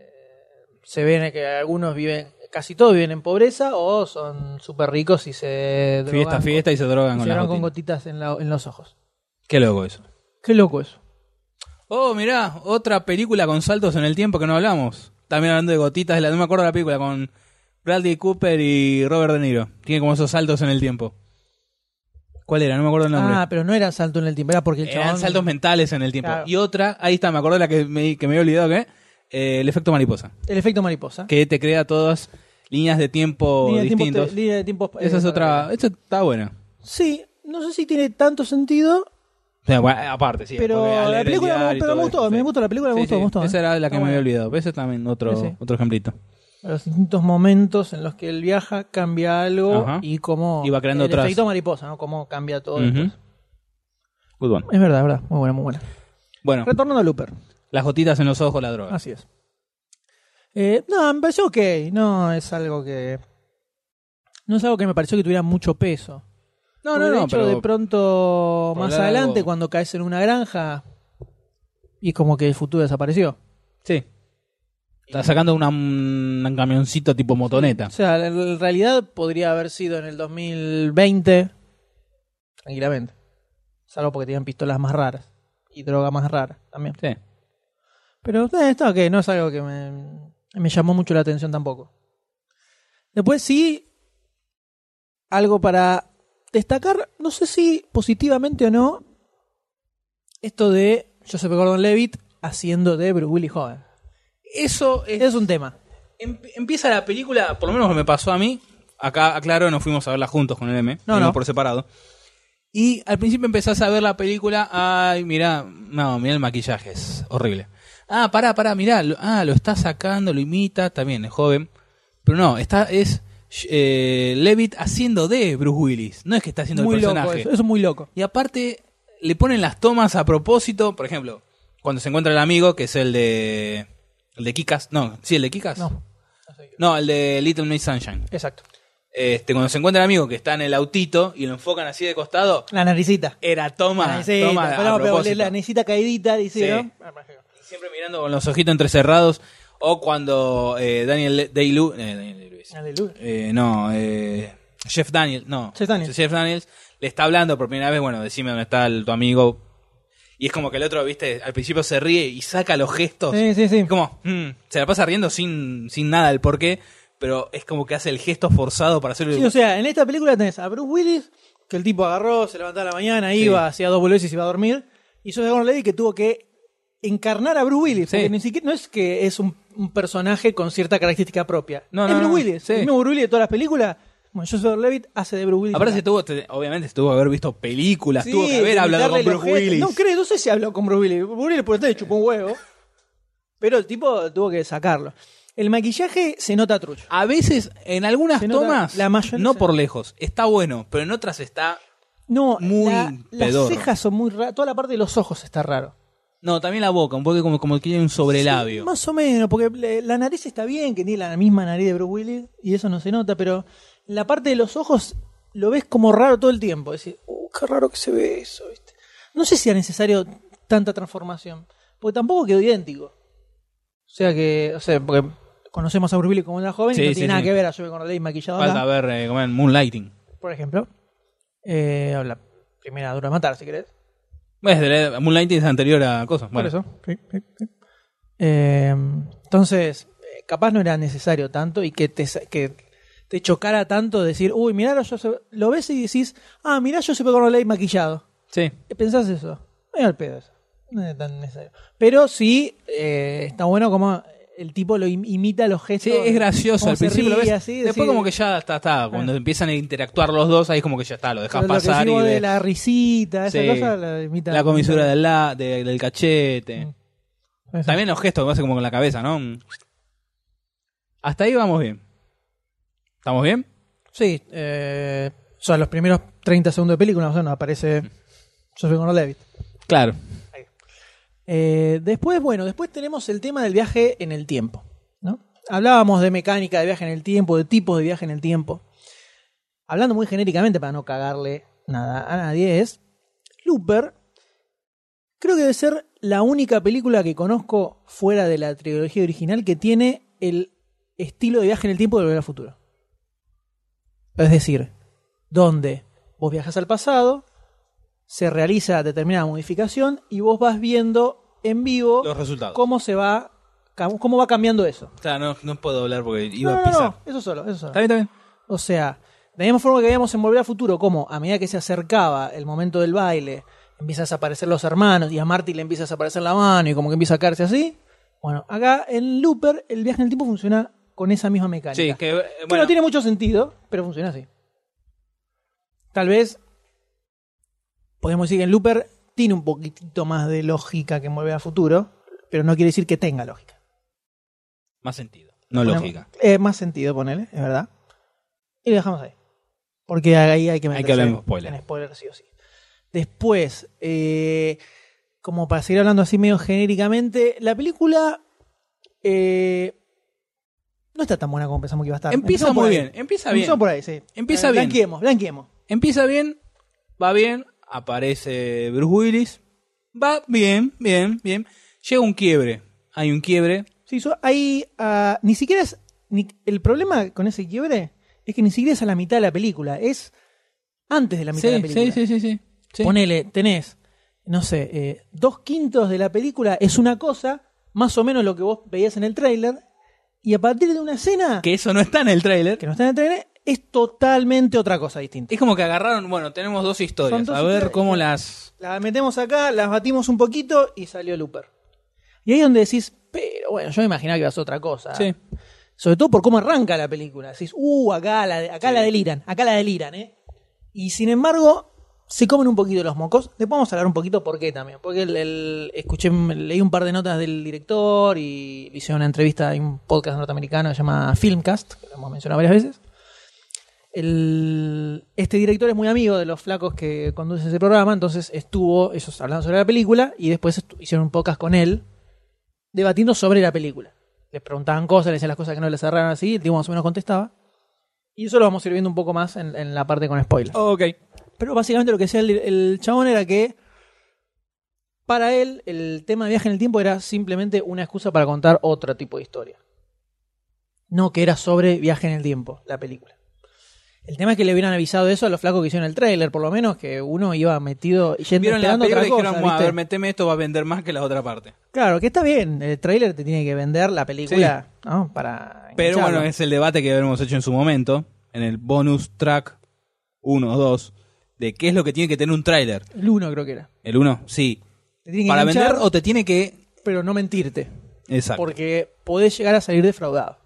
se ve que algunos viven, casi todos viven en pobreza o son súper ricos y se drogan Fiesta, con- fiesta y se drogan y se con, las drogan con gotitas. gotitas en, la- en los ojos. Qué loco eso. Qué loco eso. Oh, mirá, otra película con saltos en el tiempo que no hablamos. También hablando de gotitas, de la, no me acuerdo de la película, con Bradley Cooper y Robert De Niro. Tiene como esos saltos en el tiempo. ¿Cuál era? No me acuerdo el nombre. Ah, pero no era salto en el tiempo, era porque el Eran chabón... saltos mentales en el tiempo. Claro. Y otra, ahí está, me acuerdo de la que me, que me había olvidado, que eh, el efecto mariposa. El efecto mariposa. Que te crea todas líneas de tiempo Línea de tiempo- distintos. te- línea de tiempo, eh, Esa es otra... paralela. Esta está buena. Sí, no sé si tiene tanto sentido, O sea, bueno, aparte, sí. Pero porque al la leer el película me- diario y pero me todo gustó, eso, me sí. gustó la película, me Sí, gustó, me sí, gustó, Esa ¿eh? era la Está que me había buena. olvidado. Ese es también otro, Sí, sí. otro ejemplito. a los distintos momentos en los que él viaja, cambia algo Ajá. y cómo... Y va creando el otras. efecto mariposa, ¿no? Cómo cambia todo. Ujú. después. Good one. Es verdad, es verdad. Muy buena, muy buena. Bueno, Retornando a Looper. Ah, las gotitas en los ojos, la droga. Así es. Eh, no, me pareció ok. No es algo que. No es algo que me pareció que tuviera mucho peso. No, no, Porque de no, hecho, pero de pronto, por más hablar adelante, algo- cuando caes en una granja, y como que el futuro desapareció. sí. Está sacando una- un camioncito tipo motoneta. O sea, en realidad podría haber sido en el 2020, tranquilamente. Salvo porque tenían pistolas más raras y droga más rara también. Sí. Pero eh, está ok, no es algo que me, me llamó mucho la atención tampoco. Después sí, algo para destacar, no sé si positivamente o no, esto de Joseph Gordon-Levitt haciendo de Bruce Willis joven. Eso es Es un tema. Em- empieza la película, por lo menos me pasó a mí. Acá, aclaro, no fuimos a verla juntos con el M, No, no, no. por separado. Y al principio empezás a ver la película, ay, mirá, no, mirá el maquillaje, es horrible. Ah, pará, pará, mirá, lo- ah, lo está sacando, lo imita, también es joven. Pero no, está, es eh, Levitt haciendo de Bruce Willis, no es que está haciendo Muy el loco, personaje. eso, eso es muy loco. Y aparte, le ponen las tomas a propósito. Por ejemplo, cuando se encuentra el amigo, que es el de. El de Kikas. No, sí, el de Kikas. No. No, el de Little Miss Sunshine. Exacto. Este, cuando se encuentra el amigo que está en el autito y lo enfocan así de costado, La naricita. era toma. la naricita, toma Ah, pero no, a pero propósito. la naricita caidita, dice, Sí. ¿no? Y Siempre mirando con los ojitos entrecerrados. O cuando eh, Daniel Day-Lewis. eh, Daniel Day-Lewis. Aleluya. Eh, no, eh, Jeff Daniels, no. Jeff Daniels. le está hablando por primera vez, bueno, decime dónde está el- tu amigo. Y es como que el otro, viste, al principio se ríe y saca los gestos. Sí, sí, sí. Es como, mm, se la pasa riendo sin, sin nada el porqué, pero es como que hace el gesto forzado para hacerlo. Sí, o sea, en esta película tenés a Bruce Willis, que el tipo agarró, se levantaba a la mañana, Sí. iba, hacía dos boludeces y se iba a dormir. Y Joseph Gordon Levy que tuvo que encarnar a Bruce Willis. Sí. Porque ni siquiera no es que es un, un personaje con cierta característica propia. No, es no, Bruce no, Willis. sí. El mismo Bruce Willis de todas las películas. Bueno, Joseph Gordon Levitt hace de Bruce Willis. Aparte, se tuvo, te- obviamente, se tuvo que haber visto películas, Sí, tuvo que haber de hablado con invitarle Bruce el ojete. Willis. No creo, no sé si habló con Bruce Willis. Bruce Willis por usted le chupó un huevo. Pero el tipo tuvo que sacarlo. El maquillaje se nota trucho. A veces, en algunas Se nota- tomas, la mayoría no se por nota. lejos, está bueno, pero en otras está. No, Muy la- las pedorro. cejas son muy raras. Toda la parte de los ojos está raro. No, también la boca, un poco como, como que tiene un sobrelabio. Más o menos, porque le- la nariz está bien, que tiene la misma nariz de Bruce Willis, y eso no se nota, pero la parte de los ojos lo ves como raro todo el tiempo. Decís, uh, qué raro que se ve eso, ¿viste? No sé si era necesario tanta transformación, porque tampoco quedó idéntico. O sea que, o sea, porque conocemos a Bruce Willis como una joven Sí, y no sí, tiene nada sí. que ver a Joey con Levy maquillado Falta acá, ver eh, como en Moonlighting. por ejemplo. Eh, o la primera dura de matar, si querés. Bueno, es de la- Moonlighting es anterior a cosas. Bueno, Por eso. Sí, sí, sí. Eh, entonces, eh, capaz no era necesario tanto y que te, sa- que te chocara tanto decir, uy, mirá, a Joseph", lo ves y decís, ah, mirá, Joseph Gordon-Levitt maquillado. Eh, Sí. ¿Pensás eso? Es al pedo eso. No es tan necesario. Pero sí, eh, está bueno como el tipo lo im- imita los Sí, gestos. es gracioso. cómo Al se principio lo ríe, ves. así, después, decís- como que ya está, está. Cuando empiezan a interactuar los dos, ahí es como que ya está, lo dejas Pero lo que pasar. decís y vos de ves- la risita, esa Sí. cosa la imita. la comisura del, la- de- del cachete. Mm. Esa. También los gestos que hace como con la cabeza, ¿no? Mm. Hasta ahí vamos bien. ¿Estamos bien? Sí, eh, o sea, los primeros 30 segundos de película, más o menos, aparece Joseph Gordon-Levitt. Claro. Eh, después, bueno, después tenemos el tema del viaje en el tiempo. ¿no? Hablábamos de mecánica de viaje en el tiempo, de tipos de viaje en el tiempo. Hablando muy genéricamente para no cagarle nada a nadie, es Looper. Creo que debe ser la única película que conozco fuera de la trilogía original que tiene el estilo de viaje en el tiempo de volver al futuro. Es decir, donde vos viajas al pasado, se realiza determinada modificación y vos vas viendo en vivo Los resultados. cómo se va cam- cómo va cambiando eso. O sea, no, no puedo hablar porque iba No, a no, pisar. no, eso solo, eso solo. Está bien, está bien. O sea, de la misma forma que veíamos en Volver al Futuro, como a medida que se acercaba el momento del baile, empiezan a desaparecer los hermanos y a Marty le empieza a desaparecer la mano y como que empieza a caerse así. Bueno, acá en Looper el viaje en el tiempo funciona con esa misma mecánica. Sí, que, eh, Que bueno, no tiene mucho sentido, pero funciona así. Tal vez podemos decir que en Looper tiene un poquitito más de lógica que en Volver al Futuro, pero no quiere decir que tenga lógica. más sentido. No Ponemos- lógica. Eh, más sentido, ponele, es verdad. Y lo dejamos ahí. Porque ahí hay que Hay meterse que hablar en spoiler. en spoiler, sí o sí. Después, eh, como para seguir hablando así medio genéricamente, la película eh, No está tan buena como pensamos que iba a estar. Empieza Empezamos por muy ahí. bien, empieza bien. Empezamos por ahí, sí. Empieza bien. Blanqueemos, blanqueemos. Empieza bien, va bien, aparece Bruce Willis, va bien, bien, bien. Llega un quiebre, hay un quiebre. Sí, yo ahí. ah, ni siquiera es. ni- el problema con ese quiebre es que ni siquiera es a la mitad de la película. Es antes de la mitad de la película. sí, sí, sí. Ponele, tenés, no sé, eh, dos quintos de la película es una cosa, más o menos lo que vos veías en el tráiler, y a partir de una escena Que eso no está en el tráiler. que no está en el tráiler, es totalmente otra cosa distinta. Es como que agarraron, bueno, tenemos dos historias, Son dos a ver historias. cómo las... La metemos acá, las batimos un poquito y salió Looper. Y ahí es donde decís, pero bueno, yo me imaginaba que iba a ser otra cosa. Sí. Sobre todo por cómo arranca la película. Decís, uh, acá la, de- acá la deliran, acá la deliran, ¿eh? Y sin embargo, se comen un poquito los mocos. Después vamos a hablar un poquito por qué también. Porque el, el- escuché, leí un par de notas del director y le hice una entrevista en un podcast norteamericano que se llama Filmcast, que lo hemos mencionado varias veces. El- este director es muy amigo de los flacos que conducen ese programa, entonces estuvo ellos hablando sobre la película y después estu- hicieron un podcast con él debatiendo sobre la película. Les preguntaban cosas, les decían las cosas que no les cerraron así, el tipo más o menos contestaba. Y eso lo vamos a ir viendo un poco más en, en la parte con spoilers. Oh, Ok. Pero básicamente lo que decía el, el chabón era que para él el tema de viaje en el tiempo era simplemente una excusa para contar otro tipo de historia. No que era sobre viaje en el tiempo, la película. El tema es que le hubieran avisado eso a los flacos que hicieron el tráiler, por lo menos, que uno iba metido yendo Vieron la esperando película y otra dijeron, cosa, "Bueno, a ¿viste? ver, meteme esto, va a vender más que la otra parte. Claro, que está bien, el tráiler te tiene que vender la película, ¿no? Para Pero engancharlo. bueno, es el debate que habíamos hecho en su momento, en el bonus track 1 o 2, de qué es lo que tiene que tener un tráiler. el uno creo que era. El 1, sí. Te tiene que Para vender enganchar, o te tiene que... pero no mentirte. Exacto. Porque podés llegar a salir defraudado.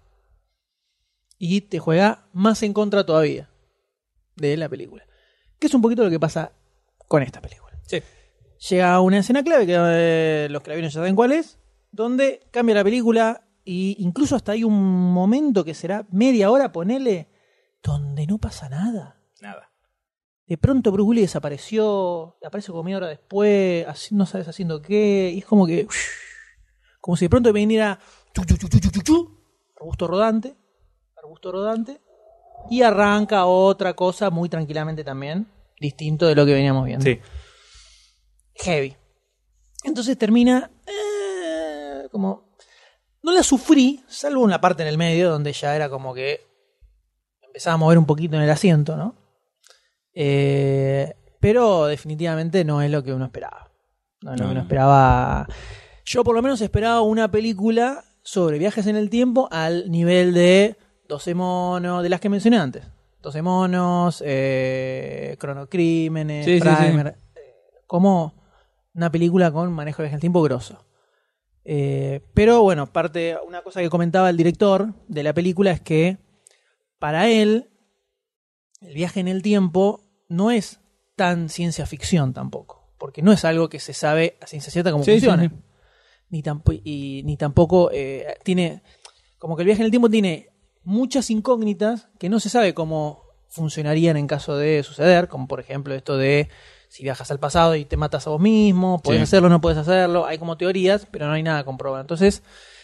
Y te juega más en contra todavía de la película. Que es un poquito lo que pasa con esta película. Sí. Llega una escena clave, que eh, los clavinos ya saben cuál es, donde cambia la película e incluso hasta hay un momento que será media hora, ponele, donde no pasa nada. Nada. De pronto Bruce Willis desapareció, aparece como media hora después, así- no sabes haciendo qué, y es como que. uff, como si de pronto viniera. chu, chu, chu, chu, chu, chu, chu, arbusto rodante, arbusto rodante, y arranca otra cosa muy tranquilamente también, distinto de lo que veníamos viendo. Sí. Heavy. Entonces termina. eh, como. No la sufrí, salvo una parte en el medio donde ya era como que. Empezaba a mover un poquito en el asiento, ¿no? Eh, pero definitivamente no es lo que uno esperaba. No es lo No, que uno no. esperaba. Yo por lo menos esperaba una película sobre viajes en el tiempo al nivel de 12 monos, de las que mencioné antes. 12 monos, eh, cronocrímenes, Sí, sí, sí. Primer, eh, Como una película con manejo de viajes en el tiempo grosso. Eh, pero bueno, parte, una cosa que comentaba el director de la película es que para él el viaje en el tiempo no es tan ciencia ficción tampoco, porque no es algo que se sabe a ciencia cierta cómo Sí, funciona. sí, sí. Ni, tampo- y, ni tampoco eh, tiene, como que el viaje en el tiempo tiene muchas incógnitas que no se sabe cómo funcionarían en caso de suceder, como por ejemplo esto de si viajas al pasado y te matas a vos mismo, podés Sí. hacerlo, no podés hacerlo, hay como teorías, pero no hay nada comprobado. Entonces,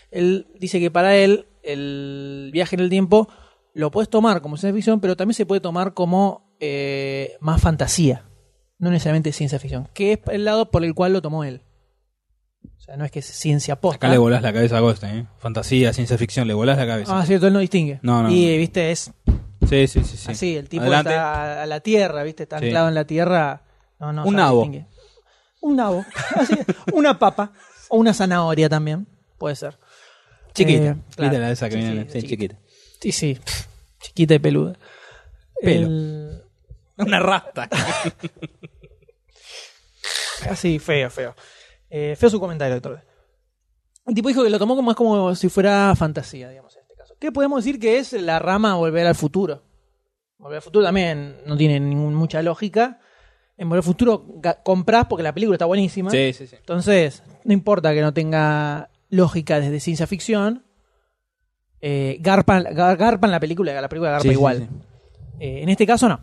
él dice que para él el viaje en el tiempo lo puedes tomar como ciencia ficción, pero también se puede tomar como eh, más fantasía, no necesariamente ciencia ficción, que es el lado por el cual lo tomó él. O sea, no es que es ciencia posta. Acá le volás la cabeza a Goldstein, ¿eh? Fantasía, ciencia ficción, le volás la cabeza. Ah, cierto, él no distingue. No, no, y no. viste, es sí, sí, sí. sí. así, Ah, el tipo Adelante. está a la tierra, viste, está Sí. anclado en la tierra. No, no, Un sabe nabo. distinguir. Un nabo. Así es. una papa o una zanahoria también, puede ser. Chiquita. Eh, claro. Viste la de esa que Sí, viene. sí, Sí, chiquita. Sí, sí. Pff, Chiquita y peluda. Pelo. El- Una rasta. Así, feo, feo. Eh, feo su comentario, doctor. El tipo dijo que lo tomó como es como si fuera fantasía, digamos, en este caso. ¿Qué podemos decir que es la rama Volver al Futuro? Volver al Futuro también no tiene ningún- mucha lógica. En Volver al Futuro ga- comprás porque la película está buenísima. sí, sí, sí. Entonces, no importa que no tenga lógica desde ciencia ficción, eh, garpan, gar- garpan la película, la película garpa Sí, sí, igual. sí. Eh, en este caso no.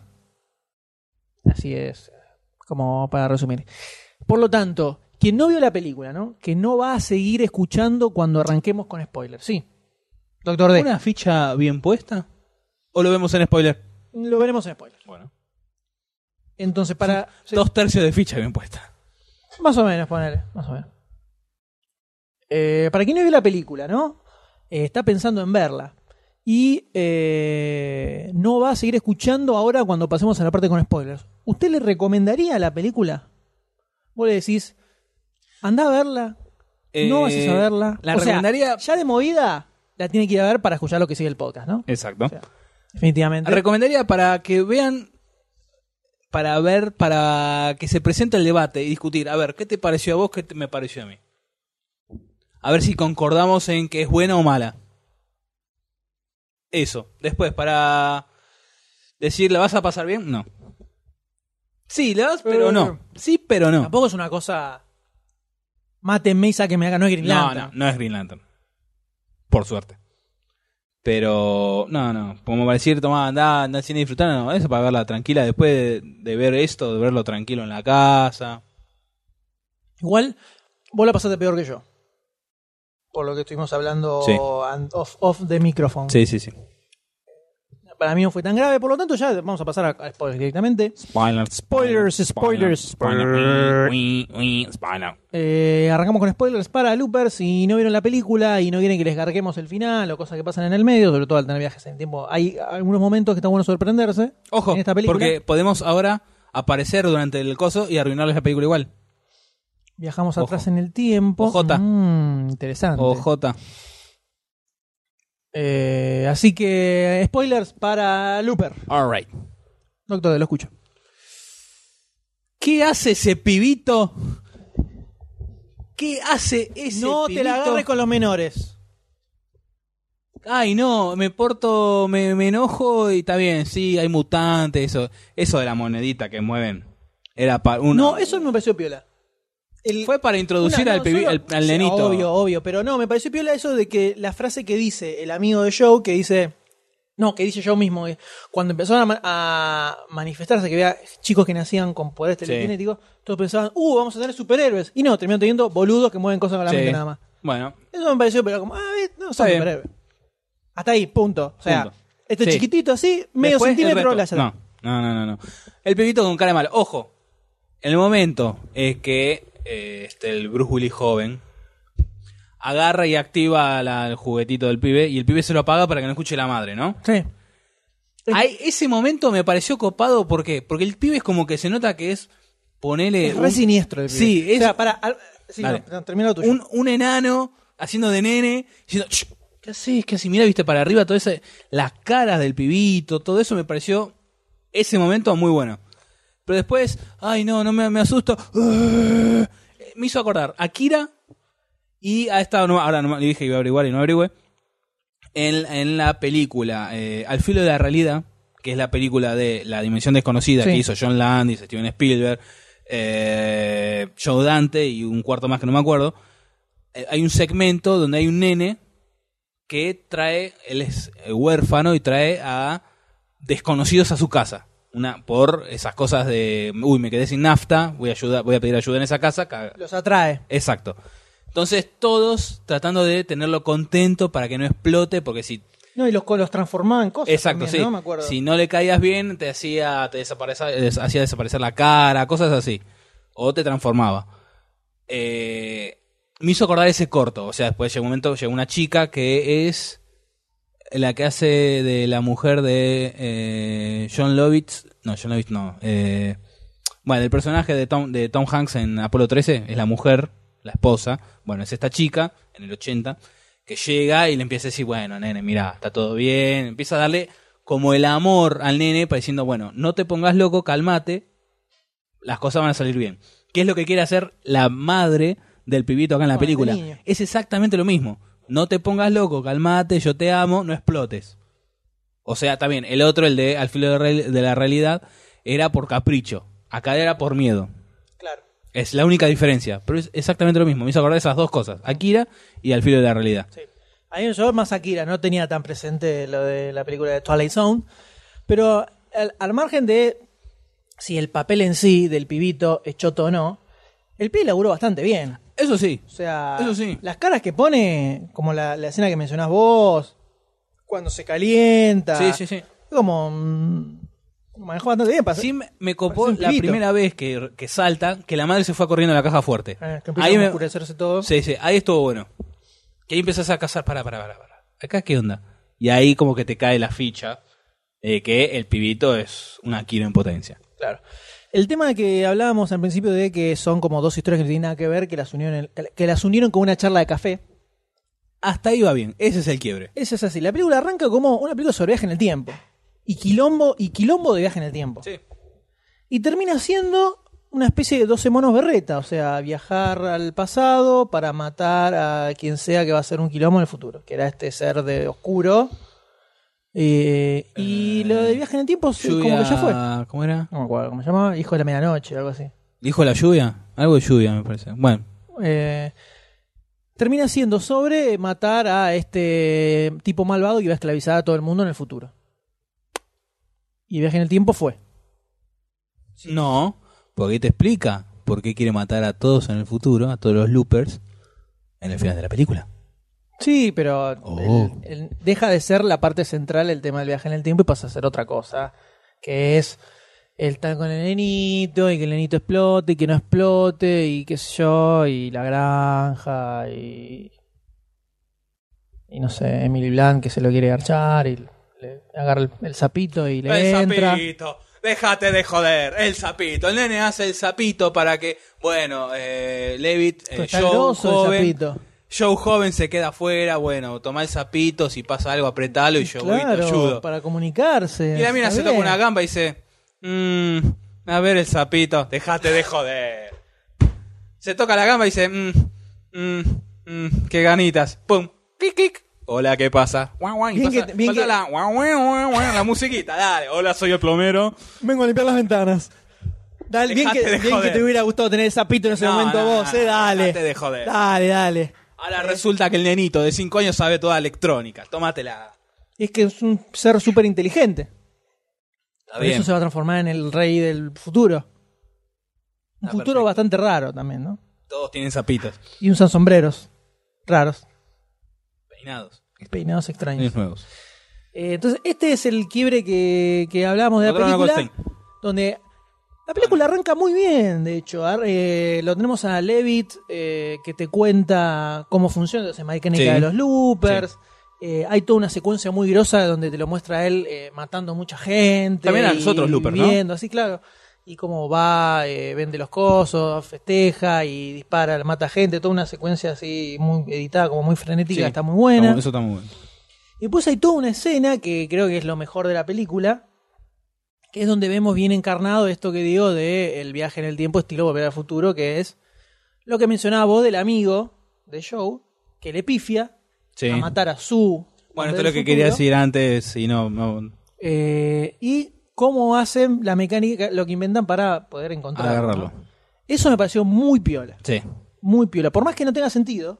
Así es, como para resumir. Por lo tanto, quien no vio la película, ¿no? Que no va a seguir escuchando cuando arranquemos con spoilers. Sí. Doctor D. ¿Una ficha bien puesta? ¿O lo vemos en spoiler? Lo veremos en spoiler. Bueno. Entonces, para. sí, Dos tercios de ficha bien puesta. Más o menos, ponele. Más o menos. Eh, para quien no vio la película, ¿no? Eh, está pensando en verla. Y eh, no va a seguir escuchando ahora cuando pasemos a la parte con spoilers. ¿Usted le recomendaría la película? Vos le decís, anda a verla. no vas a Eh, saberla. O La sea, recomendaría. ya de movida, la tiene que ir a ver para escuchar lo que sigue el podcast, ¿no? Exacto. Definitivamente. Recomendaría para que vean, para ver, para que se presente el debate y discutir. A ver, ¿qué te pareció a vos? ¿Qué te- me pareció a mí? A ver si concordamos en que es buena o mala. Eso. Después, para decir, ¿la vas a pasar bien? No. Sí, la vas, pero no. Sí, pero no. Tampoco es una cosa. Mátenme y sáquenme acá, no es Green No, Lantern. no, no es Green Lantern. Por suerte. Pero, no, no. Como para decir, tomá, andá, andá al cine y disfrutar, no. Eso para verla tranquila después de, de ver esto, de verlo tranquilo en la casa. Igual, vos la pasaste peor que yo. Por lo que estuvimos hablando Sí. and- off, off the micrófono. Sí, sí, sí. Para mí no fue tan grave, por lo tanto ya vamos a pasar a, a spoilers directamente. Spoilers. Spoilers, spoilers, spoilers. Ui, ui, spoiler. Eh, arrancamos con spoilers para Looper. Si no vieron la película y no quieren que les carguemos el final o cosas que pasan en el medio, sobre todo al tener viajes en el tiempo, hay algunos momentos que está bueno sorprenderse. Ojo, en esta película. porque podemos ahora aparecer durante el coso y arruinarles la película igual. Viajamos Ojo. atrás en el tiempo. Ojota. Mm, interesante. O J. Eh, así que, spoilers para Looper. Alright. Doctor, lo escucho. ¿Qué hace ese pibito? ¿Qué hace ese No te la pibito? agarres con los menores. Ay, no, me porto, me, me enojo y está bien, sí, hay mutantes, eso, eso de la monedita que mueven. Era para uno. No, eso me pareció piola. El- fue para introducir Una- al, no, pibi- solo- al, al sí, nenito. Obvio, obvio. Pero no, me pareció piola eso de que la frase que dice el amigo de Joe, que dice. No, que dice Joe mismo. que Cuando empezaron a, ma- a manifestarse que había chicos que nacían con poderes telequinéticos, todos pensaban, uh, vamos a tener superhéroes. Y no, terminó teniendo boludos que mueven cosas con la Sí. mente nada más. Bueno, Eso me pareció, pero como, ah, ¿ves? no, Está soy bien. superhéroe. Hasta ahí, punto. O sea, Punto. este Sí. chiquitito así, medio Después, el centímetro, resto. la no, no, no, no, no. El pibito con cara de malo. Ojo, el momento es que eh, este, el Bruce Willis joven agarra y activa la- el juguetito del pibe y el pibe se lo apaga para que no escuche la madre, ¿no? Sí. Ahí, ese momento me pareció copado, ¿por qué? Porque el pibe es como que se nota que es ponele Es un, re siniestro el pibe. Sí, es- O sea, para. al- sí, Dale. no, termina lo tuyo. un, un enano haciendo de nene, diciendo, "Shh, ¿qué haces? ¿Qué haces? Mira, viste para arriba, todo ese, las caras del pibito, todo eso me pareció ese momento muy bueno. Pero después, ay no, no me, me asusto. Eh, Me hizo acordar a Kira y a esta, no, ahora no, le dije que iba a averiguar y no averigüé. En, en la película eh, Al filo de la realidad, que es la película de La Dimensión Desconocida Sí. que hizo John Landis, Steven Spielberg, eh, Joe Dante y un cuarto más que no me acuerdo, eh, hay un segmento donde hay un nene que trae, él es eh, huérfano y trae a desconocidos a su casa. Una, por esas cosas de, uy, me quedé sin nafta, voy a, ayudar, voy a pedir ayuda en esa casa. ca- Los atrae. Exacto. Entonces todos tratando de tenerlo contento para que no explote, porque si No, y los, los transformaba en cosas. Exacto, también, sí. ¿no? Me acuerdo. Si no le caías bien, te hacía, te desapareza- des- hacía desaparecer la cara, cosas así. O te transformaba. Eh, me hizo acordar ese corto. O sea, después llegó un momento, llegó una chica que es la que hace de la mujer de eh, John Lovitz. No, John Lovitz no. eh, bueno, el personaje de Tom, de Tom Hanks en Apolo 13 es la mujer, la esposa. Bueno, es esta chica, en el 80, que llega y le empieza a decir, bueno, nene, mira, está todo bien. Empieza a darle como el amor al nene, para diciendo, bueno, no te pongas loco, calmate, las cosas van a salir bien. ¿Qué es lo que quiere hacer la madre del pibito acá en la Con este película? niño. Es exactamente lo mismo. No te pongas loco, calmate, yo te amo, no explotes. O sea, también, el otro, el de Al filo de Real- de la realidad, era por capricho. Acá era por miedo. Claro. Es la única diferencia, pero es exactamente lo mismo. Me hizo acordar esas dos cosas, Akira y Al filo de la realidad. Sí. A mí me llamó más Akira, no tenía tan presente lo de la película de Twilight Zone. Pero al, al margen de si el papel en sí del pibito es choto o no, el pibe laburó bastante bien. Eso sí. O sea, Eso sí. las caras que pone, como la, la escena que mencionás vos, cuando se calienta. Sí, sí, sí. Es Como. mm, lo manejó bastante bien. Para Sí, me- me copó Parece un la pibito. primera vez que, que salta, que la madre se fue corriendo a la caja fuerte. eh, que empieza Ahí a me, oscurecerse todo. Sí, sí, ahí estuvo bueno. Que ahí empezás a cazar, para, para, para, para. Acá qué onda. Y ahí como que te cae la ficha de que el pibito es una Kira en potencia. Claro. El tema de que hablábamos al principio de que son como dos historias que no tienen nada que ver, que las unieron, en- que las unieron con una charla de café. Hasta ahí va bien, ese es el quiebre. Eso es así. La película arranca como una película sobre viaje en el tiempo. Y quilombo, y quilombo de viaje en el tiempo. Sí. Y termina siendo una especie de 12 monos berreta. O sea, viajar al pasado para matar a quien sea que va a ser un quilombo en el futuro. Que era este ser de oscuro. Eh, y lo de viaje en el tiempo se- como que ya fue. No ¿Cómo era? me acuerdo cómo se llamaba. Hijo de la medianoche o algo así. ¿Dijo la lluvia? Algo de lluvia, me parece. Bueno, Eh, termina siendo sobre matar a este tipo malvado que va a esclavizar a todo el mundo en el futuro. Y viaje en el tiempo fue. no, porque ahí te explica por qué quiere matar a todos en el futuro, a todos los loopers, en el final de la película. Sí, pero Oh. el- el- deja de ser la parte central el tema del viaje en el tiempo y pasa a ser otra cosa, que es el estar con el nenito y que el nenito explote y que no explote y qué sé yo, y la granja y... Y no sé, Emily Blunt que se lo quiere garchar y le agarra el, el sapito y le El entra. sapito. eh, Déjate de joder. El sapito. El nene hace el sapito para que. Bueno, eh, Levitt, eh, Pues Está el Joe oso el joven. sapito. Joe joven se queda afuera. Bueno, toma el sapito. Si pasa algo, apretalo y yo voy y te Claro, ayudo. para comunicarse. Y la mina está se toca bien. una gamba y dice: "Mm, A ver, el sapito. Déjate de joder. Se toca la gamba y dice: "Mm, mm, mm, Qué ganitas. Pum. Clic, clic. Hola, ¿qué pasa? Guau, guau, y Bien pasa- que- bien pasa que- la, guau, guau, guau, guau, la musiquita, dale. Hola, soy el plomero. Vengo a limpiar las ventanas. Dale, bien Dejate que, de bien joder. que te hubiera gustado tener el sapito en ese No, momento no, vos, no, eh, dale. dejate de joder. Dale, dale. Ahora resulta que el nenito de 5 años sabe toda electrónica. Tómatela. Es que es un ser súper inteligente. Está Por eso se va a transformar en el rey del futuro. Un Ah, futuro perfecto. bastante raro también, ¿no? Todos tienen zapitos. Y usan sombreros raros, Peinados. peinados extraños. nuevos. Eh, entonces, este es el quiebre que, que hablábamos de la Otro película. Goldstein. Donde la película arranca muy bien, de hecho. Ar- eh, lo tenemos a Levitt, eh, que te cuenta cómo funciona la mecánica Sí. de los loopers. Eh, hay toda una secuencia muy grosa donde te lo muestra él eh, matando mucha gente. También a y los otros loopers, ¿no? viviendo, así, claro. Y cómo va, eh, vende los cosos, festeja y dispara, mata gente. Toda una secuencia así, muy editada, como muy frenética, está muy buena. eso está muy bueno. Y después hay toda una escena que creo que es lo mejor de la película, que es donde vemos bien encarnado esto que digo de el viaje en el tiempo estilo volver al futuro, que es lo que mencionaba vos del amigo de Joe, que le pifia Sí. a matar a su... hombre Bueno, esto es del lo que futuro, quería decir antes y no... no eh, y cómo hacen la mecánica, lo que inventan para poder encontrarlo. agarrarlo. ¿no? Eso me pareció muy piola Sí. muy piola. Por más que no tenga sentido,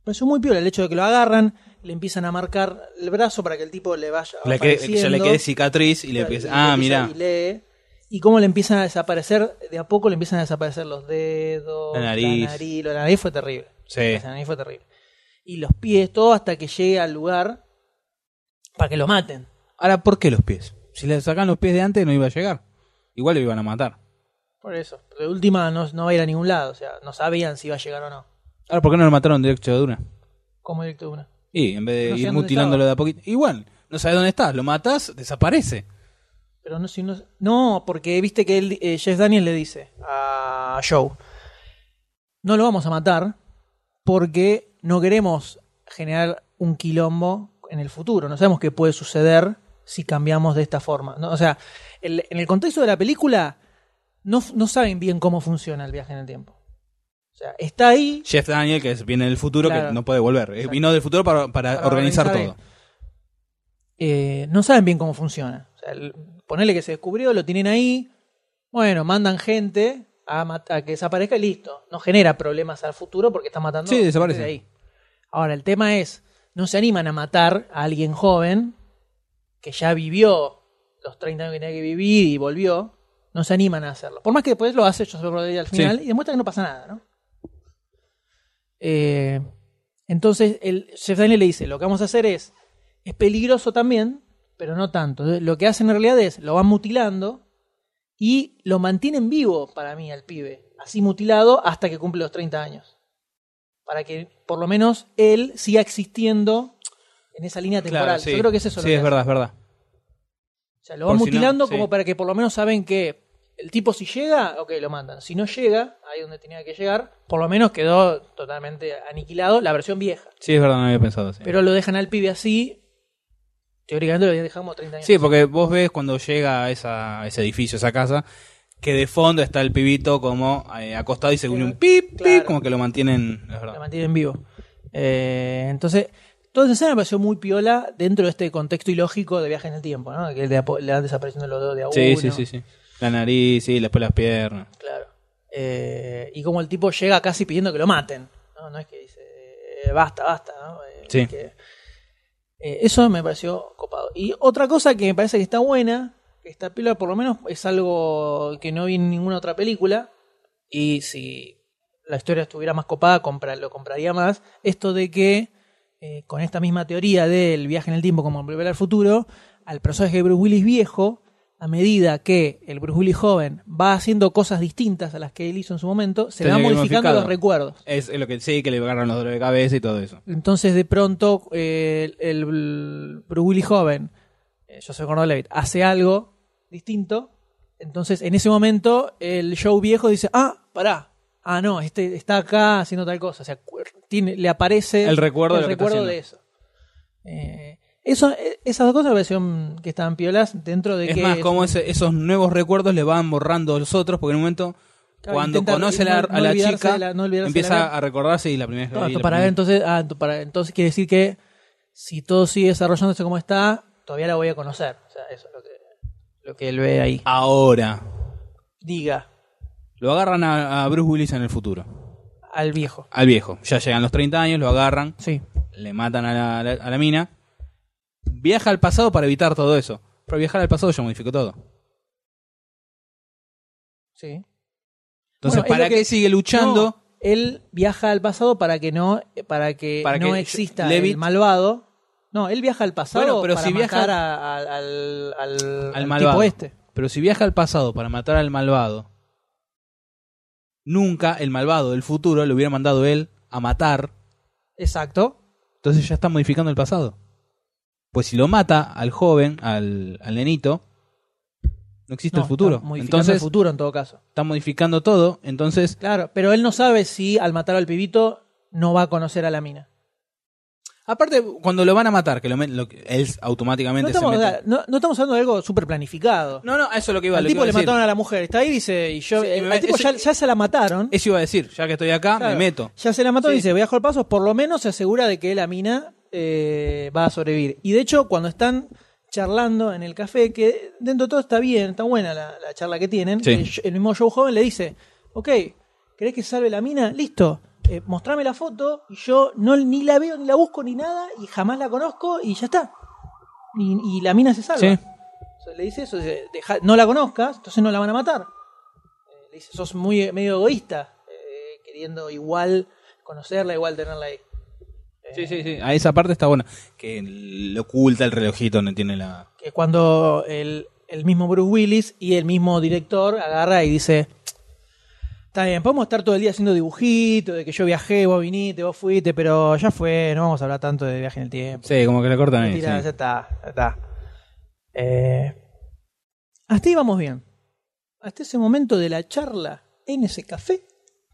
me pareció muy piola el hecho de que lo agarran, le empiezan a marcar el brazo para que el tipo le vaya Le quede- ya le apareciendo, quede cicatriz y le y empieza... le Ah, empieza- mira. Y lee. Y cómo le empiezan a desaparecer, de a poco le empiezan a desaparecer los dedos, La nariz. la nariz, lo de la nariz fue terrible. Sí. La nariz fue terrible. Y los pies, todo hasta que llegue al lugar para que lo maten. Ahora, ¿por qué los pies? Si le sacan los pies de antes no iba a llegar. Igual lo iban a matar. Por eso. De última no, no va a ir a ningún lado, o sea, no sabían si iba a llegar o no. Ahora, ¿por qué no lo mataron directo de una? Como directo de una. Y en vez de No sé ir dónde mutilándolo de a poquito. Igual, no sabes dónde está. Lo matas, desaparece. Pero no, si no, no porque viste que él, eh, Jeff Daniels le dice a Joe, no lo vamos a matar porque no queremos generar un quilombo en el futuro. No sabemos qué puede suceder si cambiamos de esta forma. ¿no? O sea, el- en el contexto de la película no, f- no saben bien cómo funciona el viaje en el tiempo. O sea, está ahí Jeff Daniel, que es- viene del futuro, Claro. que no puede volver. Eh, Vino del futuro para, para Para organizar, organizar todo. eh, no saben bien cómo funciona. O sea, el- ponele que se descubrió, lo tienen ahí, bueno, mandan gente a, mat- a que desaparezca y listo. No genera problemas al futuro porque está matando Sí, gente desaparece. de ahí. Ahora, el tema es, no se animan a matar a alguien joven que ya vivió los 30 años que tenía que vivir y volvió, no se animan a hacerlo. Por más que después lo hace Joseph Rodríguez al final y demuestra que no pasa nada, ¿no? Eh, entonces, el Jeff Daniel le dice, lo que vamos a hacer es Es peligroso también, pero no tanto. Entonces, Lo que hacen en realidad es, lo van mutilando y lo mantienen vivo para mí al pibe, así mutilado hasta que cumple los 30 años. Para que por lo menos él siga existiendo en esa línea temporal. Claro, sí. Yo creo que es eso. lo Sí, que es hacen. verdad, es verdad. O sea, lo van Por si no, mutilando sí. como para que por lo menos saben que el tipo si llega, ok, lo mandan. Si no llega, ahí donde tenía que llegar, por lo menos quedó totalmente aniquilado la versión vieja. Sí, es verdad, no había pensado así. Pero lo dejan al pibe así, teóricamente lo dejamos 30 años. Sí, porque vos ves cuando llega a, esa, a ese edificio, a esa casa, que de fondo está el pibito como eh, acostado y se une un pip, Claro. pip, como que lo mantienen. Es lo verdad. mantienen vivo. Eh, entonces, toda esa escena me pareció muy piola dentro de este contexto ilógico de viaje en el tiempo, ¿no? Que le, apo- le van desapareciendo los dedos de a uno. Sí, sí, sí, sí. La nariz, sí, después las piernas. Claro. Eh, y como el tipo llega casi pidiendo que lo maten. No, no es que dice, eh, basta, basta. ¿no? Eh, Sí. que- eh, eso me pareció copado. Y otra cosa que me parece que está buena, que esta pila por lo menos es algo que no vi en ninguna otra película, y si la historia estuviera más copada, compra- lo compraría más, esto de que eh, con esta misma teoría del viaje en el tiempo como en volver al futuro, al personaje de Bruce Willis viejo, a medida que el Bruce Willis joven va haciendo cosas distintas a las que él hizo en su momento, se le Tenía van que ir modificando los modificado. recuerdos. Es lo que sí, que le agarran los dolores de cabeza y todo eso. Entonces, de pronto, eh, el, el Bruce Willis joven, eh, Joseph Gordon-Levitt, hace algo distinto. Entonces, en ese momento, el show viejo dice, ah, pará. Ah, no, este está acá haciendo tal cosa. O sea, cu- tiene- le aparece El recuerdo el de lo que está recuerdo de haciendo. eso. Eh, eso. eh, Esas dos cosas me parecieron que estaban piolas dentro de Es que... más, como ese- esos nuevos recuerdos le van borrando a los otros, porque en un momento, Claro, cuando intenta conoce a la- no- no a la olvidarse chica, de la- no olvidarse de empieza la- a recordarse y la primera vez No, y para la primera- ver, entonces, ah, ento- para, entonces quiere decir que si todo sigue desarrollándose como está, todavía la voy a conocer. O sea, eso es lo que, lo que él ve ahí. Ahora, Diga lo agarran a, a Bruce Willis en el futuro, al viejo. al viejo. Ya llegan los 30 años, lo agarran, Sí. le matan a la, a la- a la mina. Viaja al pasado para evitar todo eso. Pero viajar al pasado ya modificó todo. Sí. Bueno, Entonces, es ¿para lo que- qué sigue luchando? No, él viaja al pasado para que no, para que Para no que exista Levitt- el malvado. No, él viaja al pasado Bueno, pero para si viaja- matar a- a- al, al, al al malvado. tipo este. Pero si viaja al pasado para matar al malvado, nunca el malvado del futuro lo hubiera mandado él a matar. Exacto. Entonces ya está modificando el pasado. Pues si lo mata al joven, al, al nenito, no existe No, el futuro. está modificando Entonces el futuro en todo caso. está modificando todo. Entonces, Claro, pero él no sabe si al matar al pibito no va a conocer a la mina. aparte, cuando lo van a matar, que lo, men- lo que- él No automáticamente estamos, se mete. o sea, no- no estamos hablando de algo súper planificado. No, no, a eso es lo que iba al lo que tipo iba le a decir. mataron a la mujer. Está ahí y dice, y yo, Sí, y me- al tipo ese- ya, ya se la mataron. Eso iba a decir, ya que estoy acá, Claro, me meto. Ya se la mataron Sí. y dice, viajo al paso, por lo menos se asegura de que la mina eh, va a sobrevivir. Y de hecho, cuando están charlando en el café, que dentro de todo está bien, está buena la, la charla que tienen, Sí. el, el mismo Joe Joven le dice, ok, ¿querés que salve la mina? Listo. eh, mostrame la foto y yo no ni la veo, ni la busco, ni nada, y jamás la conozco, y ya está. Y, y la mina se salva. Sí. O sea, le dice eso, dice, "Deja- no la conozcas, entonces no la van a matar. Eh, le dice, sos muy medio egoísta, eh, queriendo igual conocerla, igual tenerla ahí. Sí, sí, sí. A esa parte está buena. Que le oculta el relojito donde tiene la. Que es cuando el, el mismo Bruce Willis y el mismo director agarra y dice, está bien, podemos estar todo el día haciendo dibujitos, de que yo viajé, vos viniste, vos fuiste, pero ya fue, no vamos a hablar tanto de viaje en el tiempo. Sí, como que la cortan ahí. Mentira, sí. ya está, ya está. Eh, hasta ahí vamos bien. Hasta ese momento de la charla en ese café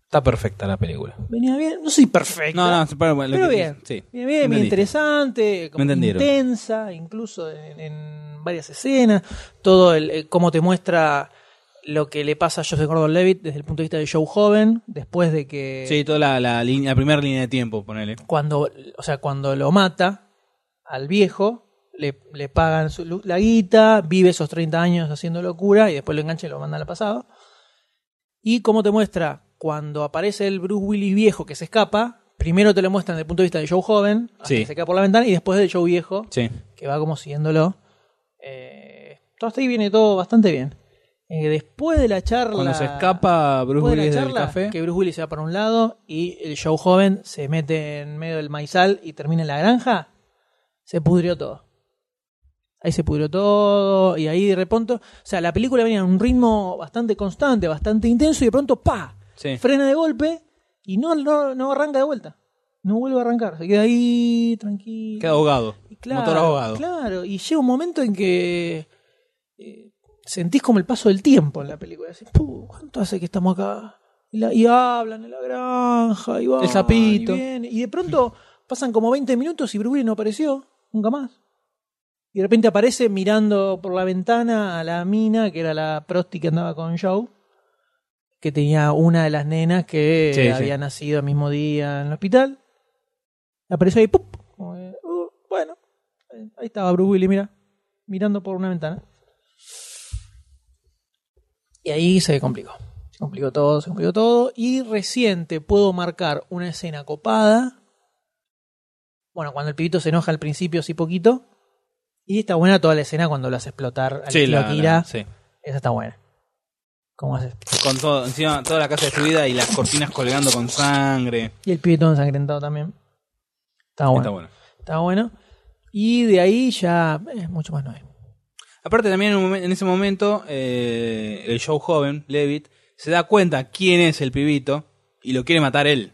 Está perfecta la película. venía bien. No soy perfecta. No, no, pero, bueno, lo pero que- bien. Sí. Bien, bien, bien Entendiste. interesante, como Me entendieron. intensa, incluso en, en varias escenas. Todo el, eh, cómo te muestra lo que le pasa a Joseph Gordon Levitt desde el punto de vista de Joe Joven, después de que Sí, toda la, la, línea- la primera línea de tiempo, ponele. cuando, o sea, cuando lo mata al viejo, le, le pagan su lu- la guita, vive esos 30 años haciendo locura y después lo engancha y lo manda al pasado. Y como te muestra, cuando aparece el Bruce Willis viejo que se escapa, primero te lo muestran desde el punto de vista de Joe joven, hasta Sí. que se cae por la ventana, y después de Joe viejo, Sí. que va como siguiéndolo. Eh, todo hasta ahí viene todo bastante bien. Eh, después de la charla... Cuando se escapa Bruce Después de la Willis del charla, café. Que Bruce Willis se va para un lado y el show joven se mete en medio del maizal y termina en la granja. se pudrió todo. Ahí se pudrió todo y ahí de repente, o sea, la película venía en un ritmo bastante constante, bastante intenso y de pronto, pa, Sí. frena de golpe y no, no, no arranca de vuelta. No vuelve a arrancar, se queda ahí tranquilo. Queda ahogado. Y claro, Motor ahogado. Claro, y llega un momento en que eh, sentís como el paso del tiempo en la película. Decís, "Puh, ¿cuánto hace que estamos acá? Y, la- y hablan en la granja, y van, El sapito. Y, vienen, y de pronto pasan como 20 minutos y Bruce no apareció, nunca más. Y de repente aparece mirando por la ventana a la mina, que era la prosti que andaba con Joe, que tenía una de las nenas que Sí, sí. había nacido el mismo día en el hospital. Apareció ahí, ¡pup! Como que, "Uh, bueno, eh, ahí estaba Bruce Willis, mira, mirando por una ventana. Y ahí se complicó. Se complicó todo, se complicó todo. Y reciente puedo marcar una escena copada. Bueno, cuando el pibito se enoja al principio, sí poquito. Y está buena toda la escena cuando lo hace explotar al Sí, estilo la- la- Akira. sí. Esa está buena. ¿Cómo haces? Con todo, encima toda la casa destruida y las cortinas colgando con sangre. Y el pibito ensangrentado también. Está Ah, bueno. Está bueno. Está bueno. Y de ahí ya es mucho más nuevo. Aparte también en, un momen- en ese momento eh, el show joven, Levitt, se da cuenta quién es el pibito y lo quiere matar él.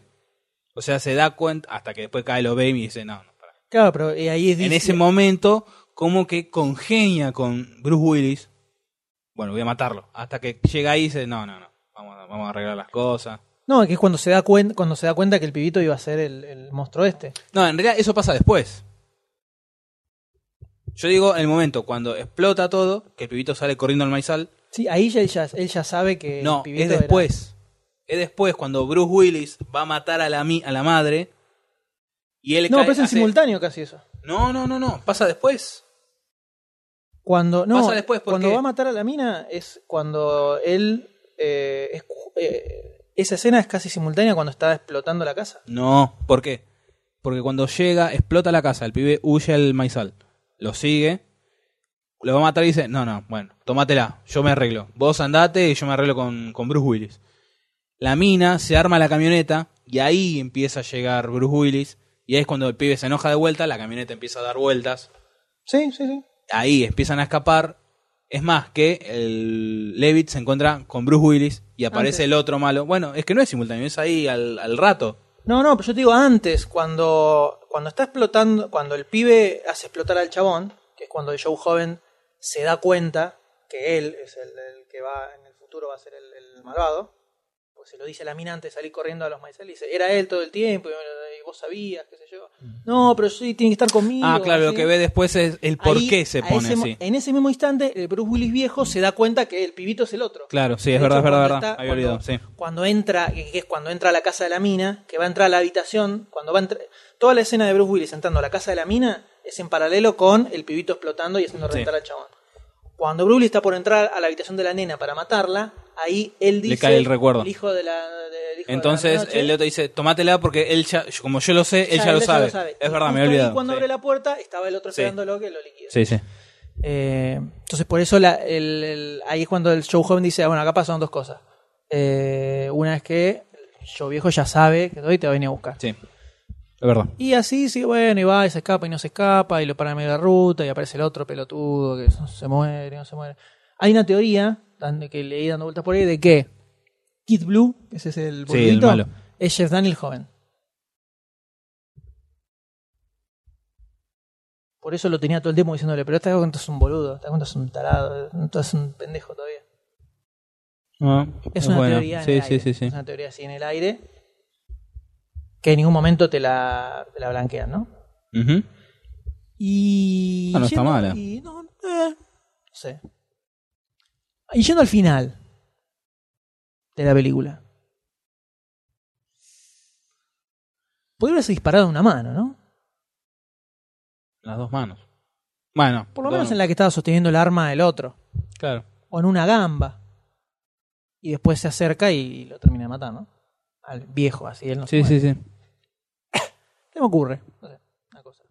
O sea, se da cuenta hasta que después cae lo ve y dice, no, no, pará". Claro, pero eh, ahí es En difícil. ese momento como que congenia con Bruce Willis. Bueno, voy a matarlo. Hasta que llega ahí y dice, no, no, no, vamos a, vamos a arreglar las cosas. No, que es cuando se da cuenta, cuando se da cuenta que el pibito iba a ser el, el monstruo este. No, en realidad eso pasa después. Yo digo en el momento cuando explota todo, que el pibito sale corriendo al maizal. Sí, ahí ya, ya- él ya sabe que el No, pibito es era- después. Es después cuando Bruce Willis va a matar a la, mi- a la madre. Y él No, cae- pero es en hace- simultáneo casi eso. No, no, no, no. Pasa después. Cuando no, Pasa después, ¿por cuando qué? va a matar a la mina es cuando él eh, es cu- eh, esa escena es casi simultánea cuando está explotando la casa. Mm. No, ¿por qué? Porque cuando llega, explota la casa, el pibe huye al maizal. Lo sigue, lo va a matar y dice, no, no, bueno, tomátela, yo me arreglo. Vos andate y yo me arreglo con, con Bruce Willis. La mina se arma la camioneta y ahí empieza a llegar Bruce Willis. Y ahí es cuando el pibe se enoja de vuelta, la camioneta empieza a dar vueltas. Sí, sí, sí. Ahí empiezan a escapar. Es más, que el Levitt se encuentra con Bruce Willis y aparece Antes. el otro malo. Bueno, es que no es simultáneo, es ahí al- al rato. No, no, pero yo te digo antes, cuando, cuando está explotando, cuando el pibe hace explotar al chabón, que es cuando el Joe joven se da cuenta que él es el, el que va en el futuro va a ser el, el malvado, pues se lo dice a la mina antes de salir corriendo a los maizales, dice, era él todo el tiempo, y, bueno, y vos sabías, qué sé yo. No, pero sí, tiene que estar conmigo. Ah, claro, lo así. que ve después es el por Ahí, qué se a pone ese mo- así. En ese mismo instante, el Bruce Willis viejo se da cuenta que el pibito es el otro. Claro, sí, De es verdad, es hecho, verdad, cuando verdad. está- Había olvidado, sí. Cuando entra, que que es cuando entra a la casa de la mina, que va a entrar a la habitación, cuando va a entr- toda la escena de Bruce Willis entrando a la casa de la mina es en paralelo con el pibito explotando y haciendo Sí. reventar al chabón. Cuando Bruce Willis está por entrar a la habitación de la nena para matarla, ahí él dice cae el recuerdo. el hijo de la del hijo de la Entonces noche". el otro dice, tomátela porque él ya, yo- como yo lo sé, él ya, lo, sabe. Es Y verdad, me he justo ahí olvidado. cuando sí. abre la puerta estaba el otro Sí. esperándolo que lo liquida. Sí, sí. Eh, entonces, por eso la- el- el- ahí es cuando el show joven dice: ah, Bueno, acá pasaron dos cosas. Eh, una es que el show viejo ya sabe que hoy te va a venir a buscar. sí. Es verdad. Y así, sí, bueno, y va, y se escapa y no se escapa, y lo para en medio de la ruta, y aparece el otro pelotudo que no se muere, no se muere. Hay una teoría dando- que leí dando vueltas por ahí de que Kid Blue, que ese es el Sí, el boludito, malo. es Jeff Daniel joven. Por eso lo tenía todo el tiempo diciéndole, pero te das cuenta es un boludo, te das cuenta es un tarado, te es un pendejo todavía. Ah, Es una bueno. teoría en Sí, el sí, aire. sí, sí. Es una teoría así en el aire que en ningún momento te la, te la blanquean, ¿no? Ujú. Y. Ah, no está yendo- mala. y no, eh, no sé. Y yendo al final de la película. Podría haberse disparado una mano, ¿no? Las dos manos. Bueno. Por lo menos en la que estaba sosteniendo el arma del otro. Claro. O en una gamba. Y después se acerca y lo termina de matar, ¿no? Al viejo, así él no se Sí, muere. sí, sí. ¿Qué me ocurre? No sé, una cosa.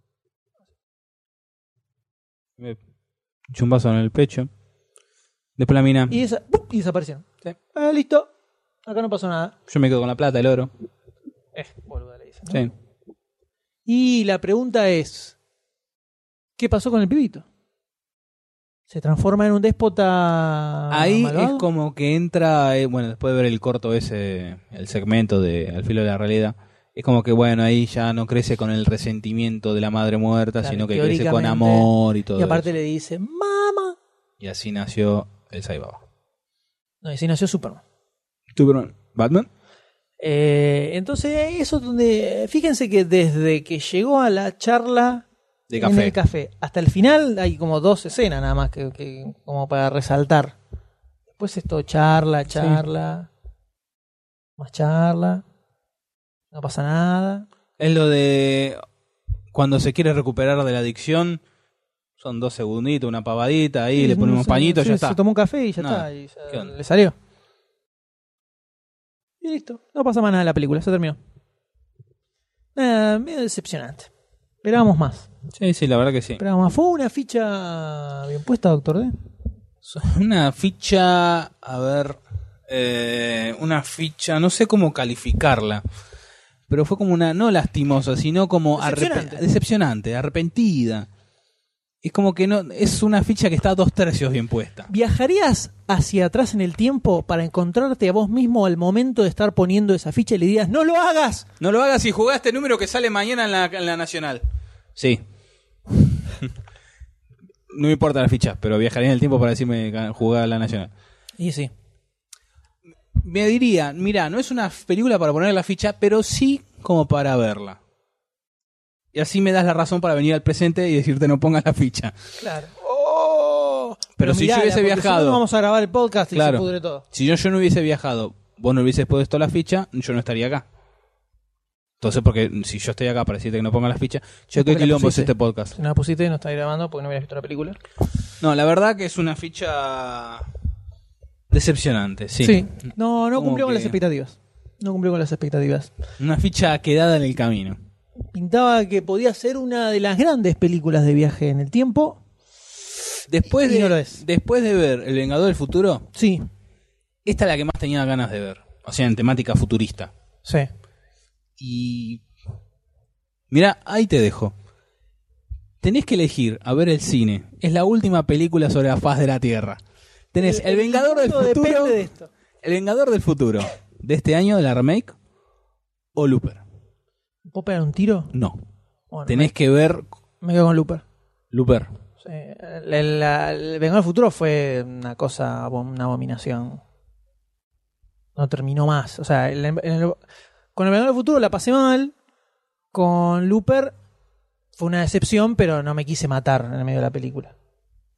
Me eché un vaso en el pecho. Después la mina. Y, desa- ¡pup! y desaparecieron. Sí. Ah, listo. Acá no pasó nada. Yo me quedo con la plata, el oro. Eh, boluda le dicen. ¿no? Sí. Y la pregunta es: ¿Qué pasó con el pibito? ¿Se transforma en un déspota Ahí malvado? es como que entra, eh, bueno, después de ver el corto ese, el segmento de Al filo de la realidad, es como que bueno, ahí ya no crece con el resentimiento de la madre muerta, Claro, sino que crece con teóricamente. amor y todo. Y aparte eso. le dice, ¡Mamá! y así nació el Saibaba. No, y así nació Superman. Superman. Batman. Eh, entonces, eso es donde. Fíjense que desde que llegó a la charla De en café. el café hasta el final hay como dos escenas nada más que, que- como para resaltar. Después es todo charla, charla, más charla. No pasa nada. Es lo de cuando se quiere recuperar de la adicción, son dos segunditos, una pavadita ahí, le ponemos no un sé, pañito sí, ya Se está. tomó un café y ya Nada. está. y ya ¿Qué onda? le salió. Y listo. No pasa más nada de la película, se terminó. Nada, medio decepcionante. Esperábamos más. Sí, sí, la verdad que sí. Esperábamos más. Fue una ficha bien puesta, doctor ¿eh? D. Una ficha, a ver, eh, una ficha, no sé cómo calificarla, pero fue como una, no lastimosa, sino como arrepe- Decepcionante. decepcionante, arrepentida. Es como que no, es una ficha que está a dos tercios bien puesta. ¿Viajarías hacia atrás en el tiempo para encontrarte a vos mismo al momento de estar poniendo esa ficha y le dirías, no lo hagas? No lo hagas si jugaste el número que sale mañana en la, en la nacional. Sí. no me importa la ficha, pero viajaría en el tiempo para decirme que jugar a la nacional. Y sí. Me diría, mira, no es una película para poner la ficha, pero sí como para verla. Y así me das la razón para venir al presente y decirte no pongas la ficha. Claro. Pero, si yo mirala, hubiese porque si no, viajado, no vamos a grabar el podcast y Claro. se pudre todo. si yo, yo no hubiese viajado, vos no hubieses puesto la ficha, yo no estaría acá. Entonces, porque si yo estoy acá para decirte que no pongas la ficha, yo qué porque la quilombo es pusiste. este podcast. Si no la pusiste, no está grabando porque no hubieras visto la película. No, la verdad que es una ficha decepcionante, sí. No, no Como cumplió con que- las expectativas. No cumplió con las expectativas. Una ficha quedada en el camino. Pintaba que podía ser una de las grandes películas de viaje en el tiempo. Después Y de, no lo es. después de ver El Vengador del Futuro, Sí, esta es la que más tenía ganas de ver. O sea, en temática futurista. sí. Y. Mira, ahí te dejo. Tenés que elegir a ver el cine. Es la última película sobre la faz de la Tierra. Tenés El, Vengador del mundo Futuro. Depende de esto. El Vengador del Futuro. De este año, de la remake. O Looper. ¿Puedo pegar un tiro? No. Bueno, Tenés que ver Me, me quedo con Looper. Looper. Sí. La- la- el Vengador del Futuro fue una cosa, abom- una abominación. No terminó más. O sea, el- el- el- con el Vengador del Futuro la pasé mal. Con Looper fue una decepción, pero no me quise matar en el medio de la película.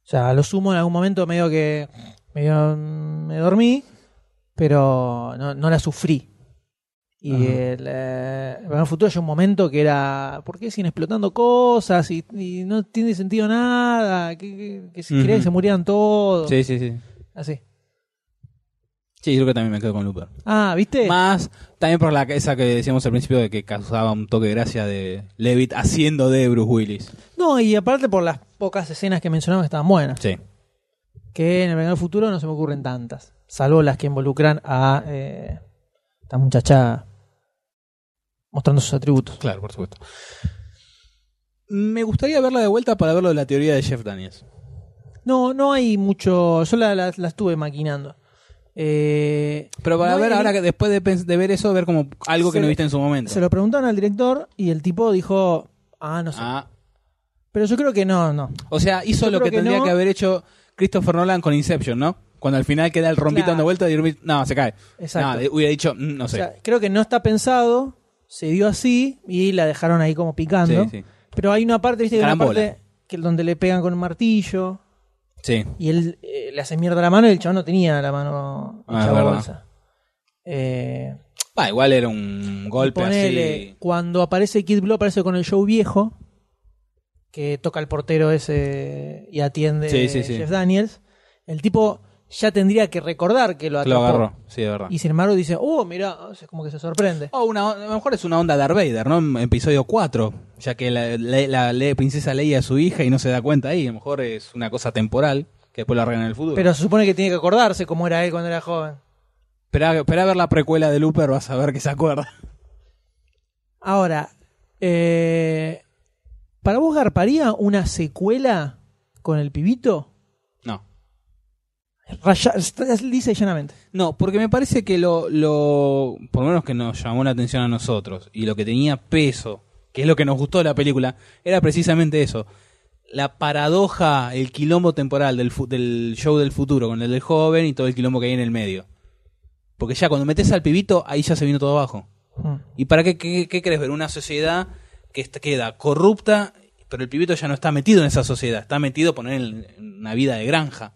O sea, a lo sumo en algún momento medio que medio, mm, me dormí, pero no, no la sufrí. Y el, eh, el Vengador del Futuro hay un momento que era, ¿por qué siguen explotando cosas y, y no tiene sentido nada? Que, que- que si Ujú. quería que se murieran todos. Sí, sí, sí. Así. Sí, yo creo que también me quedo con Looper. Ah, ¿viste? Más, también por la esa que decíamos al principio de que causaba un toque de gracia de Levitt haciendo de Bruce Willis. no, y aparte por las pocas escenas que mencionamos que estaban buenas. Sí. que en el Vengador del Futuro no se me ocurren tantas, salvo las que involucran a eh, esta muchacha mostrando sus atributos. Claro, por supuesto. Me gustaría verla de vuelta para ver lo de la teoría de Jeff Daniels. No, no hay mucho, yo la- la- las estuve maquinando. Eh, Pero para no hay ver ele- ahora que después de, pens- de ver eso, ver como algo que Se no lo- viste en su momento. Se lo preguntaron al director y el tipo dijo, ah, no sé. Ah, Pero yo creo que no, no. o sea, hizo Yo lo creo que que tendría no. que haber hecho Christopher Nolan con Inception, ¿no? Cuando al final queda el rompito Claro. dando vuelta y Irving- no, se cae. Exacto. No, hubiera dicho, mm, no sé. O sea, creo que no está pensado, se dio así y la dejaron ahí como picando. Sí, sí. Pero hay una parte, viste, que hay una Carambola. parte que donde le pegan con un martillo. sí. Y él eh, le hace mierda la mano y el chabón no tenía la mano Ah, hecha es verdad. bolsa. Eh, Va, Ah, igual era un golpe ponele, así. cuando aparece Kid Blow, aparece con el show viejo, que toca el portero ese y atiende Sí, sí, sí. Jeff Daniels. El tipo ya tendría que recordar que lo Que lo atrapó. agarró, sí, de verdad. Y sin embargo dice, oh, mira, es como que se sorprende. O una, a lo mejor es una onda Darth Vader, ¿no? En episodio 4, ya que la, la- la- la princesa leía a su hija y no se da cuenta ahí. A lo mejor es una cosa temporal que después lo arreglan en el futuro. Pero se supone que tiene que acordarse cómo era él cuando era joven. Esperá, esperá a ver la precuela de Looper, vas a ver que se acuerda. Ahora, eh, ¿Para vos garparía una secuela con el pibito? No. Raya- dice llanamente. No, porque me parece que lo, lo. Por lo menos que nos llamó la atención a nosotros y lo que tenía peso, que es lo que nos gustó de la película, era precisamente eso. La paradoja, el quilombo temporal del, fu- del show del futuro con el del joven y todo el quilombo que hay en el medio. Porque ya cuando metes al pibito, ahí ya se vino todo abajo. Mm. ¿Y para qué, qué, qué querés ver? Una sociedad que est- queda corrupta, pero el pibito ya no está metido en esa sociedad, está metido poner en en una vida de granja.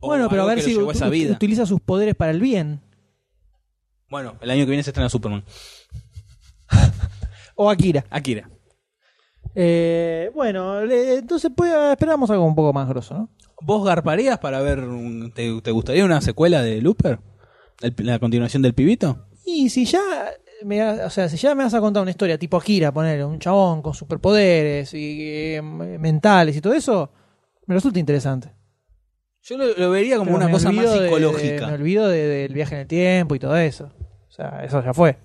O Bueno, pero a algo ver que lo si llevó a esa ut- vida. utiliza sus poderes para el bien. Bueno, el año que viene se estrena Superman. O Akira. Akira. Eh, bueno, le- entonces pues, esperamos algo un poco más grosso, ¿no? ¿Vos garparías para ver. un- te, te gustaría una secuela de Looper? El- ¿La continuación del pibito? Y si ya me, ha- o sea, si ya me vas a contar una historia tipo Akira, poner un chabón con superpoderes y eh, mentales y todo eso, me resulta interesante. Yo lo, lo vería como Pero una me cosa más olvido de- psicológica. de- me olvido de- del viaje en el tiempo y todo eso. O sea, eso ya fue.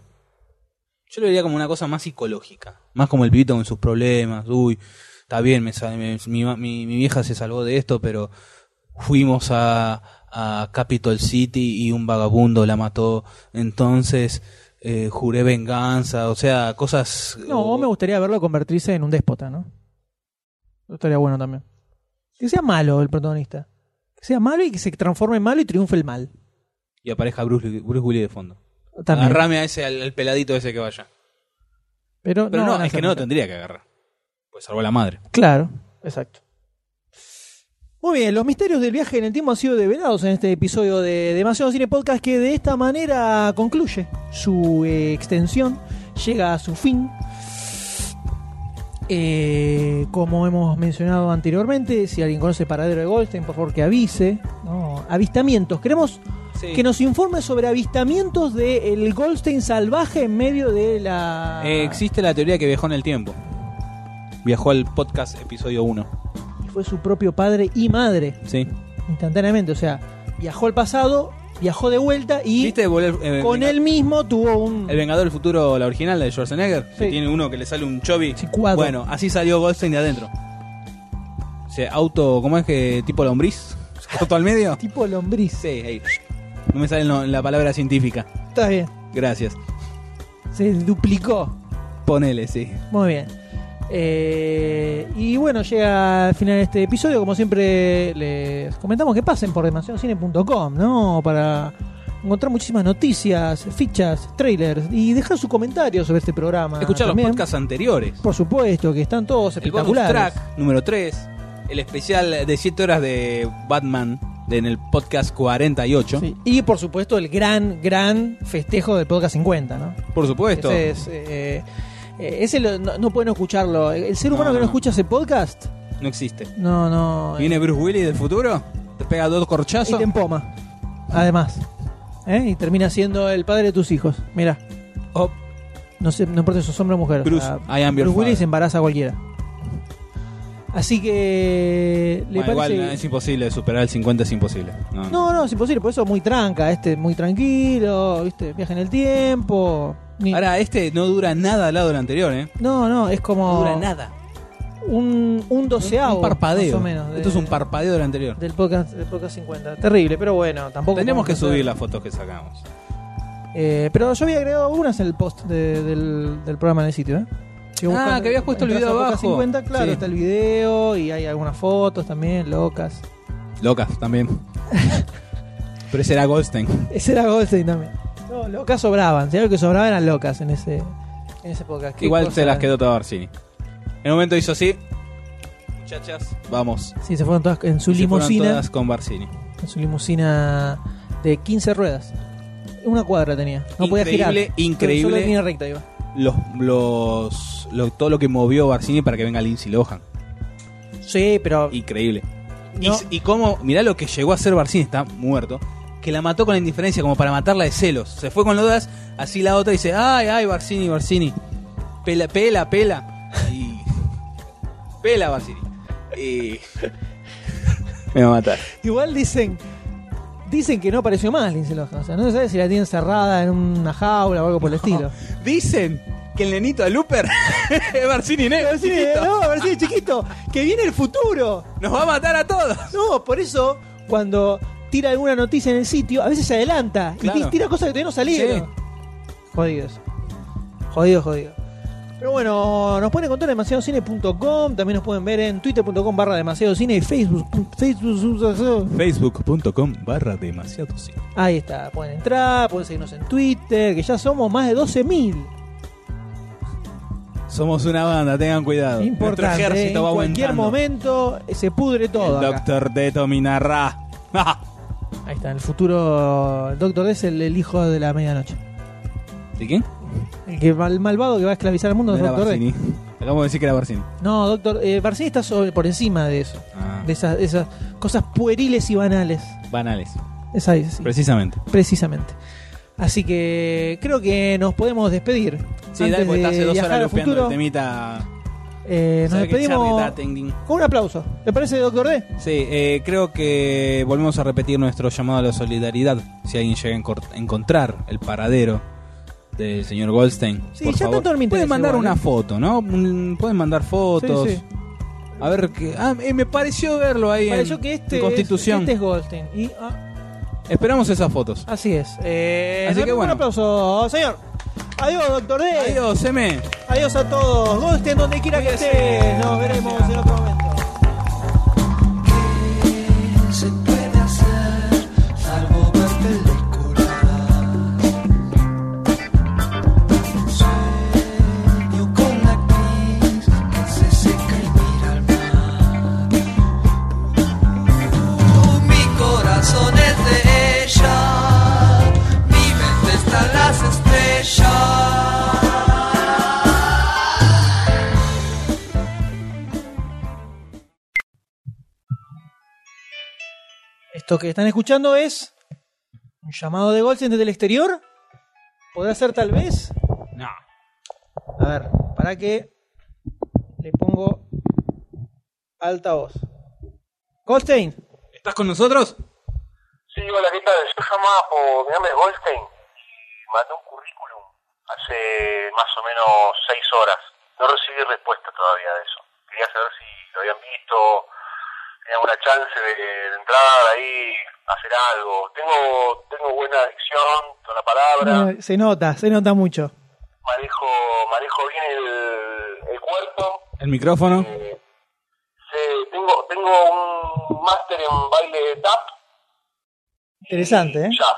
Yo lo vería como una cosa más psicológica. Más como el pibito con sus problemas. Uy, está bien, me sa- me- mi, ma- mi- mi vieja se salvó de esto, pero fuimos a, a Capitol City y un vagabundo la mató. Entonces eh, juré venganza. O sea, cosas. No, o- me gustaría verlo convertirse en un déspota, ¿no? Eso estaría bueno también. Que sea malo el protagonista. Que sea malo y que se transforme en malo y triunfe el mal. Y aparezca Bruce, Lee- Bruce Willis de fondo. También. Agarrame a ese, al, al peladito ese que vaya. Pero, Pero no, van a es que hacer no lo nunca. tendría que agarrar. Pues salvó la madre. Claro, exacto. Muy bien, los misterios del viaje en el tiempo han sido develados en este episodio de Demasiado Cine Podcast que de esta manera concluye su eh, extensión, llega a su fin. Eh, como hemos mencionado anteriormente, si alguien conoce el paradero de Goldstein, por favor que avise. ¿no? Avistamientos, queremos que nos informe sobre avistamientos del Goldstein salvaje en medio de la... Eh, existe la teoría que viajó en el tiempo. Viajó al podcast episodio 1. Fue su propio padre y madre. Sí. instantáneamente. O sea, viajó al pasado, viajó de vuelta y ¿Viste volver, eh, con Venga- él mismo tuvo un. El Vengador del Futuro, la original, la de Schwarzenegger? Sí. Que tiene uno que le sale un chobi. Sí, cuadro. Bueno, así salió Goldstein de adentro. Se auto. ¿Cómo es que tipo lombriz? ¿Se cortó al medio? tipo lombriz. Sí, ahí. No me sale lo- la palabra científica. Está bien. Gracias. Se duplicó. Ponele, sí. Muy bien. Eh, y bueno, llega al final este episodio. Como siempre, les comentamos que pasen por demasiadocine.com, ¿no? Para encontrar muchísimas noticias, fichas, trailers y dejar su comentario sobre este programa. Escuchar los también. podcasts anteriores. Por supuesto, que están todos El bonus espectaculares. track número 3. El especial de 7 horas de Batman de- en el podcast 48. Sí. Y por supuesto el gran, gran festejo del podcast 50, ¿no? Por supuesto. Ese es, eh, eh, ese lo- no, no pueden escucharlo. El- El ser humano No, que no no. escucha ese podcast, No existe. no, no. eh, ¿Viene Bruce Willis del futuro? ¿Te pega dos y corchazos? te empoma. Además. ¿Eh? Y termina siendo el padre de tus hijos. Mira, Oh, no, sé, no importa si sos hombre o mujer. Bruce, I am your Bruce Willis father. embaraza a cualquiera. Así que. ¿le Bueno, igual eh, parece- es imposible superar el 50 es imposible. No, no. No, no, es imposible, por eso muy tranca, este, muy tranquilo, viste, viaja en el tiempo. Ni- Ahora, este no dura nada al lado del anterior, ¿eh? No, no, es como. No dura nada. un, un doceavo. un parpadeo. Más o menos. de- Esto es un parpadeo del anterior. Del podcast, del podcast 50. Terrible, pero bueno, tampoco. Tendríamos podemos que hacer- subir las fotos que sacamos. Eh, pero yo había agregado algunas en el post de- del, del programa en el sitio, ¿eh? Si Ah, buscan- que habías puesto el entras video a Podcast abajo. 50, claro, Sí. está el video y hay algunas fotos también, locas. Locas también. Pero ese era Goldstein. Ese era Goldstein también. No, locas sobraban. Si algo que sobraban eran locas en ese, en ese podcast. Qué Igual se cosa. las quedó todo Orsini. En un momento hizo así. Muchachas, vamos. Sí, se fueron todas en su Y se fueron limusina. todas con Barcini. En su limusina de 15 ruedas. Una cuadra tenía. No podía girar. Increíble, increíble. Solo en línea recta iba. Los, los, lo- todo lo que movió Barcini para que venga Lindsay Lohan. Sí, pero. Increíble. Y, No. y cómo, mirá lo que llegó a ser Barcini, está muerto. Que la mató con la indiferencia, como para matarla de celos. Se fue con Lodas, así la otra dice: Ay, ay, Barcini, Barcini. Pela, pela, pela. Y. Pela, Barcini. Y. Me va a matar. Igual dicen. Dicen que no apareció más Lindsay Lohan. O sea, no se sabe si la tienen cerrada en una jaula o algo por el estilo. Dicen, que el nenito de Looper es Barcini Negro. Pero sí, chiquito. no, pero sí, chiquito, que viene el futuro. Nos va a matar a todos. No, por eso cuando tira alguna noticia en el sitio, a veces se adelanta y Claro. tira cosas que todavía no salieron. Jodidos. Jodidos, jodidos. Pero bueno, nos pueden encontrar en demasiadocine.com, también nos pueden ver en twitter.com barra demasiadocine y facebook, facebook. Facebook.com barra demasiado cine. Ahí está, pueden entrar, pueden seguirnos en Twitter, que ya somos más de 12.000. Somos una banda, tengan cuidado. Importante, Nuestro ¿eh? ejército va en cualquier aumentando. momento eh, se pudre todo. El acá. Doctor Deto Minarra. Ahí está, en el futuro el Doctor D es el, el hijo de la medianoche. ¿De quién? El, que, va- el malvado que va a esclavizar al mundo es No era Doctor D. Barcini. Acabamos de decir que era Barcini. No, doctor, eh, Barcini está sobre- por encima de eso. Ah, De esas, esas cosas pueriles y banales. banales. Esa es, sí, Precisamente. precisamente. Así que creo que nos podemos despedir. Sí, Antes dale, de porque está hace dos viajar horas al lupeando futuro, el temita. eh, nos Sabe que Charlie despedimos está ting, ting. con un aplauso. ¿Le parece, doctor D? Sí, eh, creo que volvemos a repetir nuestro llamado a la solidaridad. Si alguien llega a encor- encontrar el paradero del señor Goldstein, Sí, por ya favor, tanto no me interesa pueden mandar igual, una ¿eh? foto, ¿no? Mm, Pueden mandar fotos. Sí, sí. A ver, que, ah, eh, me pareció verlo ahí Pareció en, que este, es- en Constitución. este es Ah, Goldstein. Y, ah, Esperamos esas fotos. así es. Eh, Así nos que damos bueno. Un aplauso, señor. Adiós, doctor D. Adiós, M. Adiós a todos. Goldstein, donde quiera que Cuídese. estés. Nos veremos en otro momento. se puede hacer, salvo ver películas. Sueño con la actriz que se seca y mira al mar. Oh, Mi corazón es de ella, mi mente está en las estrellas. Esto que están escuchando es un llamado de Goldstein desde el exterior. ¿Podrá ser tal vez? No. A ver, para que le pongo alta voz. Goldstein, ¿Estás con nosotros? Sí, hola, ¿qué tal? Yo llamaba por... Mi nombre es Goldstein. Mandé un currículum hace más o menos seis horas. No recibí respuesta todavía de eso. Quería saber si lo habían visto, tenía alguna chance de, de entrar ahí, hacer algo. Tengo tengo buena dicción con la palabra, eh, se nota, se nota mucho. manejo manejo bien el, el cuerpo. El micrófono. Eh, sé- tengo, tengo un máster en baile de tap. Interesante, ¿eh? y Jazz,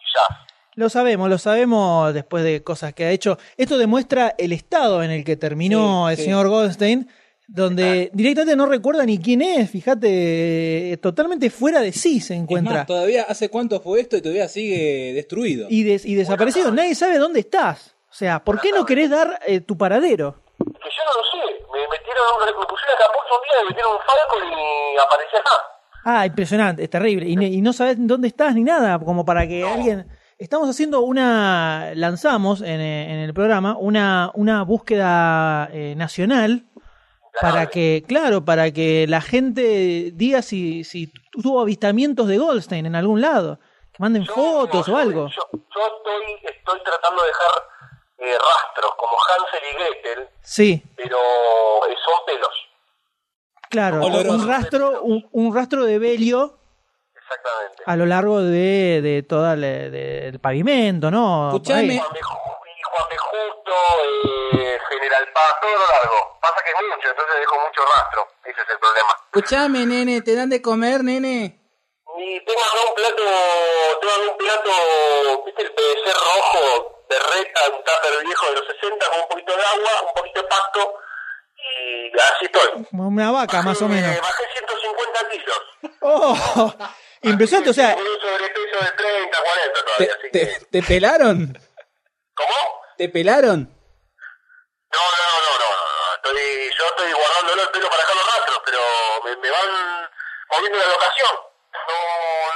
y jazz. Lo sabemos, lo sabemos después de cosas que ha hecho. Esto demuestra el estado en el que terminó Sí, el sí. señor Goldstein, donde directamente no recuerda ni quién es, fíjate, eh, totalmente fuera de sí se encuentra. todavía hace cuánto fue esto y todavía sigue destruido. y, des- y desaparecido. Nadie sabe dónde estás. O sea, ¿por qué no querés dar eh, tu paradero? que yo no lo sé, me metieron, me pusieron acá puso un día, me metieron un falco y aparecí acá. Ah, impresionante, es terrible. Y, ne- y no sabes dónde estás ni nada, como para que alguien... Estamos haciendo una... Lanzamos en, eh, en el programa una, una búsqueda eh, nacional para que, claro, para que la gente diga si, si tuvo avistamientos de Goldstein en algún lado. Que manden Yo- fotos o yo- algo. Yo, yo estoy, estoy tratando de dejar eh, rastros, como Hansel y Gretel, Sí, pero eh, son pelos, claro. Oloroso. Un rastro, un, un rastro de velio exactamente. a lo largo de, de todo el, de- el pavimento, ¿no? Por Escuchame. ahí. Juan B. Ju- y Juan B. Justo, eh, General Paz, todo lo largo. Pasa que es mucho, entonces dejo mucho rastro, ese es el problema. Escuchame, nene, te dan de comer, nene. Y tengan un plato, tengan un plato, viste el PVC rojo de reta, un tupper viejo de los 60 con un poquito de agua, un poquito de pasto y así estoy. Como una Ah, vaca, más o Eh, menos. Bajé 150 kilos. ¡Oh! Impresionante, o sea, Con un sobrepeso de 30, 40 ¿Te, todavía, te, así que... te pelaron? ¿Cómo? ¿Te pelaron? No, no, no, no, no, no, no. Estoy, yo estoy guardándolo el pelo para acá los rastros, pero me, me van moviendo la locación. No,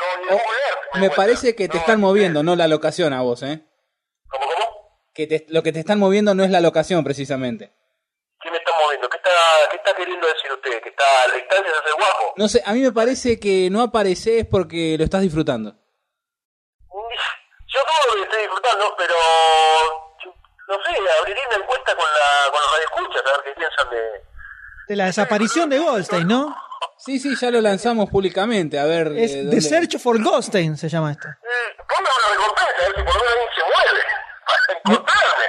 no, ni Oh, un lugar me encuentran. parece que te No, están eh, moviendo, no la locación a vos, ¿eh? ¿Cómo, cómo? Que te- lo que te están moviendo no es la locación, precisamente. ¿Qué me está moviendo? ¿Qué está, qué está queriendo decir usted? ¿Que está a la distancia se hace guapo? No sé, a mí me parece que no apareces porque lo estás disfrutando. Yo creo que estoy disfrutando, pero No sé, abriré una encuesta con, la, con los radioescuchas a ver qué piensan de... De la desaparición de Goldstein, ¿no? Sí, sí, ya lo lanzamos públicamente. A ver. Es eh, The dónde- Search for Goldstein, se llama esto. Mm, Ponga una recompensa, a ver si por lo menos alguien se mueve para encontrarme.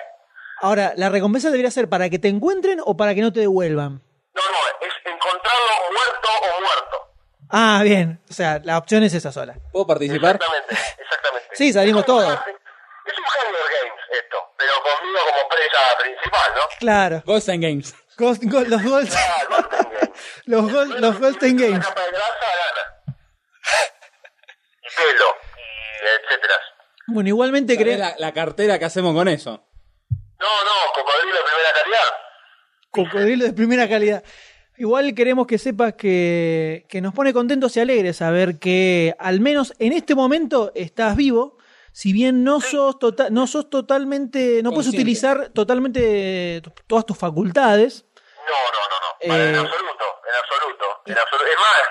Ahora, la recompensa debería ser para que te encuentren o para que no te devuelvan. No, no, es encontrarlo muerto o muerto. Ah, bien. O sea, la opción es esa sola. ¿Puedo participar? Exactamente, exactamente. Sí, salimos Es un- todos. Es un Hunger Games esto, pero conmigo como presa principal, ¿no? Claro. Ghost and Games. Gold- Gold- los Goldstein, Ah, el Golden Games. los Gold- los Goldstein Una Games. capa de grasa gana. Y pelo, y etcétera. Bueno, igualmente ¿Sabés crees La, la cartera que hacemos con eso. No, no, cocodrilo de primera calidad. cocodrilo de primera calidad. Igual queremos que sepas que, que nos pone contentos y alegres saber que al menos en este momento estás vivo. Si bien no sos, tota- no sos totalmente, no puedes Consciente. utilizar totalmente tu- todas tus facultades, No, no, no, no. Para, en Eh, absoluto, en absoluto, en absoluto. Es más,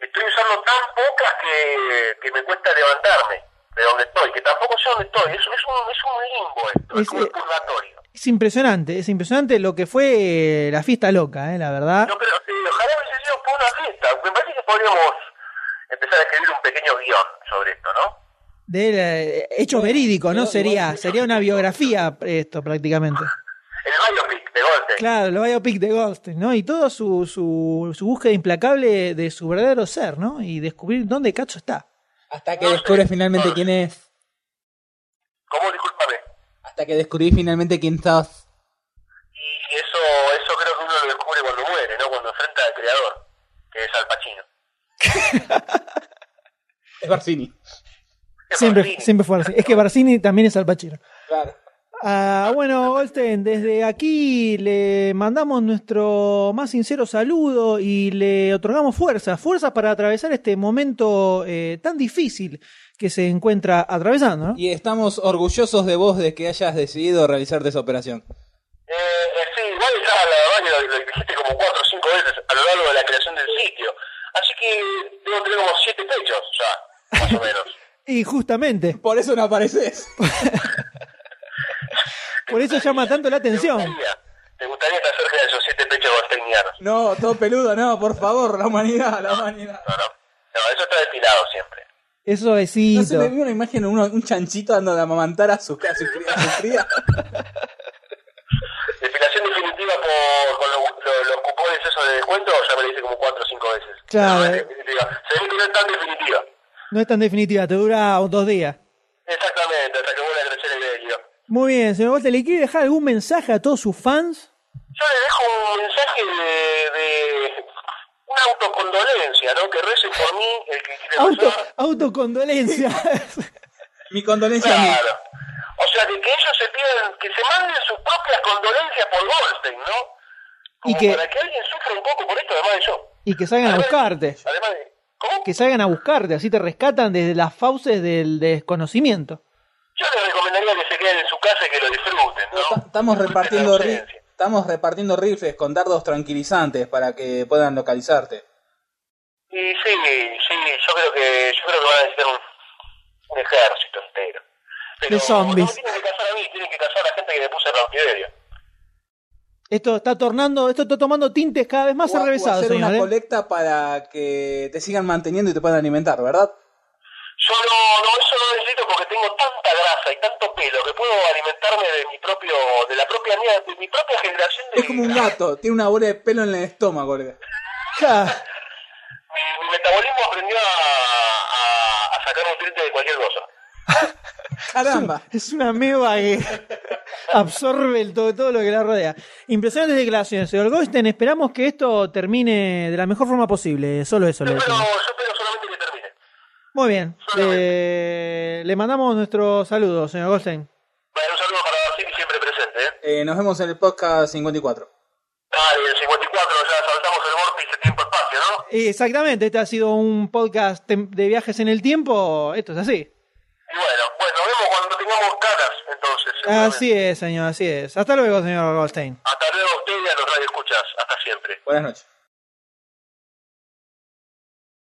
estoy usando tan pocas que, que me cuesta levantarme de donde estoy, que tampoco sé dónde estoy. Es, es, un, es un limbo esto, es, Es, como el eh, purgatorio. Es impresionante, es impresionante lo que fue la fiesta loca, eh, la verdad. No, pero eh, ojalá hubiese sido por una fiesta. Me parece que podríamos empezar a escribir un pequeño guión sobre esto, ¿no? De la- hechos verídicos, eh, ¿no? igual- Sería, sería una biografía esto prácticamente. El biopic de golpe. Claro, lo biopic de Goldstein, ¿no? Y todo su, su, su búsqueda implacable de su verdadero ser, ¿no? Y descubrir dónde Cacho está. Hasta que No sé. descubres ah. finalmente quién es. ¿Cómo? Discúlpame. Hasta que descubrís finalmente quién estás. Y eso, eso creo que uno lo descubre cuando muere, ¿no? Cuando enfrenta al creador, que es Al Pacino. Es Barcini. Es Siempre, Martini. siempre fue así. Es que Barcini también es alpachiro. Claro. Ah, bueno, Goldstein, desde aquí le mandamos nuestro más sincero saludo y le otorgamos fuerzas, fuerzas para atravesar este momento eh, tan difícil que se encuentra atravesando. ¿no? Y estamos orgullosos de vos de que hayas decidido realizarte esa operación. Eh, eh, sí, igual ya la verdad que lo, lo dijiste como cuatro o cinco veces a lo largo de la creación del sitio. Así que debo tener como siete pechos ya, más o menos. Y justamente, Por eso no apareces. por eso llama tanto la ¿Te atención. gustaría, te gustaría que acerques a esos siete pechos golpeñanos? No, todo peludo, no, por favor, la humanidad, la humanidad. No, no. No, eso está destilado siempre. Eso es No se me hito. vio una imagen de uno- un chanchito dando de amamantar a su, a su cría. a su cría. Depilación definitiva por, con los, los- los cupones esos de descuento, ya me lo hice como cuatro o cinco veces. Claro. No, es definitiva. Se ve que no es tan definitiva. No es tan definitiva, te dura dos días. Exactamente, hasta que vuelva a crecer el líquido. Muy bien, señor Goldstein, ¿le quiere dejar algún mensaje a todos sus fans? Yo le dejo un mensaje de, de una autocondolencia, ¿no? Que rece por mí el que quiere Auto, rezar. autocondolencia. Mi condolencia a mí. Claro. O sea, de que ellos se pidan, que se manden sus propias condolencias por Goldstein, ¿no? Y Como que- para que alguien sufra un poco por esto, además de yo. y que salgan a buscarte. Además de... ¿Cómo? que salgan a buscarte, así te rescatan desde las fauces del desconocimiento. Yo les recomendaría que se queden en su casa y que lo disfruten, ¿no? No, ta- Estamos Disfruten repartiendo la ri- ausencia. estamos repartiendo rifles con dardos tranquilizantes para que puedan localizarte. Y sí, sí, yo creo que, yo creo que van a necesitar un, un ejército entero. Pero De zombies. No me tienen que cazar a mí, tienen que cazar a la gente que le puse en cautiverio. Esto está tornando, esto está tomando tintes cada vez más O a- o arrevesados, hacer una señores. colecta para que te sigan manteniendo y te puedan alimentar, ¿verdad? Yo no, no, eso no necesito porque tengo tanta grasa y tanto pelo que puedo alimentarme de mi propio, de la propia mía, de mi propia generación de Es como un gato, tiene una bola de pelo en el estómago. el gato. Ja, Mi, mi metabolismo aprendió a, a, a sacar nutrientes de cualquier cosa. Caramba. es una meba que absorbe el todo, todo lo que la rodea. Impresionantes declaraciones, señor Goldstein. Esperamos que esto termine de la mejor forma posible. Solo eso le Yo espero, decimos. yo espero solamente que termine. Muy bien. Eh, le mandamos nuestro saludo, señor Goldstein. Bueno, un saludo para Brasil siempre presente, ¿eh? Eh, nos vemos en el podcast 54. Dale, el 54, ya saltamos el vórtice tiempo-espacio, ¿no? Exactamente, este ha sido un podcast tem- de viajes en el tiempo. Esto es así. Y bueno, pues nos vemos cuando tengamos caras, entonces. Así seguramente. es, señor, así es. Hasta luego, señor Goldstein. Hasta luego a ustedes y a los radioescuchas. Hasta siempre. Buenas noches.